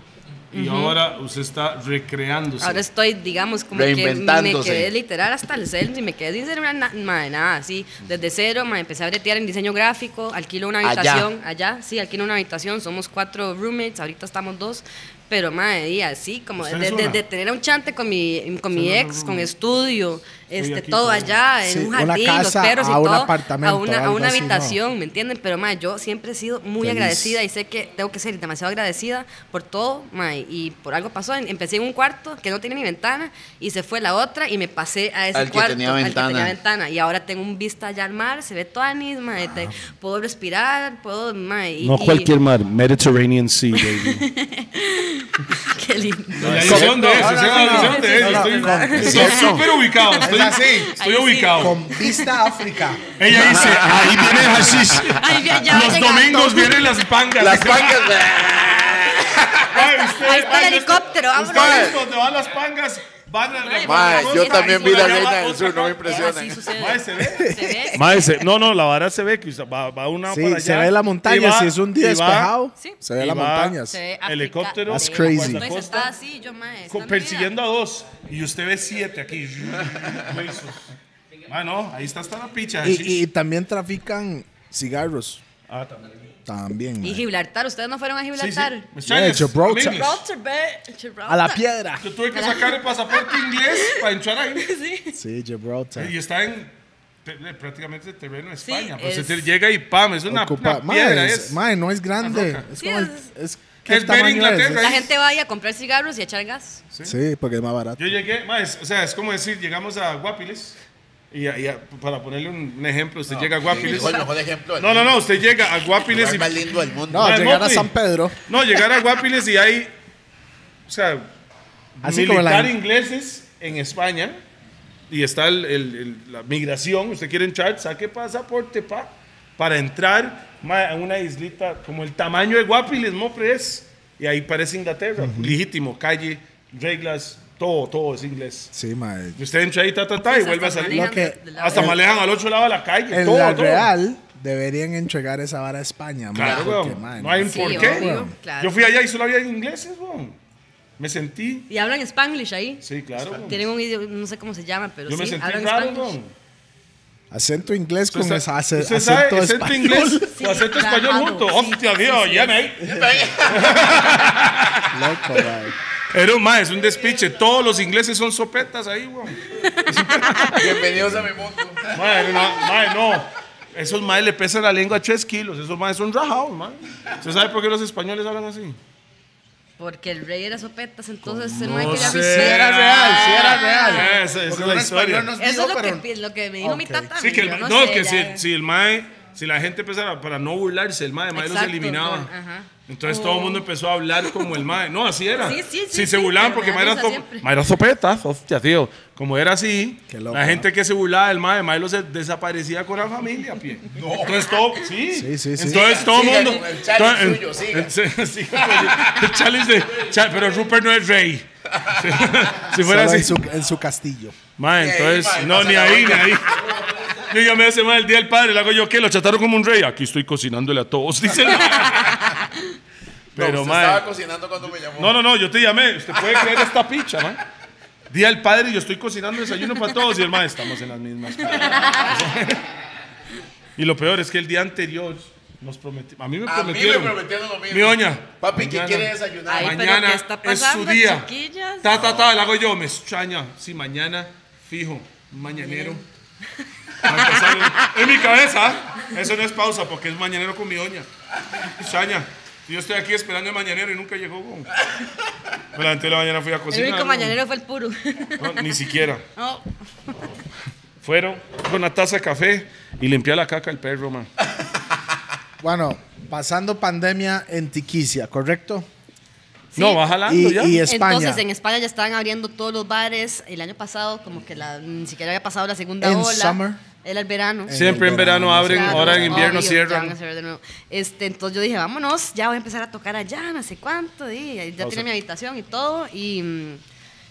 y ahora usted está recreándose.
Ahora estoy, digamos, como que me
Reinventándose.
quedé literal hasta el cel y me quedé sin hacer una na- ma- de nada, así. Desde cero, ma, empecé a bretear en diseño gráfico, alquilo una
Allá.
habitación allá, sí, alquilo una habitación, somos cuatro roommates, ahorita estamos dos, pero madre día, sí, como
Usted
desde
es
de,
una.
de tener un chante con mi, con
Usted
mi
es una
ex, con
roommate.
estudio, este,
aquí
todo
con-
allá, en
Sí,
un
una
jardín, los
casa
perros y
a un
todo,
apartamento,
a una, a
algo
una
así, ¿no?
habitación, ¿me entienden? Pero ma, yo siempre he sido muy
Feliz.
agradecida y sé que tengo que ser demasiado agradecida por todo, mae, y por algo pasó. Em- Empecé en un cuarto que no tenía ni ventana y se fue la otra y me pasé a ese
Al que
cuarto,
tenía
al
ventana.
que tenía ventana. Y ahora tengo un vista allá al mar, se ve todo anís, mae, te- puedo respirar, puedo, mae, y-
No
y-
cualquier mar, Mediterranean Sea, baby.
Qué lindo.
La edición de eso,
No,
esa
no,
es la
no,
edición
no,
de
no,
eso.
no, no,
Estoy-
no.
Estoy súper ubicado, estoy,
Es así.
estoy
Ahí sí.
ubicado.
Con vista África.
Ella dice, ahí viene hashish.
Ay, ya, ya va
Los
llegando.
domingos vienen las pangas.
Las pangas.
Ay, usted-
Ahí está el
ay,
helicóptero,
usted-
vámonos.
ustedes donde van las pangas, van a la
Mae, yo también vi la reina del sur, no me
Así
impresionan.
sucede.
Mae, se ve.
Se ve.
Mae, se- no, no, la vara se ve que usted va, va una
Sí,
para allá.
se ve la
y
montaña.
va-
si es un día
y va-
despejado,
Sí.
se ve
y
la
va-
montaña.
Se ve
Helicóptero.
That's
África.
crazy.
Estoy
Costa.
sentada Pues, así, yo, mae,
co-
estando
persiguiendo a dos y usted ve siete aquí. Huesos. Ah, no, ahí está hasta la picha.
Y, y- y también trafican cigarros.
ah, también.
También. eh.
Y
mae.
Gibraltar, ¿ustedes no fueron a
Sí, Pues, sí.
Gibraltar?
Mis
Yeah,
chines,
Gibraltar.
amigos.
Gibraltar, ve, Gibraltar.
A la piedra.
Yo tuve que sacar el pasaporte inglés para entrar ahí.
Sí, Gibraltar.
Y está en te- prácticamente terreno de
Sí,
España. pero se
es-
te llega y pam, es una,
Ocupa-
una
Mae,
piedra.
es-
es-
mae, no es grande.
roca.
Es
Sí,
como el-
es-
es-
Es ver
tamaño
Inglaterra.
La gente va ahí a comprar cigarros y a echar gas.
Es- Sí, porque es más barato.
Yo llegué, mae, es- o sea, es como decir, llegamos a Guapiles. Y, a- y a- para ponerle un, un ejemplo, usted llega a Guapiles.
Mejor, mejor ejemplo. del
No, no, no, usted llega a Guapiles
lugar
y.
más lindo del mundo.
No,
Mae,
llegar a
Motley.
San Pedro.
No, llegar a Guapiles y hay. O sea,
Así como
militar
la-
ingleses en España. Y está el- el- el- la migración. Usted quiere entrar, saque pasaporte pa, para entrar mae, a una islita como el tamaño de Guapiles, Mopre es. Y ahí parece Inglaterra. Legítimo, calle, reglas, todo, todo es inglés.
Sí, mae.
Y usted entra ahí, ta, ta, ta, y
Pues
vuelve a
hasta
salir.
manejan
Lo que-
de- de la-
Hasta
en-
malejan al otro lado de la calle.
En
todo,
la
todo.
Real deberían entregar esa vara a España. mae,
Claro,
porque,
weón.
mae,
No hay un
Sí,
por qué.
obvio,
weón.
claro.
Yo fui allá y solo había ingleses, weón. Me sentí.
Y hablan spanglish ahí.
Sí, claro. weón.
Tienen un idioma, no sé cómo se llama, pero
Yo me
sí,
sentí
hablan
raro,
spanglish.
weón.
Acento inglés con
Usted
esa-
sabe-
ace-
usted
acento
sabe, acento
español.
inglés,
Sí,
acento español
claro,
junto.
sí,
Hostia, eh.
sí,
Dios,
sí.
ya me.
Loco, man.
Era un ma, es un despiche. Todos los ingleses son sopetas ahí, weón.
Bienvenidos a mi mundo.
Mae, era una- mae, no. Esos maes le pesan la lengua a 3 kilos. Esos maes son rajados, mae. ¿Usted sabe por qué los españoles hablan así?
Porque el rey era sopetas, entonces el mae
No
quería
sé.
visitar.
era real, sí era
Ah.
Esa,
real.
esa
Porque
es la historia.
un español nos
Eso es
dijo,
lo que,
pero-
pi- lo que me dijo mi
Ok.
tata.
Sí, que el,
yo
no,
sé,
que si,
ya.
si el mae, si la gente empezara para no burlarse, el mae, el mae los
Exacto,
eliminaba.
por- ajá. Oh.
Entonces todo el mundo empezó a hablar como el mae. No, así era.
Sí, sí, sí,
si se
sí,
burlaban
pero
porque
me
mae
da
era,
risa
top-
siempre.
mae era sopetas, hostia, tío. Como era así,
Qué loco,
la
¿no?
gente que se burlaba del mae, el mae los de- desaparecía con la familia, pie. Entonces todo, sí.
Sí, sí, sí.
Entonces todo el
siga
mundo.
con el challenge
todo-
suyo, siga.
el- sí, siga con el- el challenge de- cha- pero Rupert no es rey. si fuera
Solo
así.
en su, en su castillo.
Mae,
Sí,
entonces,
mae,
no,
pasa
ni
la
ahí, ni
boca.
ahí. Yo llamé hace mal el día del padre, le hago yo, ¿qué? Lo trataron como un rey. Aquí estoy cocinándole a todos, dice el mae.
No,
Pero,
usted estaba
mae.
cocinando cuando me llamó.
No, no, no, yo te llamé. Usted puede creer esta picha, mae. Día del padre, yo estoy cocinando desayuno para todos. Y el mae, estamos en las mismas. y lo peor es que el día anterior nos prometieron. A mí me
a mí me
prometieron.
prometieron lo mismo.
Mi doña.
Papi, ¿qué
mañana-
quiere desayunar?
Ay, pero
mañana
¿qué está
es
pasando,
su día.
chiquillas?
Ta, ta, ta, la hago yo, me extraña. Sí, mañana, fijo, mañanero. Va a pasar en- en mi cabeza, eso no es pausa porque es mañanero con mi doña. Extraña. Yo estoy aquí esperando el mañanero y nunca llegó. güey. Pero antes de la mañana fui a
El
cocinar.
único
güey.
mañanero fue el puro.
No, ni siquiera.
No.
Fueron con una taza de café y limpié la caca del perro, man.
Bueno, pasando pandemia en Tiquicia, ¿correcto?
No, va jalando
Y-
ya.
y es- España.
Entonces en España ya estaban abriendo todos los bares. El año pasado como que la, ni siquiera había pasado la segunda
En
ola.
summer.
Era el verano.
Siempre en verano abren,
Claro,
ahora en invierno
obvio, ya van a
cierran.
cerrar de nuevo. Este, entonces yo dije, vámonos, ya voy a empezar a tocar allá, no sé cuánto. Y ya
O sea-
tiene mi habitación y todo. Y mm,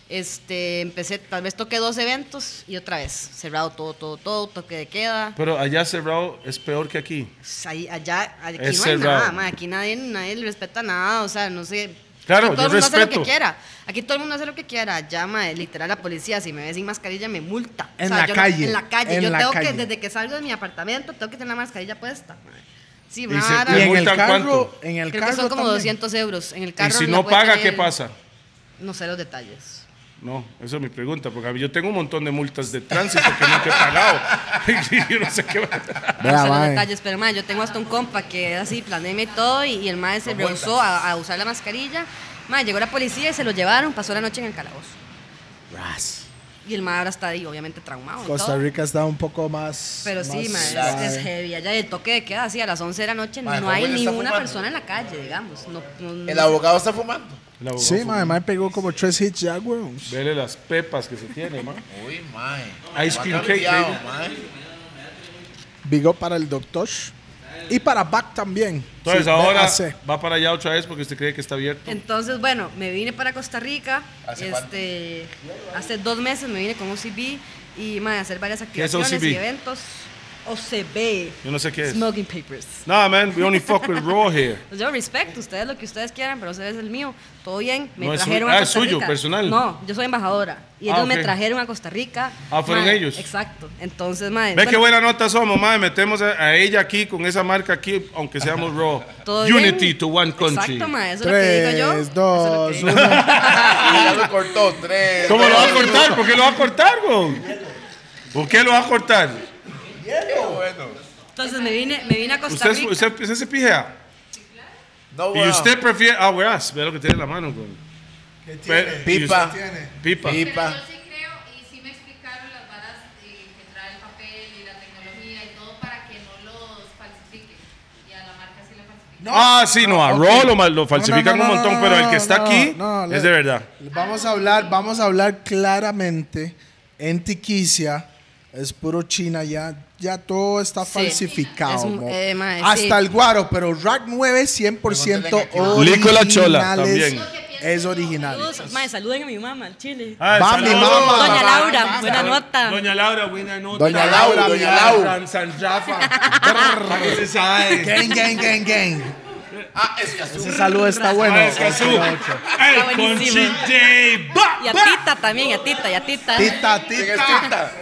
este, empecé, tal vez toqué dos eventos y otra vez, cerrado todo, todo, todo, toque de queda.
Pero allá cerrado es peor que aquí.
pues, Ahí, allá, aquí
Es
no hay nada,
cerrado.
ma, aquí nadie, nadie le respeta nada, o sea, no sé.
Claro,
aquí todo
yo
el mundo hace
respeto.
lo que quiera. Aquí todo el mundo hace lo que quiera. Llama, literal, la policía, si me ve sin mascarilla, me multa.
En
o sea,
la
yo
calle,
en la calle.
en
yo
la
tengo
calle.
que, desde que salgo de mi apartamento, tengo que tener la mascarilla puesta. ma. Sí,
Y se- ¿Te
rara.
Y en el
multan
carro,
cuánto?
en el
Creo
carro
que son como
también.
200 euros. En el carro
Y si
la
no
puede
paga,
tener-
¿qué pasa?
No sé los detalles.
No, esa es mi pregunta, porque a mí- yo tengo un montón de multas de tránsito que nunca he pagado. Y yo no sé qué va a-
Vea,
no sé los
mae.
detalles, pero mae, yo tengo hasta un compa que era así, pandemia y todo, y, y el mae se rehusó a, a usar la mascarilla. Mae, llegó la policía y se lo llevaron, pasó la noche en el calabozo.
Ras.
Y el mae ahora está ahí, obviamente traumado. y
Costa
todo.
Rica está un poco más.
Pero sí,
más-
mae, es, es heavy. Allá el toque de queda, así a las 11 de la noche,
Mae,
no
¿cómo
hay
le está
ninguna
fumando?
persona en la calle, digamos. No, no- no-
El abogado está fumando.
El abogado
Sí,
fue-
mae, mae pegó como tres hits ya, güey.
Vele las pepas que se tiene, man.
Uy, mae.
Ice cream
Ha
cake,
cambiado,
baby.
mae.
Big up para el doctor. Y para Back también.
Entonces
Sí,
ahora
BAC.
va para allá otra vez porque usted cree que está abierto.
Entonces, bueno, me vine para Costa Rica.
¿Hace cuánto?
este, hace dos meses me vine con OCB y mae, a hacer varias
¿Qué es
activaciones y
OCB?
eventos. OCB.
Yo no sé qué es.
Smoking papers.
Nah, man, we only fuck with raw here.
Pues yo respeto ustedes lo que ustedes quieran, pero ustedes es el mío. Todo bien, me
No, es
trajeron
suyo.
a
Ah, es
Costa
suyo,
Rica.
personal.
No, yo soy embajadora y
Ah,
ellos
ok.
me trajeron a Costa Rica.
Ah, fueron
Mae,
ellos.
Exacto. Entonces, mae,
Ve qué
bueno,
buena nota somos, madre. Metemos a, a ella aquí con esa marca aquí, aunque seamos raw.
todo bien.
Unity to one country.
Exacto, mae, eso es lo que digo yo.
Tres,
eso es lo que
dos,
digo.
uno.
Ya lo cortó, tres.
¿Cómo lo va a
dos,
cortar? ¿Por qué lo va a cortar, güey? ¿Por qué lo va a cortar?
qué bueno.
Entonces me vine, me vine a Costa
¿Usted,
Rica.
usted, usted se pijea?
No,
Y
bueno.
usted prefiere. Ah, verás, ve lo que tiene en la mano, güey. Ve- y
Pipa.
usted- Pipa.
Pipa.
Pero yo sí creo y sí me explicaron las varas eh, que trae el papel y la tecnología y todo para que no los falsifiquen. Y a la marca sí la falsifiquen.
ah, sí, no, a
ok.
Raw lo, mal- lo falsifican
no,
un
no,
montón,
no,
pero
no,
el que está
no,
aquí
no, le-
es de verdad.
Vamos a hablar, vamos a hablar claramente. En Tiquicia es puro China ya. Ya todo está
Sí.
falsificado.
Es un-
mo.
eh, mae,
Hasta
sí.
el guaro, pero Rack 9 100%
Pregúntele
que-
originales.
Nicola Chola también.
Es original.
Saludos, mae, saluden a mi mamá, al chile.
Ah,
Va mi mamá.
Doña Laura,
va,
buena
va.
nota.
Doña Laura, buena nota.
Doña Laura,
Doña
mira.
Laura.
San Rafa. Brr, ¿qué se sabe?
Gang, gang, gang, gang.
Ah, es que azul.
Ese saludo está bueno.
Ah, Escazú. ¡Ey, Conchi
buenísimo.
J. Ba,
Y a
ba.
Tita también, y a Tita, y a Tita.
Tita,
¿Quién es
tita.
Tita?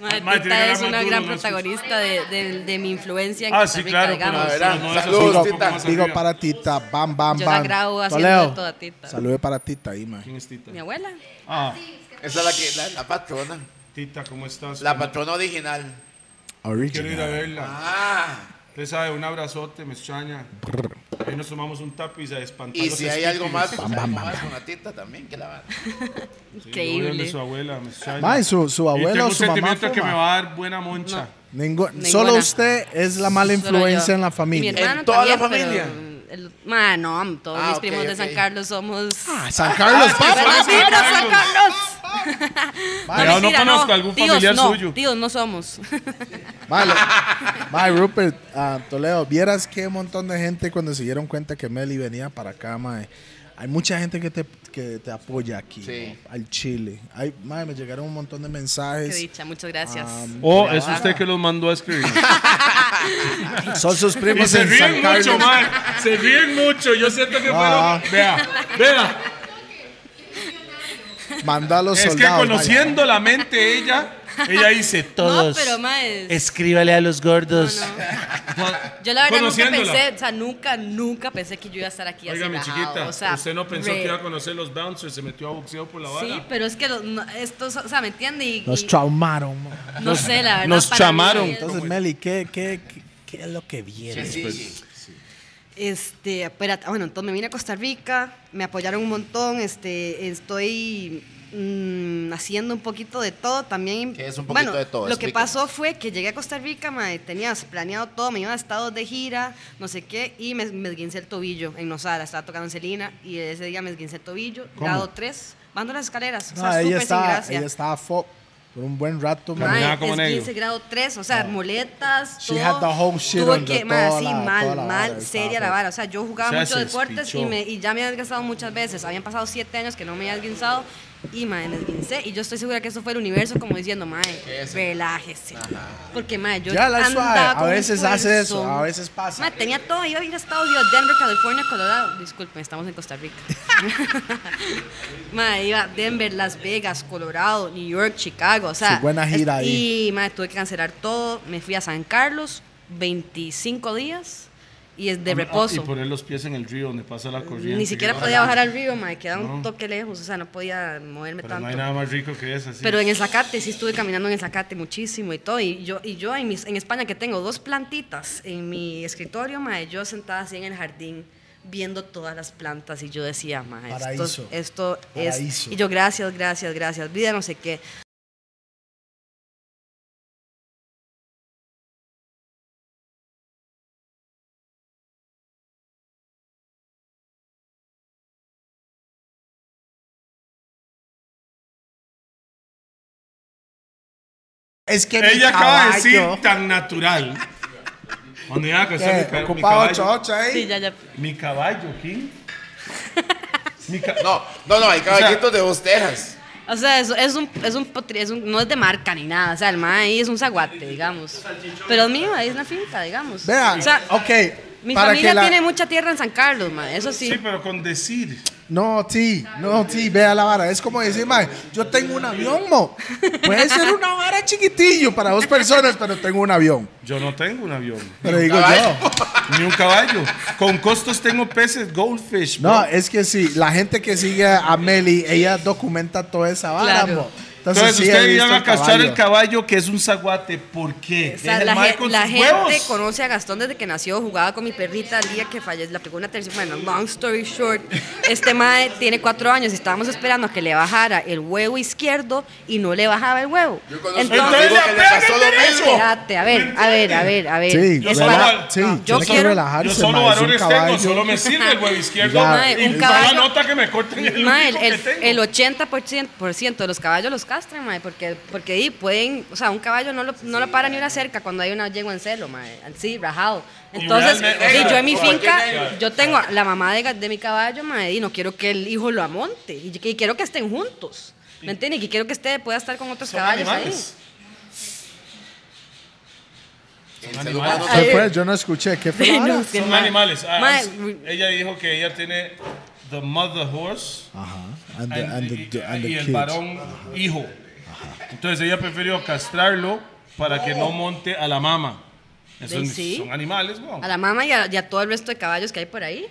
Madre,
Madre, tiene que
Tita
hablar
es
más
una
duro,
gran
no
protagonista de, de- de mi influencia en
Ah,
Costa
sí,
Rica,
claro, pero
digamos.
Ah,
usted
¿verdad?
no es así,
Saludos,
un poco
Tita.
más
Digo
arriba.
para Tita, bam, bam, bam.
Yo la grabo haciendo de toda Tita.
Salude para Tita ahí, man.
¿Quién es Tita?
Mi abuela.
Ah,
Esa es la, que, la, la patrona.
Tita, ¿cómo estás?
La patrona original.
Quiero ir a
Original.
verla.
Ah.
Usted sabe, un abrazote, me extraña.
Brr.
Ahí nos tomamos un tapiz a espantar
Y
los
si hay algo
estípidos.
más, pues, hay algo más con la tita también que la va.
Sí, yo voy donde
Increíble.
su abuela, me extraña.
Ma, y su, su
y tengo
abuelo,
un
su mamá.
sentimiento que me
fuma.
va a dar buena moncha.
Ningú-
Ninguna.
Solo usted es la mala
Solo yo.
influencia en la
Mi
familia.
hermano
¿En toda la
también, pero,
familia?
el- ma, no, todos
Ah,
mis
ok,
primos de San
ok.
Carlos somos.
Ah, San Carlos,
¡Buenas
papá.
vibras, San Carlos!
Cuidado, no
mentira,
conozco algún
tíos,
familiar
no,
suyo.
Tíos, no somos.
Vale. Mae, Rupert, ah, Toledo, vieras qué montón de gente cuando se dieron cuenta que Meli venía para acá, mae. Hay mucha gente que te, que te apoya aquí,
Sí.
¿no? al Chile. Ay, mae, me llegaron un montón de
Qué
mensajes.
dicha, muchas gracias.
Am,
O
Oh,
es usted que los mandó a escribir.
Son sus
Y
primos
se
en San
ríen mucho,
Carlos.
man. Se ríen mucho. Yo siento que
Ah.
fueron. Vea, vea.
Manda a los
Es que
soldados. vaya.
conociendo la mente ella, ella dice
no,
todos.
pero mae,
Escríbale a los gordos.
no, no. Yo la verdad nunca
Conociéndola.
pensé, o sea, nunca, nunca pensé que yo iba a estar aquí
Oiga,
así
mi
rajado,
chiquita,
o sea,
usted no pensó
re-
que iba a conocer los bouncers, se metió a boxeo por la vara.
Sí, pero es que los- no, estos, o sea, ¿me entiende? Y,
Nos
y-
traumaron. mae.
no sé, la verdad.
nos
para mí
chamaron.
es-
Entonces, Meli, ¿qué, qué, qué, qué es lo que viene?
Sí.
Este, espérate, bueno, entonces me vine a Costa Rica, me apoyaron un montón, este, estoy mm, haciendo un poquito de todo también.
¿Qué es un poquito
Bueno,
de todo?
Lo que
Explíquenos.
pasó fue que llegué a Costa Rica, mae, tenías planeado todo, me iba a estados de gira, no sé qué, y me, me esguincé el tobillo en Nosara, estaba tocando en Celina, y ese día me esguincé el tobillo,
¿Cómo?
grado 3, bajando las escaleras, o
No,
sea,
Ah, ella
súper sin
estaba,
gracia.
ella estaba fo- por un buen rato, mae.
Caminaba
Mae,
como
es
negro.
15 grado 3, o sea, muletas,
She
todo.
had the whole shit
Tuve
under
que,
toda
mae, sí,
la- toda
mal,
la
mal,
vara,
seria
estaba
la vara. O sea, yo jugaba
O sea,
muchos
se
deportes y,
espichó.
me, y ya me había desgastado muchas veces. Habían pasado 7 años que no me había desguinzado y, mae, me desguincé. Y yo estoy segura que eso fue el universo como diciendo, mae,
es?
relájese. Porque, mae, yo
Ya, la
andaba
suave. A
con un
veces hace eso,
esfuerzo.
a veces pasa.
Mae, tenía todo. Iba a ir a Estados Unidos, Denver, California, Colorado. Disculpen, estamos en Costa Rica. Mae, iba a Denver, Las Vegas, Colorado, New York, Chicago, o sea.
Su buena gira
es-
ahí.
Y mae, tuve que cancelar todo, me fui a San Carlos 25 días y es de
Ah, Y
reposo.
poner los pies en el río donde pasa la corriente.
Ni siquiera
que-
podía bajar al río, mae, quedaba
No.
un toque lejos, o sea, no podía moverme
Pero
tanto.
no hay nada más rico que eso. así.
Pero en el Zacate, sí estuve caminando en el Zacate muchísimo y todo. Y yo, y yo en, mis- en España que tengo dos plantitas en mi escritorio, mae, yo sentada así en el jardín viendo todas las plantas y yo decía, mae, esto,
Paraíso.
esto es...
Paraíso.
Y yo, gracias, gracias, gracias, vida, no sé qué.
Es que mi
Ella acaba de decir
caballo-
tan natural. Cuando iba a casar mi,
¿Qué?
ca- mi
Ocupaba ¿eh?
caballo.
8-8 ahí.
Sí, ya, ya.
Mi caballo, ¿quién? Mi ca-
No, no, no, hay caballitos de dos tejas.
O sea, es, es, un, es, un, potri- es un- no es de marca ni nada, o sea, el mae ahí es un zaguate, digamos. Pero es mío, ahí es una finca, digamos.
Vean,
o sea,
ok.
mi
para
familia
que la-
tiene mucha tierra en San Carlos, mae, eso
Sí, pero con decir.
No, sí, no, sí, vea la vara. Es como decir, mae, yo tengo un avión, mo. Puede ser una vara chiquitillo para dos personas, pero tengo un avión.
Yo no tengo un avión,
Pero digo
caballo.
yo.
ni un caballo. Con costos tengo peces, goldfish. bro.
No, es que sí, la gente que sigue a Meli, ella documenta toda esa vara,
Claro.
mo. Entonces,
Entonces
sí, he
ustedes
visto
van a
el
cachar el
caballo.
caballo que es un zaguate. ¿Por qué?
O sea,
Deja el
la,
mae
ge-
con
la
sus
gente
huevos.
conoce a Gastón desde que nació, jugaba con mi perrita al día que falleció, la pegó una tercera, bueno, long story short, este mae tiene cuatro años y estábamos esperando a que le bajara el huevo izquierdo y no le bajaba el huevo.
Yo conozco un
Entonces,
amigo que le pasó
¡apégate
lo mismo.
espérate, a ver, a ver, a ver, a ver.
Sí,
Es
yo
para-
solo- sí,
no, yo
tiene que
quiero...
relajar.
Ah, Yo
Harrison,
solo
mae, es un
varones
caballo.
tengo, solo me sirve el huevo izquierdo.
Ya,
y
un
cada
caballo-
nota que me corten el
Mae,
único
el,
que tengo.
el 80% por ciento de los caballos los castran, mae, porque, porque ahí pueden, o sea, un caballo no lo, no lo para ni una cerca cuando hay una yegua en celo, mae, así, rajado. Entonces,
realmente-
di, yo en mi
Cualquier
finca,
yegua.
yo tengo a la mamá de, ga- de mi caballo, mae, y no quiero que el hijo lo amonte, y, que- y quiero que estén juntos, ¿me entiendes? Y quiero que esté, pueda estar con otros
Son
caballos
animales.
El ser humano
Ay,
¿Qué fue? Yo no escuché. ¿Qué fue?
ahí.
la vara?
No, es que
Son
mae.
animales. Ah,
Mae,
es- ella dijo que ella tiene the mother horse
Ajá. And the,
and-
Ah, and the-
y,
and the
y el
kids.
varón hijo. Entonces ella prefirió castrarlo para que no monte a la mama. Esos
Sí.
son animales, weón.
A la mama y a, y a todo el resto de caballos que hay por ahí.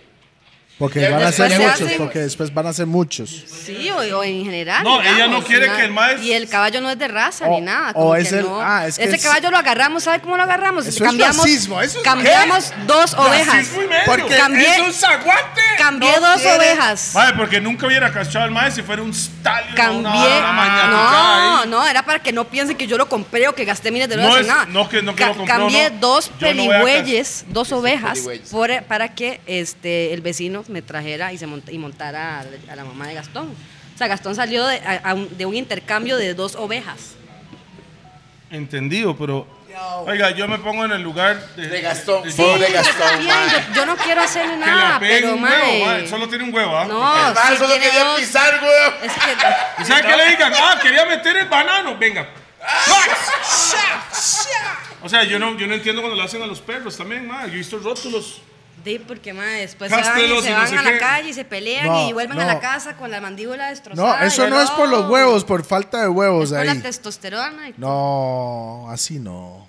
Porque
Ya
van a ser
después
muchos,
se hacen-
porque después van a ser muchos.
Sí, o, o en general.
No, ella no quiere que el maes-
Y el caballo no es de raza
O-
ni nada.
o
como que
es el-
no.
ah, es que
Ese
es-
caballo lo agarramos, ¿sabe cómo lo agarramos?
Eso es racismo, eso es-
cambiamos dos ovejas.
Racismo y medio.
Porque
Cambié-
es un zaguate.
Cambié
No
dos
quiere-
ovejas.
Mae, porque nunca hubiera castrado al mae si fuera un stallion o
Cambié.
una vara mañana.
No, no, era para que no piensen que yo lo compré o que gasté miles de
No
dólares en
es-
nada.
no que- no que lo compró,
Cambié
no.
dos
Yo no voy a
peligüeyes, dos ovejas,
peligüeyes.
por- para que este, el vecino me trajera y, se monta- y montara a, a la mamá de Gastón. O sea, Gastón salió de, a- a un, de un intercambio de dos ovejas.
Entendido, pero. Oiga, yo me pongo en el lugar de.
De Gastón,
de-
pobre
que
Está
Gastón,
bien,
mae.
yo, yo no quiero hacerle
le peguen
nada, Ah, pero
un huevo,
mae,
mae. Solo tiene un huevo, ¿ah?
No,
El mae
sí
solo
tiene
quería
dos-
pisar, weón.
Es que
¿Y sabe qué le digan? Ah, quería meter el banano. Venga. O sea, yo no, yo no entiendo cuando lo hacen a los perros también, mae. Yo he visto rótulos.
Sí, porque mae, después se van, y
Cástelos
se
y no
van
sé
a la
qué.
calle y se pelean
No,
y vuelven
no.
a la casa con la mandíbula destrozada.
No, eso
y
no es por los
no.
huevos, por falta de huevos
Con la
ahí.
testosterona. y-
No, así no.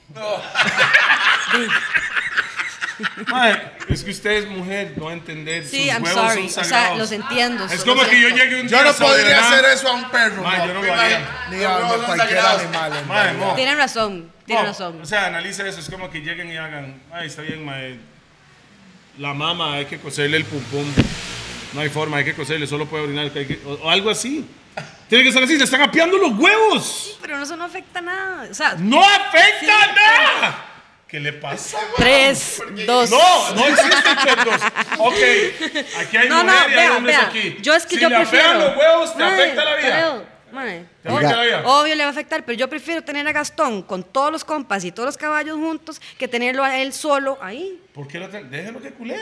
Mae, es que usted es mujer, no va a entender.
Sí,
Sus
I'm
huevos
sorry. O
son
sea,
sagrados.
los entiendo,
Es
los
como que yo
acepto.
llegue un día. a Soledad.
eso a un perro.
Mae, yo no lo haría.
Ni a
Los huevos son
cualquier
sagrados.
animal. en
Mae,
realidad.
mo.
Tienen razón, tienen
No,
razón.
O sea, analiza eso. Es como que lleguen y hagan. Ay, está bien, mae. La mama, hay que coserle el pum pum. No hay forma, hay que coserle, solo puede orinar. hay que- o, o algo así. Tiene que ser así, se están apiando los huevos.
Pero eso no afecta nada. O sea,
¡No afecta nada! ¿Qué le pasa?
tres, dos.
No, no existe chetos. Ok, aquí hay
no, no,
mujeres y hay
vea,
hombres
vea.
aquí.
Yo es que
si
yo
le
prefiero.
apean los huevos, te
Mae,
afecta la vida.
creo, Oh. mae.
Te afecta la vida.
Obvio le va a afectar, pero yo prefiero tener a Gastón con todos los compas y todos los caballos juntos que tenerlo a él solo ahí.
¿Por qué lo ten- Déjelo que culé.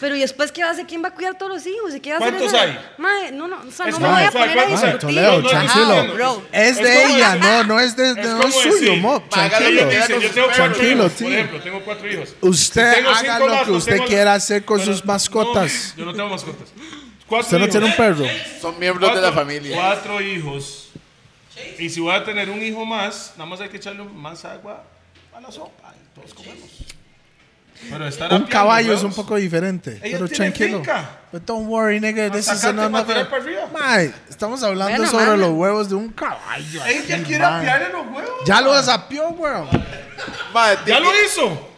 Pero ¿y después qué va a hacer? ¿Quién va a cuidar todos los hijos? ¿Y qué va a hacer
¿Cuántos
eso?
hay?
Mae, no, no, o sea,
Es
no me
como-
voy a
¿sabe
poner a
cuántos hay?
discutir.
Toledo,
Ajá,
tranquilo.
bro.
Es
Es
de
como
ella,
decir-
no, no es, de, no es
como
suyo,
decir,
mo.
págalo
ella
Tranquilo.
bien.
dice, yo tengo cuatro
Tranquilo,
hijos,
sí.
por ejemplo, tengo cuatro hijos.
Usted
tengo
haga
cinco
lo que
gatos,
usted quiera hacer con sus mascotas.
No, yo no tengo mascotas. Cuatro
Usted no
hijos.
tiene un perro.
Son miembros de la familia.
Cuatro hijos. Y si voy a tener un hijo más, nada más hay que echarle más agua a la sopa. y todos comemos. Pero estar
Un
apiando
caballo es un
huevos,
poco diferente.
Ella
pero
tiene
tranquilo.
finca.
But don't worry, nigga. This is
sacarte
another.
material para arriba.
Mae, estamos hablando
Bueno,
sobre
mano.
los huevos de un caballo.
Ella
así,
quiere
mae.
apiar en los huevos.
Ya lo desapió, weón.
Mae,
Ya
tiki-
lo hizo.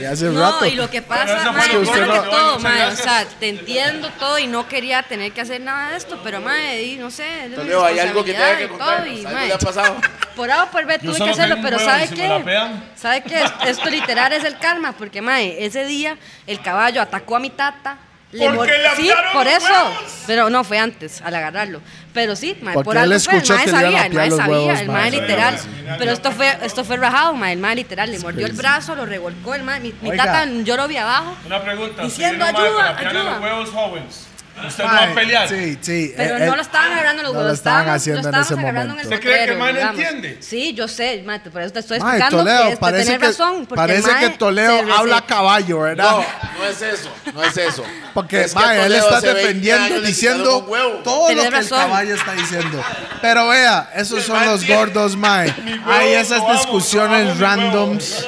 Ya hace
No,
rato.
y lo que pasa,
esa
mae,
fue
lo
primero
bueno,
que
no,
todo,
muchas
mae, o
gracias.
sea, te entiendo todo y no quería tener que hacer nada de esto, pero mae, di, no sé, es mi
Toledo, hay algo que tenga que
responsabilidad
contarnos.
y todo, y,
Algo
mae,
le ha pasado.
por A o por B tuve que
solo
hacerlo,
tengo un
pero
huevo,
¿sabe
si me
qué?
la pegan.
¿Sabe qué? Esto literal es el karma, porque mae, ese día el caballo atacó a mi tata.
Porque
mor-
le
sí,
apiaron
por
los
eso.
huevos.
Pero no, fue antes, al agarrarlo. Pero sí, mae,
Porque
por
él
algo fue, el
escuchó
mae
que le iban a
sabía, el
apiar
mae
los
sabía,
huevos,
el
mae,
mae
sí,
literal.
mae.
Pero esto fue, esto fue rajado, mae, el mae literal, le mordió el brazo, lo revolcó, el mae, mi, mi
Oiga.
tata yo lo vi abajo.
Una pregunta.
Diciendo,
si viene un mae
ayuda,
para apiar en
ayuda.
los huevos jóvenes, usted no va
Mae,
a pelear.
Sí, sí.
Pero
eh,
no
eh,
lo estaban agarrando los
no lo
huevos.
estaban
estábamos- lo
haciendo en
estábamos
ese
agarrando
momento.
¿Usted cree que el mae no
motero,
entiende?
Sí, yo sé, mae, por eso te estoy
Mae,
explicando que
Toledo,
es para
parece
tener
que,
razón. porque el
parece que
mae
Toledo
se rese-
habla a caballo, ¿verdad?
No, no es eso, no es eso.
Porque
Es que
mae, él
Toledo
está
hace 20 años
defendiendo,
le quitaron
diciendo
un huevo.
todo
Tenés
lo que el
razón.
caballo está diciendo. Pero vea, esos son
mae
los
tiene-
gordos, Mae.
huevo,
Hay
lo
esas
amo, lo amo,
discusiones
mi
randoms.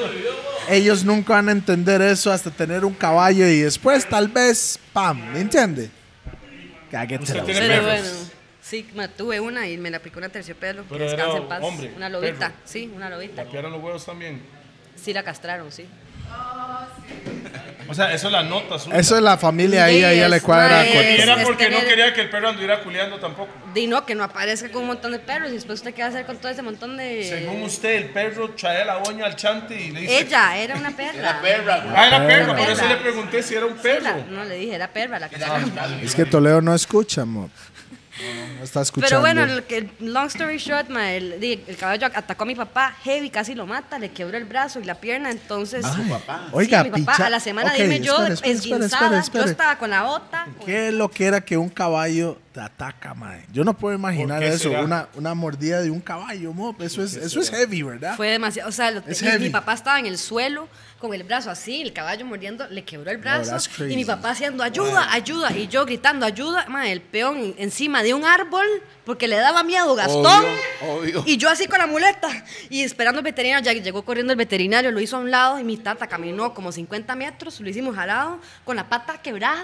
Ellos nunca van a entender eso hasta tener un caballo y después tal vez, pam, ¿me entiende? Cáguetela.
tiene-
Pero
perros.
bueno, sí, me tuve una y me la aplicó una terciopelo.
Pero
que descanse
era
en paz.
hombre,
una lobita,
perro.
sí, una lobita.
Apiaron los huevos también.
Sí, la castraron, sí.
O sea, eso es la nota suya.
Eso es la familia ahí, ahí a la
Yes,
cuadra.
mae.
Y
cuatro.
era
es
porque no
tener-
quería que el perro anduviera culeando tampoco.
Di no, que no aparezca con un montón de perros y después usted qué va a hacer con todo ese montón de.
Según usted, el perro trae la boña al chante y le dice.
Ella era una perra.
La perra, güey.
Ah, era perro,
Perra.
por eso le pregunté si era un
Sí, la-
perro.
no le dije, era perra la castraron.
Es que Toledo no escucha, mo. No está escuchando.
Pero bueno, lo que- long story short, ma, el, di- el caballo atacó a mi papá, heavy, casi lo mata, le quebró el brazo y la pierna, entonces... Sí,
Oiga,
mi papá,
picha-
a la semana
Ok,
dime yo,
espere, espere, espere,
esguinzada,
espere, espere.
yo estaba con la bota. con-
¿Qué es lo que era que un caballo te ataca, mae. Yo no puedo imaginar
qué
eso.
será?
Una, una mordida de un caballo, mop. Eso es, eso es heavy, ¿verdad?
Fue demasiado, o sea, lo-
Es
y
heavy.
mi papá estaba en el suelo con el brazo así, el caballo mordiendo, le quebró el brazo
that's crazy.
y mi papá haciendo ayuda, ayuda y yo gritando ayuda, mae, el peón encima de un árbol porque le daba miedo Gastón.
Obvio, obvio.
Y yo así con la muleta y esperando al veterinario, ya que llegó corriendo el veterinario, lo hizo a un lado y mi tata caminó como 50 metros, lo hicimos jalado con la pata quebrada.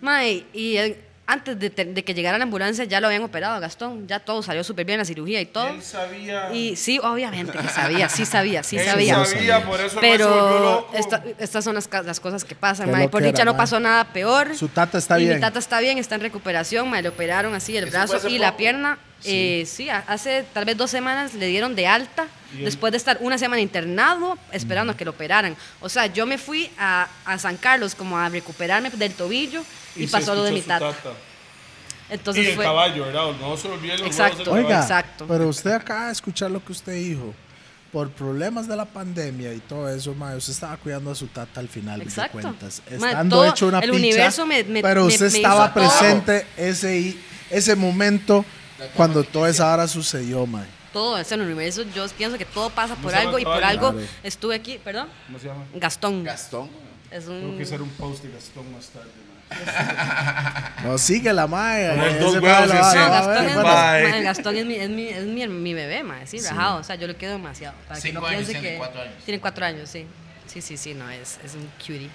Mae, y él- antes de, te- de que llegara la ambulancia ya lo habían operado a Gastón, ya todo salió súper bien, la cirugía y todo.
Él sabía.
Y sí, obviamente que sabía, sí sabía, sí
Él
sabía.
sabía, por eso el man se volvió
pero
loco.
esta- estas son las, ca- las cosas que pasan,
Qué
mae. Por
loquera,
dicha no
mae.
pasó nada peor.
Su tata está
Y
bien.
mi tata está bien, está en recuperación, mae. Le operaron así el
Eso fue
brazo
hace
y la
poco.
pierna. Eh, Sí. a- hace tal vez dos semanas le dieron de alta. Después de estar una semana internado
Mm.
esperando que lo operaran. O sea, yo me fui a, a San Carlos como a recuperarme del tobillo y,
se
pasó lo de mi
escuchó su
tata.
Y
Entonces
el
fue.
caballo, ¿verdad? No se olviden los
Exacto.
huevos del
Oiga.
caballo.
Exacto.
Pero usted acaba de escuchar lo que usted dijo. Por problemas de la pandemia y todo eso, mae, usted estaba cuidando a su tata al final
Exacto.
de cuentas.
Mae,
Estando
todo
hecho una
el
picha,
universo me- me-
pero
me-
usted
me
estaba
hizo todo.
presente ese, ese momento cuando toda esa hora sucedió, mae.
Todo es el universo. Yo pienso que todo pasa por
se llama
algo y por
caballo?
algo
Claro.
estuve aquí, perdón.
¿Cómo se llama?
Gastón.
Gastón.
Es
Tengo que
un.
hacer un post de Gastón más tarde. man.
No, sigue la mae.
Poner
ese
dos
mae
huevos
la
en
va a
sí.
No,
ver,
Gastón, es,
mae.
Bye.
mae, Gastón es mi, es mi, es mi, mi bebé, mae, sí, rajado. O sea, yo lo quiero demasiado. Para que
Cinco
no
años
piense
tiene,
que-
cuatro años.
Tiene cuatro años, sí. Sí, sí, sí, no, es, es un cutie.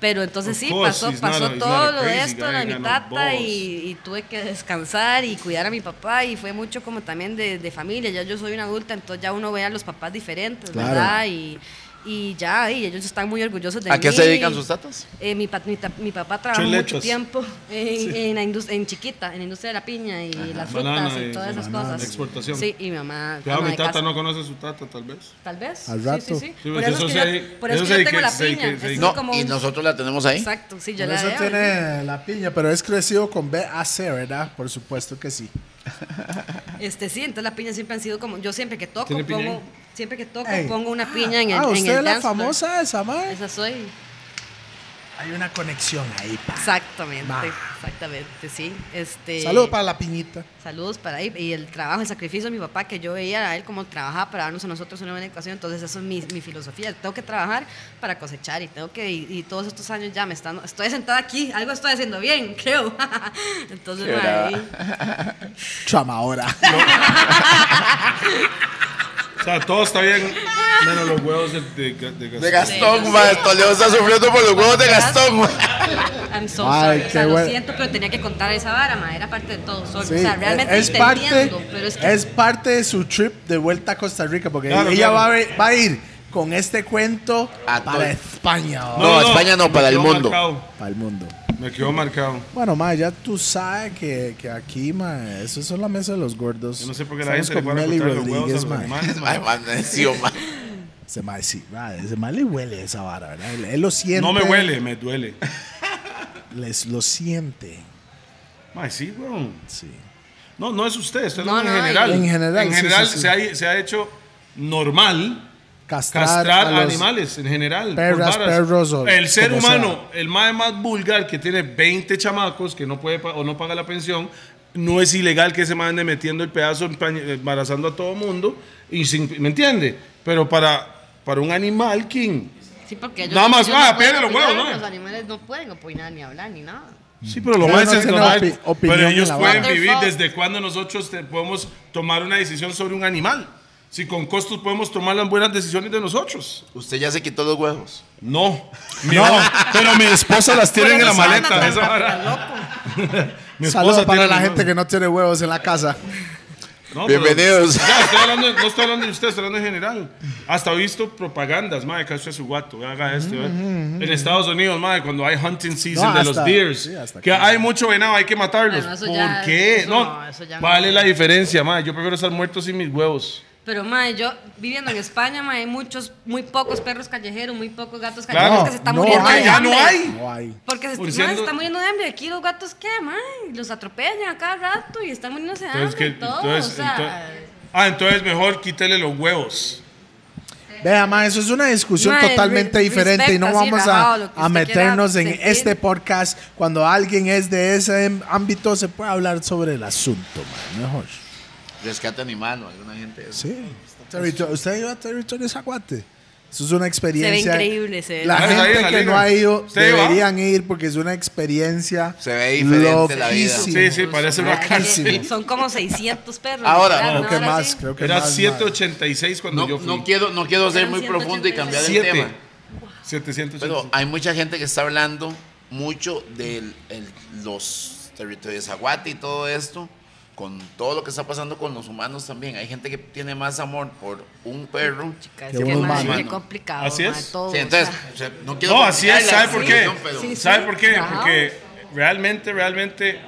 Pero entonces
Of
sí,
course,
pasó,
he's
pasó
not a- he's not
todo
a
lo de
crazy
esto,
guy,
lo de
he
mi
got no
tata,
balls.
y, y tuve que descansar y cuidar a mi papá, y fue mucho como también de, de familia. Ya yo soy una adulta, entonces ya uno ve a los papás diferentes,
Claro.
¿verdad? Y, y ya, y ellos están muy orgullosos de
¿A
mí.
qué se dedican sus tatas?
Eh, mi, pa- mi, ta- mi papá trabajó mucho
Chuletas.
tiempo en, en la indus- en chiquita, en la industria de la piña y las frutas
Banana
y
y-
todas esas
banana,
cosas.
exportación.
Sí, y mi mamá.
Cuidado,
ama
mi
de
tata
casa.
no conoce a su tata, tal vez.
Tal vez.
Al
sí,
rato.
sí, sí.
Sí,
Por
pues
eso,
eso
es
sí
que yo,
hay-
por
eso
eso es que yo
sí hay
tengo
que-
la
sí hay
piña.
que- sí hay
es
que-
No,
como
y
un-
nosotros la tenemos ahí.
Exacto, sí, yo
Por
la
eso
veo.
tiene la piña, pero es crecido con BAC, ¿verdad? Por supuesto que sí.
Este, sí, entonces las piñas siempre han sido como. Yo siempre que toco,
¿Tiene piña
pongo.
ahí?
Siempre que toco,
Ey.
pongo una piña en el.
Ah,
en
usted
el
es la
dance floor.
famosa esa, mae.
Esa soy.
Hay una conexión ahí, pa.
Exactamente.
Ma.
Exactamente, sí. Este,
Saludos para la piñita.
Saludos para ahí. Y el trabajo, el sacrificio de mi papá, que yo veía a él como trabajaba para darnos a nosotros una buena educación. Entonces, eso es mi, mi filosofía. Tengo que trabajar para cosechar y tengo que. Y, y todos estos años ya me están. Estoy sentada aquí, algo estoy haciendo bien, creo. Entonces,
Qué
ma,
brava.
ahí-
Chama ahora.
O sea, todo está bien, menos los huevos de, de, de Gastón.
De
Sí,
Gastón,
yo
mae.
sé.
Toledo está sufriendo por los huevos de Gastón, mae.
I'm so
Ay,
sorry. O sea,
qué
lo
bueno.
siento, pero tenía que contar esa vara, ma. Era parte de todo. sorry.
Sí, e-
o sea, realmente
es,
te
parte,
entiendo, pero es que.
es parte de su trip de vuelta a Costa Rica, porque
Claro,
ella
claro.
Va, a ver- va a ir con este cuento
A todo.
para España,
No,
¿o?
España no,
me
para el
quedó
mundo.
marcado,
para el mundo.
me quedó marcado.
Bueno, ma, ya tú sabes que, que aquí, ma, eso es la mesa de los gordos.
Yo no sé por qué la
Estamos
gente le guarda
con Meli
cortar los huevos a
Rodríguez,
los
ma.
animales.
Mae, mae, necio, mae.
Ese ma, sí, ma, ese ma le huele esa vara, ¿verdad? Él, él lo siente.
No me huele, me duele.
Les lo siente,
Mae, sí, weón.
sí.
No, no es usted, esto es
No,
en
no,
general.
en general, sí, sí, sí.
Se, ha, se ha hecho normal
Castrar,
castrar
a los-
animales en general. por
perras,
varas.
perros o
el ser
como
humano, el mae más vulgar que tiene 20 chamacos que no puede pa- o no paga la pensión, no es ilegal que ese mae ande metiendo el pedazo, empañ- embarazando a todo mundo. Y sin- ¿Me entiende? Pero para, para un animal, ¿quién?
Sí, porque ellos
Nada más,
ellos
ah,
pueden
pierde los
opinar,
huevos, ¿no?
Los animales no pueden opinar, ni hablar, ni nada.
Sí, pero lo
Pero
más
no
es
tiene
normal.
opi- opinión
Pero
en
ellos
la
pueden
barra.
vivir desde cuando nosotros te- podemos tomar una decisión sobre un animal. Si con costos podemos tomar las buenas decisiones de nosotros.
Usted ya se quitó los huevos.
No. No, pero mi esposa las tiene en la maleta. esa vara. Mi
Saludos para
tiene
la
los
gente que no tiene huevos en la casa.
No, pero-
Bienvenidos.
Ya, estoy hablando de- no estoy hablando de usted, estoy hablando en general. Hasta he visto propagandas, madre, castre su guato, haga esto. ¿eh? En Estados Unidos, madre, cuando hay hunting season
No,
de
hasta-
los deers,
sí, hasta
que
aquí.
hay mucho venado, hay que matarlos.
Bueno, eso
¿Por
ya-
qué?
eso
no,
no, eso ya no.
vale la diferencia, madre. Yo prefiero estar muerto sin mis huevos.
Pero, mae, yo viviendo en España, mae, hay muchos, muy pocos perros callejeros, muy pocos gatos
Claro.
callejeros que se están
No,
muriendo
porque
de
ya
hambre.
no hay.
No hay.
Porque se,
Por
mae,
siendo-
se están muriendo de hambre. Aquí los gatos, ¿qué, mae? Los atropellan a cada rato y están muriéndose de hambre.
Entonces, que,
y todo,
entonces-
o sea,
entonces- ah, entonces mejor quítele los huevos.
Vea, ma, eso es una discusión
Mae,
totalmente
re-
diferente y no
respecto,
vamos
así, rajado,
a,
lo que
a
usted
meternos en
quiera sentir.
este podcast. Cuando alguien es de ese em- ámbito, se puede hablar sobre el asunto, ma, mejor.
Rescate animal o alguna gente. de eso.
Sí. Territo- ¿Usted ha ido a Territorio Zaguate? Eso es una
Se ve
experiencia.
increíble, se ve.
La
Ah, está ahí en
gente
la
que
liga.
no ha ido
¿Usted va?
deberían ir porque es una experiencia.
Se ve diferente la vida.
loquísima.
Sí, sí, parece
Mae,
bacán.
Son como 600 perros.
Ahora,
¿verdad?
no,
Creo
Una
que
hora
más,
así.
creo que
Era
más, ma.
186 cuando
No,
yo fui.
no quiero, no quiero ser
Eran
muy
186.
profundo y cambiar
Siete.
el tema. Pero
786.
hay mucha gente que está hablando mucho de los territorios aguati y todo esto, con todo lo que está pasando con los humanos también. Hay gente que tiene más amor por un perro.
Es
Qué
que,
bueno,
mae,
mano.
qué complicado.
Así
mae,
es.
todo,
Sí, entonces,
o sea.
o sea, no quiero.
No, así es,
criticar
¿sabe
la
por qué?
situación, pero-
Sí, sí.
¿Sabe por qué?
Ajá.
Porque realmente, realmente,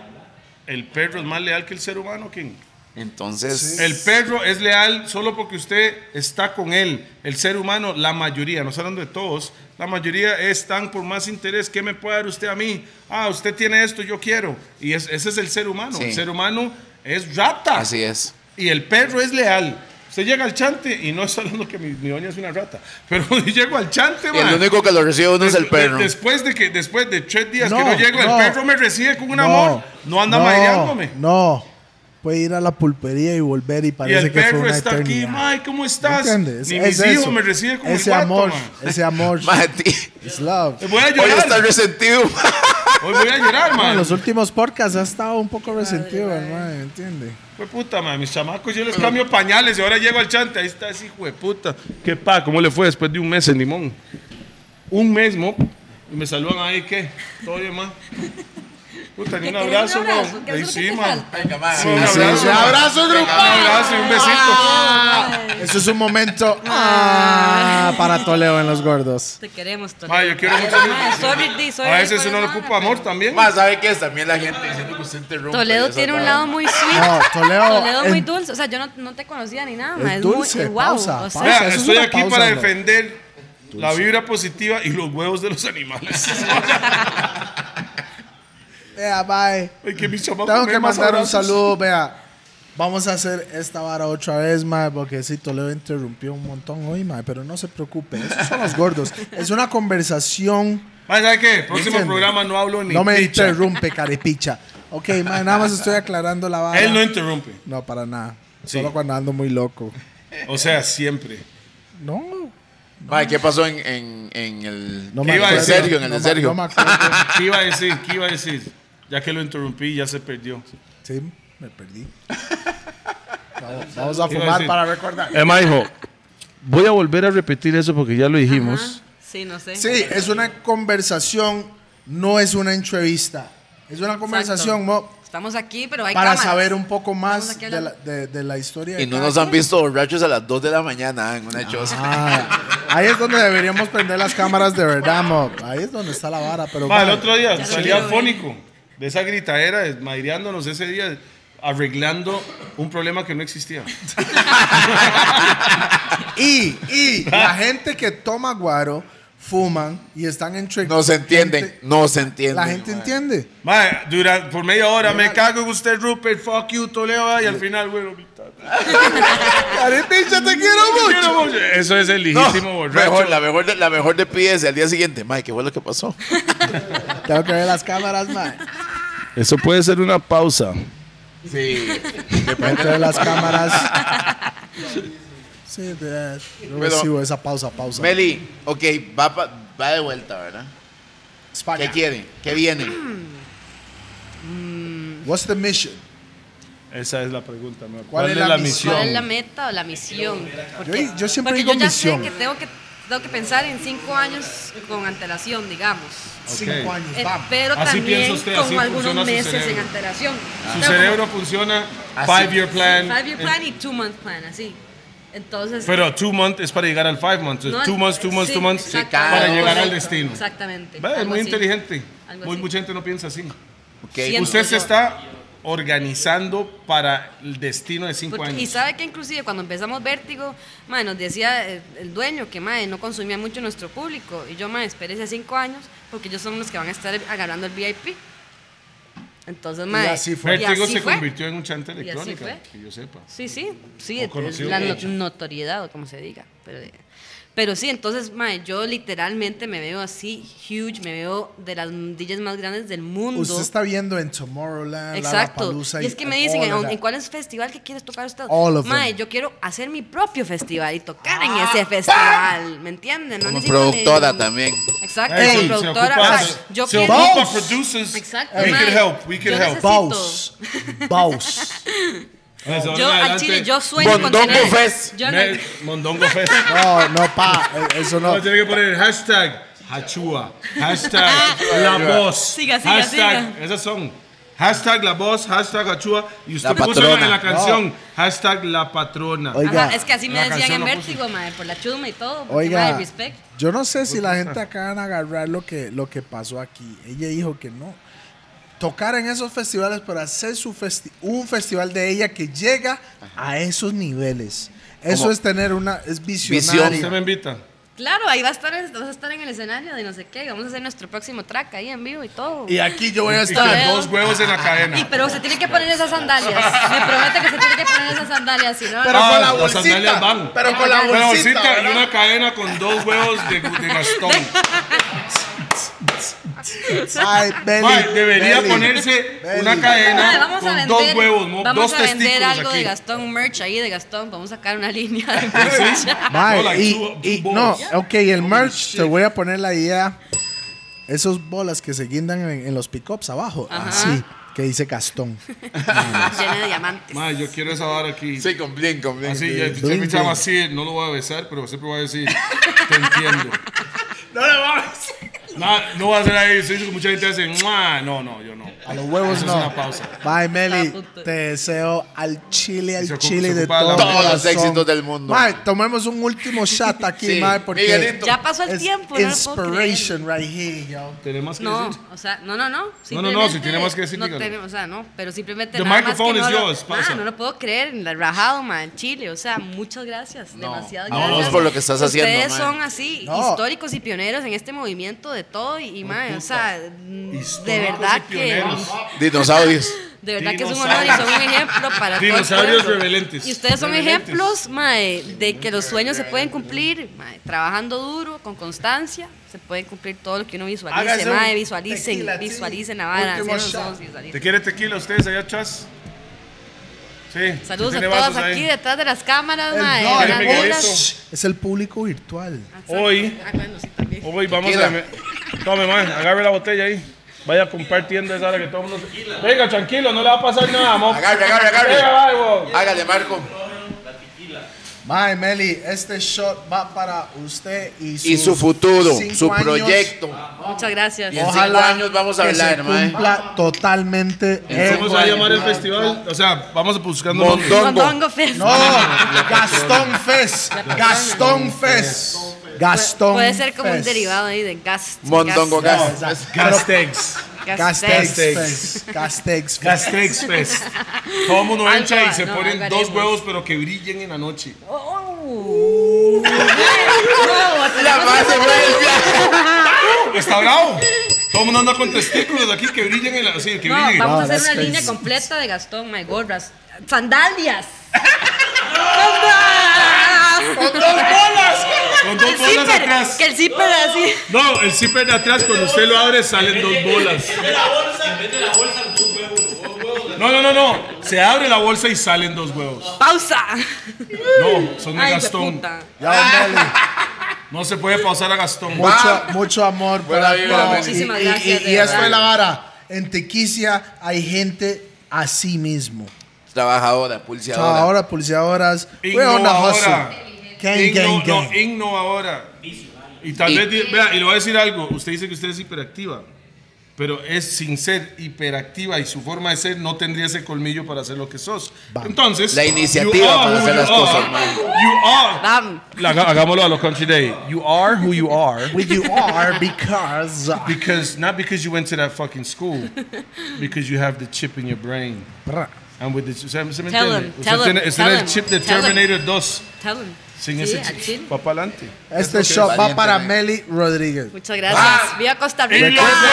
el perro es más leal que el ser humano, King.
Entonces,
El perro es leal solo porque usted está con él. El ser humano, la mayoría, no estoy hablando de todos, la mayoría están por más interés. ¿Qué me puede dar usted a mí? Ah, usted tiene esto, yo quiero. Y es- ese es el ser humano.
Sí.
El ser humano es rata.
así es.
Y el perro es leal. Usted llega al chante, y no estoy hablando que mi, mi doña es una rata, pero yo llego al chante,
Y el
man.
único que lo recibe uno es
Des-
el perro.
de- después de que después de tres días que
No,
no llego,
no.
el perro me recibe con un amor. No anda
no,
mareándome.
No. Puede ir a la pulpería y volver y
Y
parece
el
que fue
perro
una
está
eternidad.
aquí, Mike, ¿cómo
¿Me
estás?
entiendes?
Ni
Es
mis hijos
eso.
me reciben como
ese
el guato,
amor,
man.
ese amor.
Mati,
It's love.
Voy a
hoy está
llorar,
resentido.
hoy voy a llorar,
En
man.
los últimos podcasts ha estado un poco resentido, hermano, ¿entiende?
Fue puta, man. Mis chamacos, yo les cambio pañales y ahora llego al chante. Ahí está ese hijo de puta. ¿Qué pa? ¿Cómo le fue después de un mes en Limón? Un mes, mo. Y me saludan ahí, ¿qué? Todo bien, man. Puta, ni
¿Qué
un
querés, un
abrazo,
abrazo?
man.
¿Qué
Ahí
es lo
sí,
que te
man.
falta?
Venga, ma,
Sí,
Un
sí,
abrazo,
sí.
man.
abrazo,
Un abrazo y un
Ah.
besito.
Eso es un momento ah, para Toledo en los gordos.
Te queremos, Toledo.
Ma, yo quiero mucho a mi-
Mae, Ah, sorry, di, sorry,
A veces
por
uno le
esa
ocupa
vara,
amor
pero-
también.
Más, ¿sabe qué es? También la gente diciendo que usted interrumpe.
Toledo
Esa
tiene un
es
lado muy sweet.
No, Toledo-
Toledo es muy
en-
dulce. O sea, yo no, no te conocía ni nada.
Es
ma,
dulce,
muy, guau,
pausa,
o
pausa.
sea,
Vea,
eso es
estoy
una
aquí
pausa,
para
bro.
defender la vibra positiva y los huevos de los animales.
Vea, bye.
Ay, que mis chamacos
Tengo
me
que
den más
mandar un
abrazos.
saludo, vea. Vamos a hacer esta vara otra vez, mae, porque sí, Toledo interrumpió un montón hoy, mae, pero no se preocupe, esos son los gordos. Es una conversación
Mae, ¿sabe qué? Próximo
¿Entiende?
programa no hablo ni
No me
picha.
interrumpe, carepicha. Ok, man, nada más estoy aclarando la vara.
Él no interrumpe.
No, para nada.
Sí.
Solo cuando ando muy loco.
O sea, siempre.
No.
Ma, ¿qué pasó en, en, en el.
No
¿Qué iba a
en el
decir?
Sergio, en
no
el
me-
Sergio.
No me acuerdo.
¿Qué iba a decir? ¿Qué iba a decir? Ya que lo interrumpí, ya se perdió.
Sí, me perdí. Vamos, vamos a
¿Qué iba a
fumar
decir?
para recordar.
Emma dijo, Eh, voy a volver a repetir eso porque ya lo
Ajá. Sí, no sé.
Sí, es una conversación, no es una entrevista. Es una conversación mo,
Estamos aquí, pero hay
para
cámaras.
saber un poco
Vamos
más
aquí
de
a la-
la, de- de la historia. de
Y no
cada
nos han
quien.
visto borrachos a las 2 de la mañana en una choza.
Ah, ahí es donde deberíamos prender las cámaras de verdad, mo. Ahí es donde está la vara. Pero,
Ma, el
mae,
otro día
Ya lo
salía
quiero ver.
fónico de esa gritadera, desmadreándonos ese día, arreglando un problema que no existía.
Y, y la gente que toma guaro, fuman y están entre.
No se entienden,
gente-
no se entienden.
la gente entiende.
Mae, dura- por media hora, me cago en usted, Rupert, fuck you, Toledo, y al final, bueno,
Carepicha, te quiero mucho.
Eso es el
No,
legítimo borracho.
mejor, la mejor de, la mejor de pides al día siguiente. Mae, ¿qué fue lo que pasó?
Tengo que ver las cámaras, mae.
Eso puede ser una pausa.
Sí.
Tengo que ver las cámaras. Sí, de- yo
Pero-
recibo esa pausa, pausa.
Meli, ok, va, pa- va de vuelta, ¿verdad? ¿Qué
España.
quiere? ¿Qué viene?
What's the mission?
Esa es la pregunta. ¿no? ¿Cuál,
es la misión?
¿Cuál es la meta o la misión? Porque-
Yo- yo siempre
porque
digo
yo ya
misión.
sé que tengo, que tengo que pensar en cinco años con antelación, digamos.
Cinco años,
Eh,
vamos.
pero
Pues Así
también
piensa usted, así
con
funciona su
algunos meses en
cerebro.
antelación. O
Su
sea,
cerebro funciona
Ah,
Así.
five year
como
plan. Eh,
Five year plan y two month plan, así. Entonces.
Pero two month es para llegar al five months.
no,
two months, two months,
sí,
two months
exacto,
para
algo
llegar al
correcto,
destino.
Exactamente.
Ve, Es
algo
muy
así.
inteligente.
Algo
Muy,
así.
mucha gente no piensa así.
Okay.
Siento-
Usted se
yo-
está organizando para el destino de cinco
Porque-
años.
y sabe que inclusive cuando empezamos Vértigo, mae, nos decía eh, el dueño que mae, no consumía mucho nuestro público. Y yo, mae, espérese cinco años porque ellos son los que van a estar agarrando el VIP. Entonces, mae,
así fue.
Vértigo
así
se
fue.
convirtió en un chante
así
electrónica,
fue.
que yo sepa.
Sí, sí, sí,
O
es
conocido
la
como
no-
hecho.
notoriedad o como se diga. Pero, Pero sí, entonces, mae, yo literalmente me veo así, huge, me veo de las DJs más grandes del mundo.
Usted está viendo en Tomorrowland,
Exacto.
Lollapalooza
Y es que
and
me dicen,
all of
¿en,
that.
en cuál es festival que quieres tocar usted?
All of
Mae,
them.
yo quiero hacer mi propio festival y tocar en ese festival. ¿Me entienden? No
Ah. Como
necesito ni-
productora también.
Exacto,
Ey,
como
se
productora.
ocupa-
o sea, yo
se
quiero.
ocupa
Boss.
producers.
Exacto,
We
mae.
can help, we can
Yo
help.
Baus. Baus.
Desde ahora en
Yo al
adelante,
chile, yo sueño con
Mondongo
tener.
Fest.
yo no-
me- Mondongo Fest.
No, no, pa. eh, Eso no.
No, tiene que poner hashtag Hachua, hashtag La Voz,
Ah. Siga, siga,
hashtag,
siga.
esas son, hashtag La Voz, hashtag Hachua, y usted
La
puso
patrona.
en la canción, hashtag La Patrona.
Oiga.
Ajá, es que así me
La
decían
canción
en
la puso.
vértigo, mae, por la chuma y todo. porque, mae,
Oiga,
respect.
yo no sé si la gente acá van a agarrar lo que, lo que pasó aquí. Ella dijo que no. Tocar en esos festivales para hacer su festi- un festival de ella que llega a esos niveles. Eso
Como-
es tener una es
¿Usted
visionaria.
me invita?
Claro, ahí va a estar, en- vas a estar en el escenario de no sé qué. Vamos a hacer nuestro próximo track ahí en vivo y todo.
Y aquí yo voy a
Y
estar.
con dos huevos en la cadena.
Ah. Y pero se tiene que poner esas sandalias. Me promete que se tiene que poner esas sandalias, si no.
Pero
Ah,
con la
las
bolsita.
sandalias van.
Pero con la
Con
Una
bolsita.
bolsita y
¿verdad?
una cadena con dos huevos de, de Gastón.
Ay, Beli,
Mae, debería
Beli.
ponerse
Beli.
una
Mae,
cadena
vamos a
con
vender,
dos huevos, mo-
vamos
dos
a vender
testículos
algo
aquí.
de Gastón, merch ahí de Gastón. Vamos a sacar una línea de merch.
Mae,
Hola,
y,
chulo,
y-
bolas.
no, ok, el merch,
shit.
te voy a poner la idea. Esos bolas que se guindan en, en los pickups abajo,
Ajá.
así, que dice Gastón.
Ah.
llena de diamantes.
Mae, yo quiero esa vara aquí.
Sí, con bien, con bien.
Así,
sí.
ya, usted me
Bling,
llama
bling.
así, no lo voy a besar, pero siempre voy a decir, te entiendo.
No le vamos.
No, no va a ser ahí, se dice que mucha gente hace, "Mua". no, no, yo no.
A los huevos
Eso
no.
Es una pausa.
Bye, Meli.
punto.
Te deseo al chile, al
se ocu-
chile
se
de
ocupa la
todo.
mujer.
Todos los
corazón.
éxitos del mundo.
Mae, tomemos un último shot aquí,
Sí,
mae, porque
Miguelito.
Ya pasó el
es
tiempo, no lo puedo creer.
inspiration right here, yo.
Tenemos que
No,
decir.
o sea, no, no, no.
No, no, no, si
simplemente
tiene más que decir,
no
dígalo.
tenemos, o sea, no, pero simplemente
The
nada más
microphone
que no
is
lo-
yours,
Ah,
pausa.
no lo puedo creer, la rajado, man, Chile, o sea, muchas gracias,
No,
demasiadas
Ah,
no,
gracias.
vamos por lo que estás haciendo,
Ustedes
man.
son así,
No.
históricos y pioneros en este movimiento de todo y, y man, o sea, mm, de
Históricos
verdad
y
que...
pioneros.
Dinosaurios.
De verdad que es un honor y
Dinosaurios.
son un ejemplo para todo el
Dinosaurios
pueblo.
rebelentes.
Y ustedes son
Rebelentes.
ejemplos, mae, de que los sueños se pueden cumplir, mae, trabajando duro, con constancia, se pueden cumplir todo lo que uno visualice,
Hágase un
mae, visualicen,
tequila, sí.
visualicen la vara,
Último
cierren los
shot.
ojos y visualicen.
¿Te quiere tequila ustedes allá, Chas? Sí.
Saludos
sí
a
tiene
todas
vasos ahí.
aquí detrás de las cámaras,
El
mae,
no,
Dale,
las
Miguelito.
bolas.
Shh, es el público virtual.
Hoy,
Ah, bueno, sí, también.
hoy vamos
Tequila.
a... me- Tome, man, agarre la botella ahí. Vaya compartiendo esa hora que todo el mundo... Venga, tranquilo, no le va a pasar nada, mo.
Agarre, agarre,
Venga,
agarre.
va, huevón.
Hágale, Marco.
Mae, Meli, este shot va para usted y su,
Y su futuro,
cinco
su
años.
proyecto.
Muchas gracias.
Y en cinco años vamos a
que se
hablar, mae.
cumpla totalmente. en
¿Cómo se va a llamar el
Guatemala.
festival? O sea, vamos a buscar un nombre.
Mondongo.
Mondongo Fest.
No, Gastón Fest. Gastón Fest. Gastón
Puede ser como un
Fest.
derivado ahí de gas.
Mondongo
gas-
Gas.
Gastex.
gas-
Gastex
gas-
Fest. Gastex Fest.
Gastex Fest. Todo el mundo entra y se
no,
ponen
algo
dos
haremos.
huevos, pero que brillen en la noche.
Oh. No,
La madre se fue del viaje.
Está bravo. Todo el mundo anda con testículos aquí que brillen en la sí, que
No,
brillen.
No,
vamos a hacer
that's
una
crazy.
línea completa de Gastón, my gorras, sandalias. ¡Sandalias!
Con dos bolas. Con
El
dos bolas
zipper,
atrás.
que el zipper así.
No, el zipper de atrás, cuando usted lo abre, salen dos bolas. No, no, no, no. Se abre la bolsa y salen dos huevos.
Pausa.
No, son de
Ay,
Gastón.
puta.
Ya, Meli.
Ah,
No se puede pausar a Gastón.
Mucho, mucho amor
Buena
para
vibra,
todos.
Meli.
Muchísimas
Y- y-
gracias,
Y,
de
y esto
verdad.
es la vara. En Tequicia hay gente así mismo.
Trabajadora,
Ahora,
pulseadora.
ahora pulseadoras. We're on the
Innovadora.
hustle. Gang,
Igno,
gang,
no,
gang.
innovadora. Y tal
Y-
vez, di- vea, y le voy a decir algo, usted dice que usted es hiperactiva, pero es sin ser hiperactiva y su forma de ser no tendría ese colmillo para hacer lo que sos.
Bam.
Entonces,
La iniciativa para hacer las cosas, man.
You are.
Bam.
La- hagámoslo a los country day. You are who you are.
With you are because.
Because, not because you went to that fucking school, because you have the chip in your brain. And with the, ¿se, se me
Tell
entiende?
him,
Usted
tell
tiene,
him,
usted
tell
tiene
him,
el chip de
tell him.
Terminator 2.
Tell him.
Sin
Sí,
ese
al
chip.
chile.
Va para adelante.
Este shot va
Valiente,
para
man.
Meli Rodríguez.
Muchas gracias. Viva Costa
¡Y los
Rica.
huevos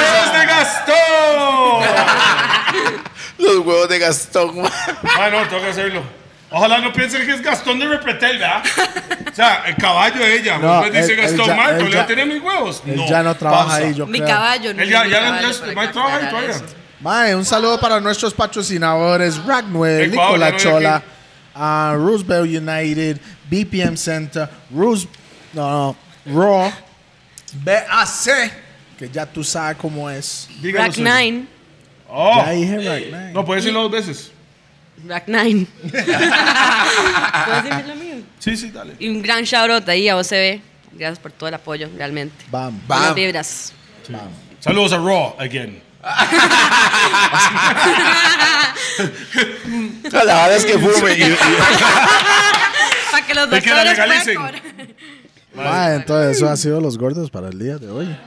de Gastón!
Los huevos de Gastón, man.
Ah, no, tengo que hacerlo. Ojalá no piensen que es Gastón de Repretel, ¿verdad? o sea, el caballo de ella.
No,
Usted dice
él- él
Gastón
ya-
Marco,
él
¿le
ya-
tiene mis huevos?
Él ya no trabaja
pausa.
ahí, yo
Mi
creo.
caballo. no
Él ya,
mi
ya no
caballo,
es-
pero hay
Mike
que
trabaja ahí
aclarar
todavía.
eso.
Mae, un saludo para nuestros patrocinadores Ragnuel,
Ecuador,
Nicola
ya no hay
Chola,
aquí.
ah, Roosevelt United, BPM Center, Roos, no, no, Raw, BAC, que ya tú sabes cómo es.
Dígalo,
Rack
Susi.
9.
Oh,
Ya dije Ragnuel.
no, puede decirlo dos veces.
Rack 9. ¿Puedo decirme lo mío?
Sí, sí, dale.
Y un gran shout out ahí a OCB. Gracias por todo el apoyo, realmente.
Bam.
Bam.
Buenas vibras.
Saludos a Raw, again.
La verdad es que fume. y- y-
Para
Y que
que los
la
doctores puedan
legalicen.
cobrar.
Mae, Ah, entonces eso ha sido los gordos para el día de hoy.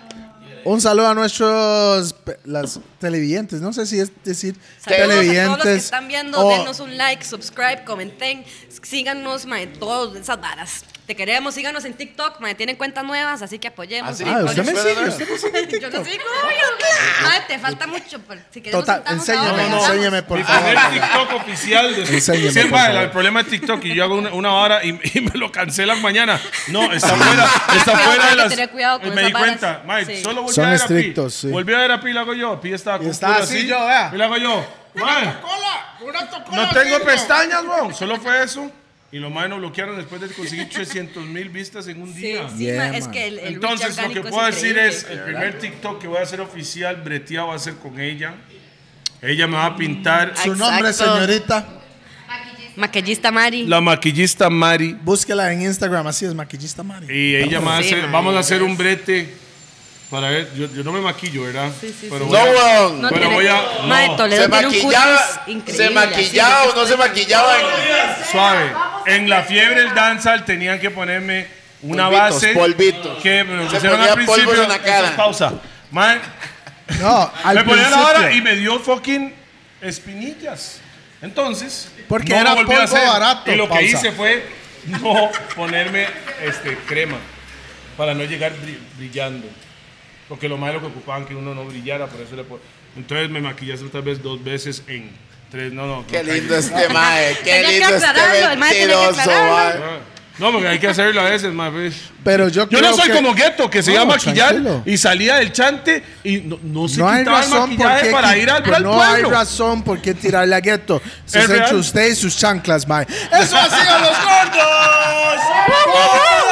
Un saludo a nuestros pe- las televidentes, no sé si es decir
Saludos a
televidentes
todos los que están viendo,
o-
denos un like, subscribe, comenten, síganos, mae, todas esas varas. Te queremos, síganos en TikTok, mae, tienen cuentas nuevas, así que apoyemos.
Ah, sí.
Ah, usted me
Oye,
sigue,
espera,
usted me sigue.
Yo no sigo, yo- Mae, te falta mucho, pero si queremos
Total,
sentamos
enséñame,
ahora,
No, no, no.
enséñame por
Mi
favor.
primer TikTok oficial. De...
Enséñeme,
Sí,
por
mae,
favor.
El problema de TikTok y yo hago una, una hora y, y me lo cancelan mañana. No, está fuera, está fuera de
hay que
las...
tener cuidado con
y me
esas
di cuenta,
varas.
mae,
Sí.
solo volví
Son
a ver a Pi.
estrictos, sí.
Volví a ver a Pi, la hago yo. Pi está, con
está
culo
así yo, vea.
Y la hago yo. Mae, no tengo pestañas, weón. Solo fue eso. Y los maes nos bloquearon después de conseguir 300 mil vistas en un
Sí,
día.
sí,
Yeah,
mae, es
man.
que el, el
Entonces,
reach
lo que
orgánico
puedo decir
increíble.
es: el primer TikTok que voy a hacer oficial, breteado, va a ser con ella. Ella me va a pintar
Su nombre,
Exacto.
señorita.
Maquillista Mari.
la maquillista Mari.
Búsquela en Instagram, así es maquillista Mari.
Y ella me va a
Sí,
hacer-
Mari,
vamos a hacer
yes.
un brete para ver. Yo, yo no me maquillo, ¿verdad?
Sí, sí,
Pero
sí.
voy a-
No, weón.
No
Bueno,
tiene-
voy a-
Mae,
no.
Toledo
Se
tiene un curris
maquillaba,
increíble.
se maquillaba o no se maquillaba.
Suave. En la fiebre del danzal tenían que ponerme una
Polvitos,
base.
polvitos.
Que me lo
Se
pusieron
ponía
al principio.
polvos en la cara.
Eso es pausa. Mae,
No, al
me ponían
principio,
ahora y me dio fucking espinillas. Entonces,
Porque
no lo
era
volví a
polvo
hacer.
barato,
Y lo que
pausa.
hice fue no ponerme este, crema para no llegar bri- brillando. Porque lo malo que ocupaban que uno no brillara, por eso le pon- Entonces me maquillé tal vez dos veces en tres. No, no.
Qué
no
lindo este mae, qué
Tenía que
lindo este
aclararlo, el mae tenía que
mentiroso,
aclararlo.
mae.
Ah, No, porque hay que hacerlo a veces, mae, pues.
Pero yo
Yo
creo
no soy
que-
como Gueto, que se
No,
iba a maquillar
tranquilo.
y salía del chante y no, no se
No hay
quitaba el
razón por
maquillaje
qué
para
qui-
ir al, al
no hay
pueblo.
razón por qué tirarle a gueto. Se
Es
se
real.
echa usted y sus chanclas, mae. Eso ha sido los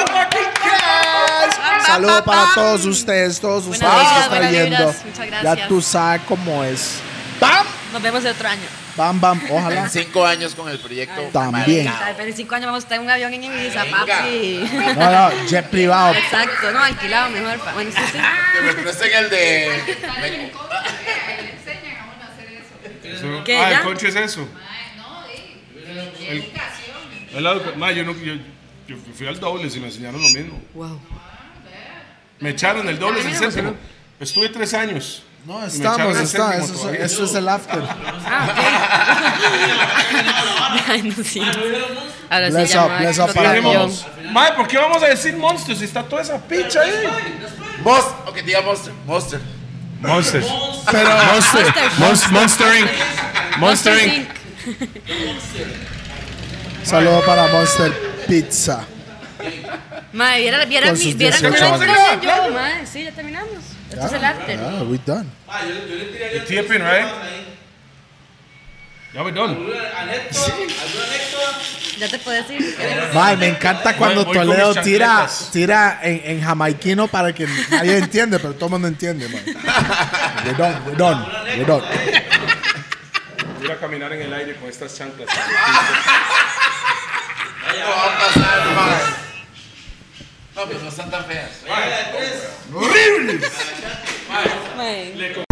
pues,
gordos. Saludos para todos ustedes, todos
Buenas
ustedes que
vibras,
están
buenas
viendo.
vibras, muchas
Ya
gracias.
tú sabes cómo es. Bam,
Nos vemos el otro año.
bam, bam.
En
Ojalá.
cinco años con el proyecto.
También.
marcado.
Tal vez en cinco años vamos a estar en un avión en Ibiza,
Venga.
papi.
No, no, jet privado.
Exacto, no, alquilado mejor. pa- Bueno, sí, sí.
Que me presten este el de.
Sale un coche, ahí le enseñan a uno a hacer eso.
Eso-
¿Qué,
ah, el
ya?
coche es eso.
Ay, no, di, di educación.
Es la educa- mae, pues, yo, no- yo- yo fui al doble y me enseñaron lo mismo.
Wow.
Me echaron el doble, es el
Mira,
séptimo. Estuve tres años.
No,
Y me echaron
estamos,
el
está.
séptimo
Eso, es-
todavía.
eso es el after.
Ah, Ay, no siento. Ahora sí,
Bless
ya
up,
no hay
bless up
otro
para
avión.
todos.
Mae, ¿por qué vamos a decir monstruos si está toda esa picha ahí?
Monster. Ok, diga Monster. Monster.
Monsters.
Pero
Monster.
Monster Inc.
Monster Inc.
saludo para Monster Pizza.
Mae, viera, viera,
Con
mi-
sus
viera cómo
18
entré
años.
yo, mae. Sí, ya terminamos. Esto es el after.
Ah, we done.
Tipping, right? Ya me done.
Ya te puedes ir.
Mae, me encanta cuando
voy con
Toledo
mis
tira,
chancletas.
tira en, en jamaiquino para que nadie entiende, pero todo el mundo entiende, mae. We're done, we're done, we're done.
Voy a ir a caminar en el aire con estas chanclas.
No va a pasar, mae. No, pero no están tan feas.
Mae.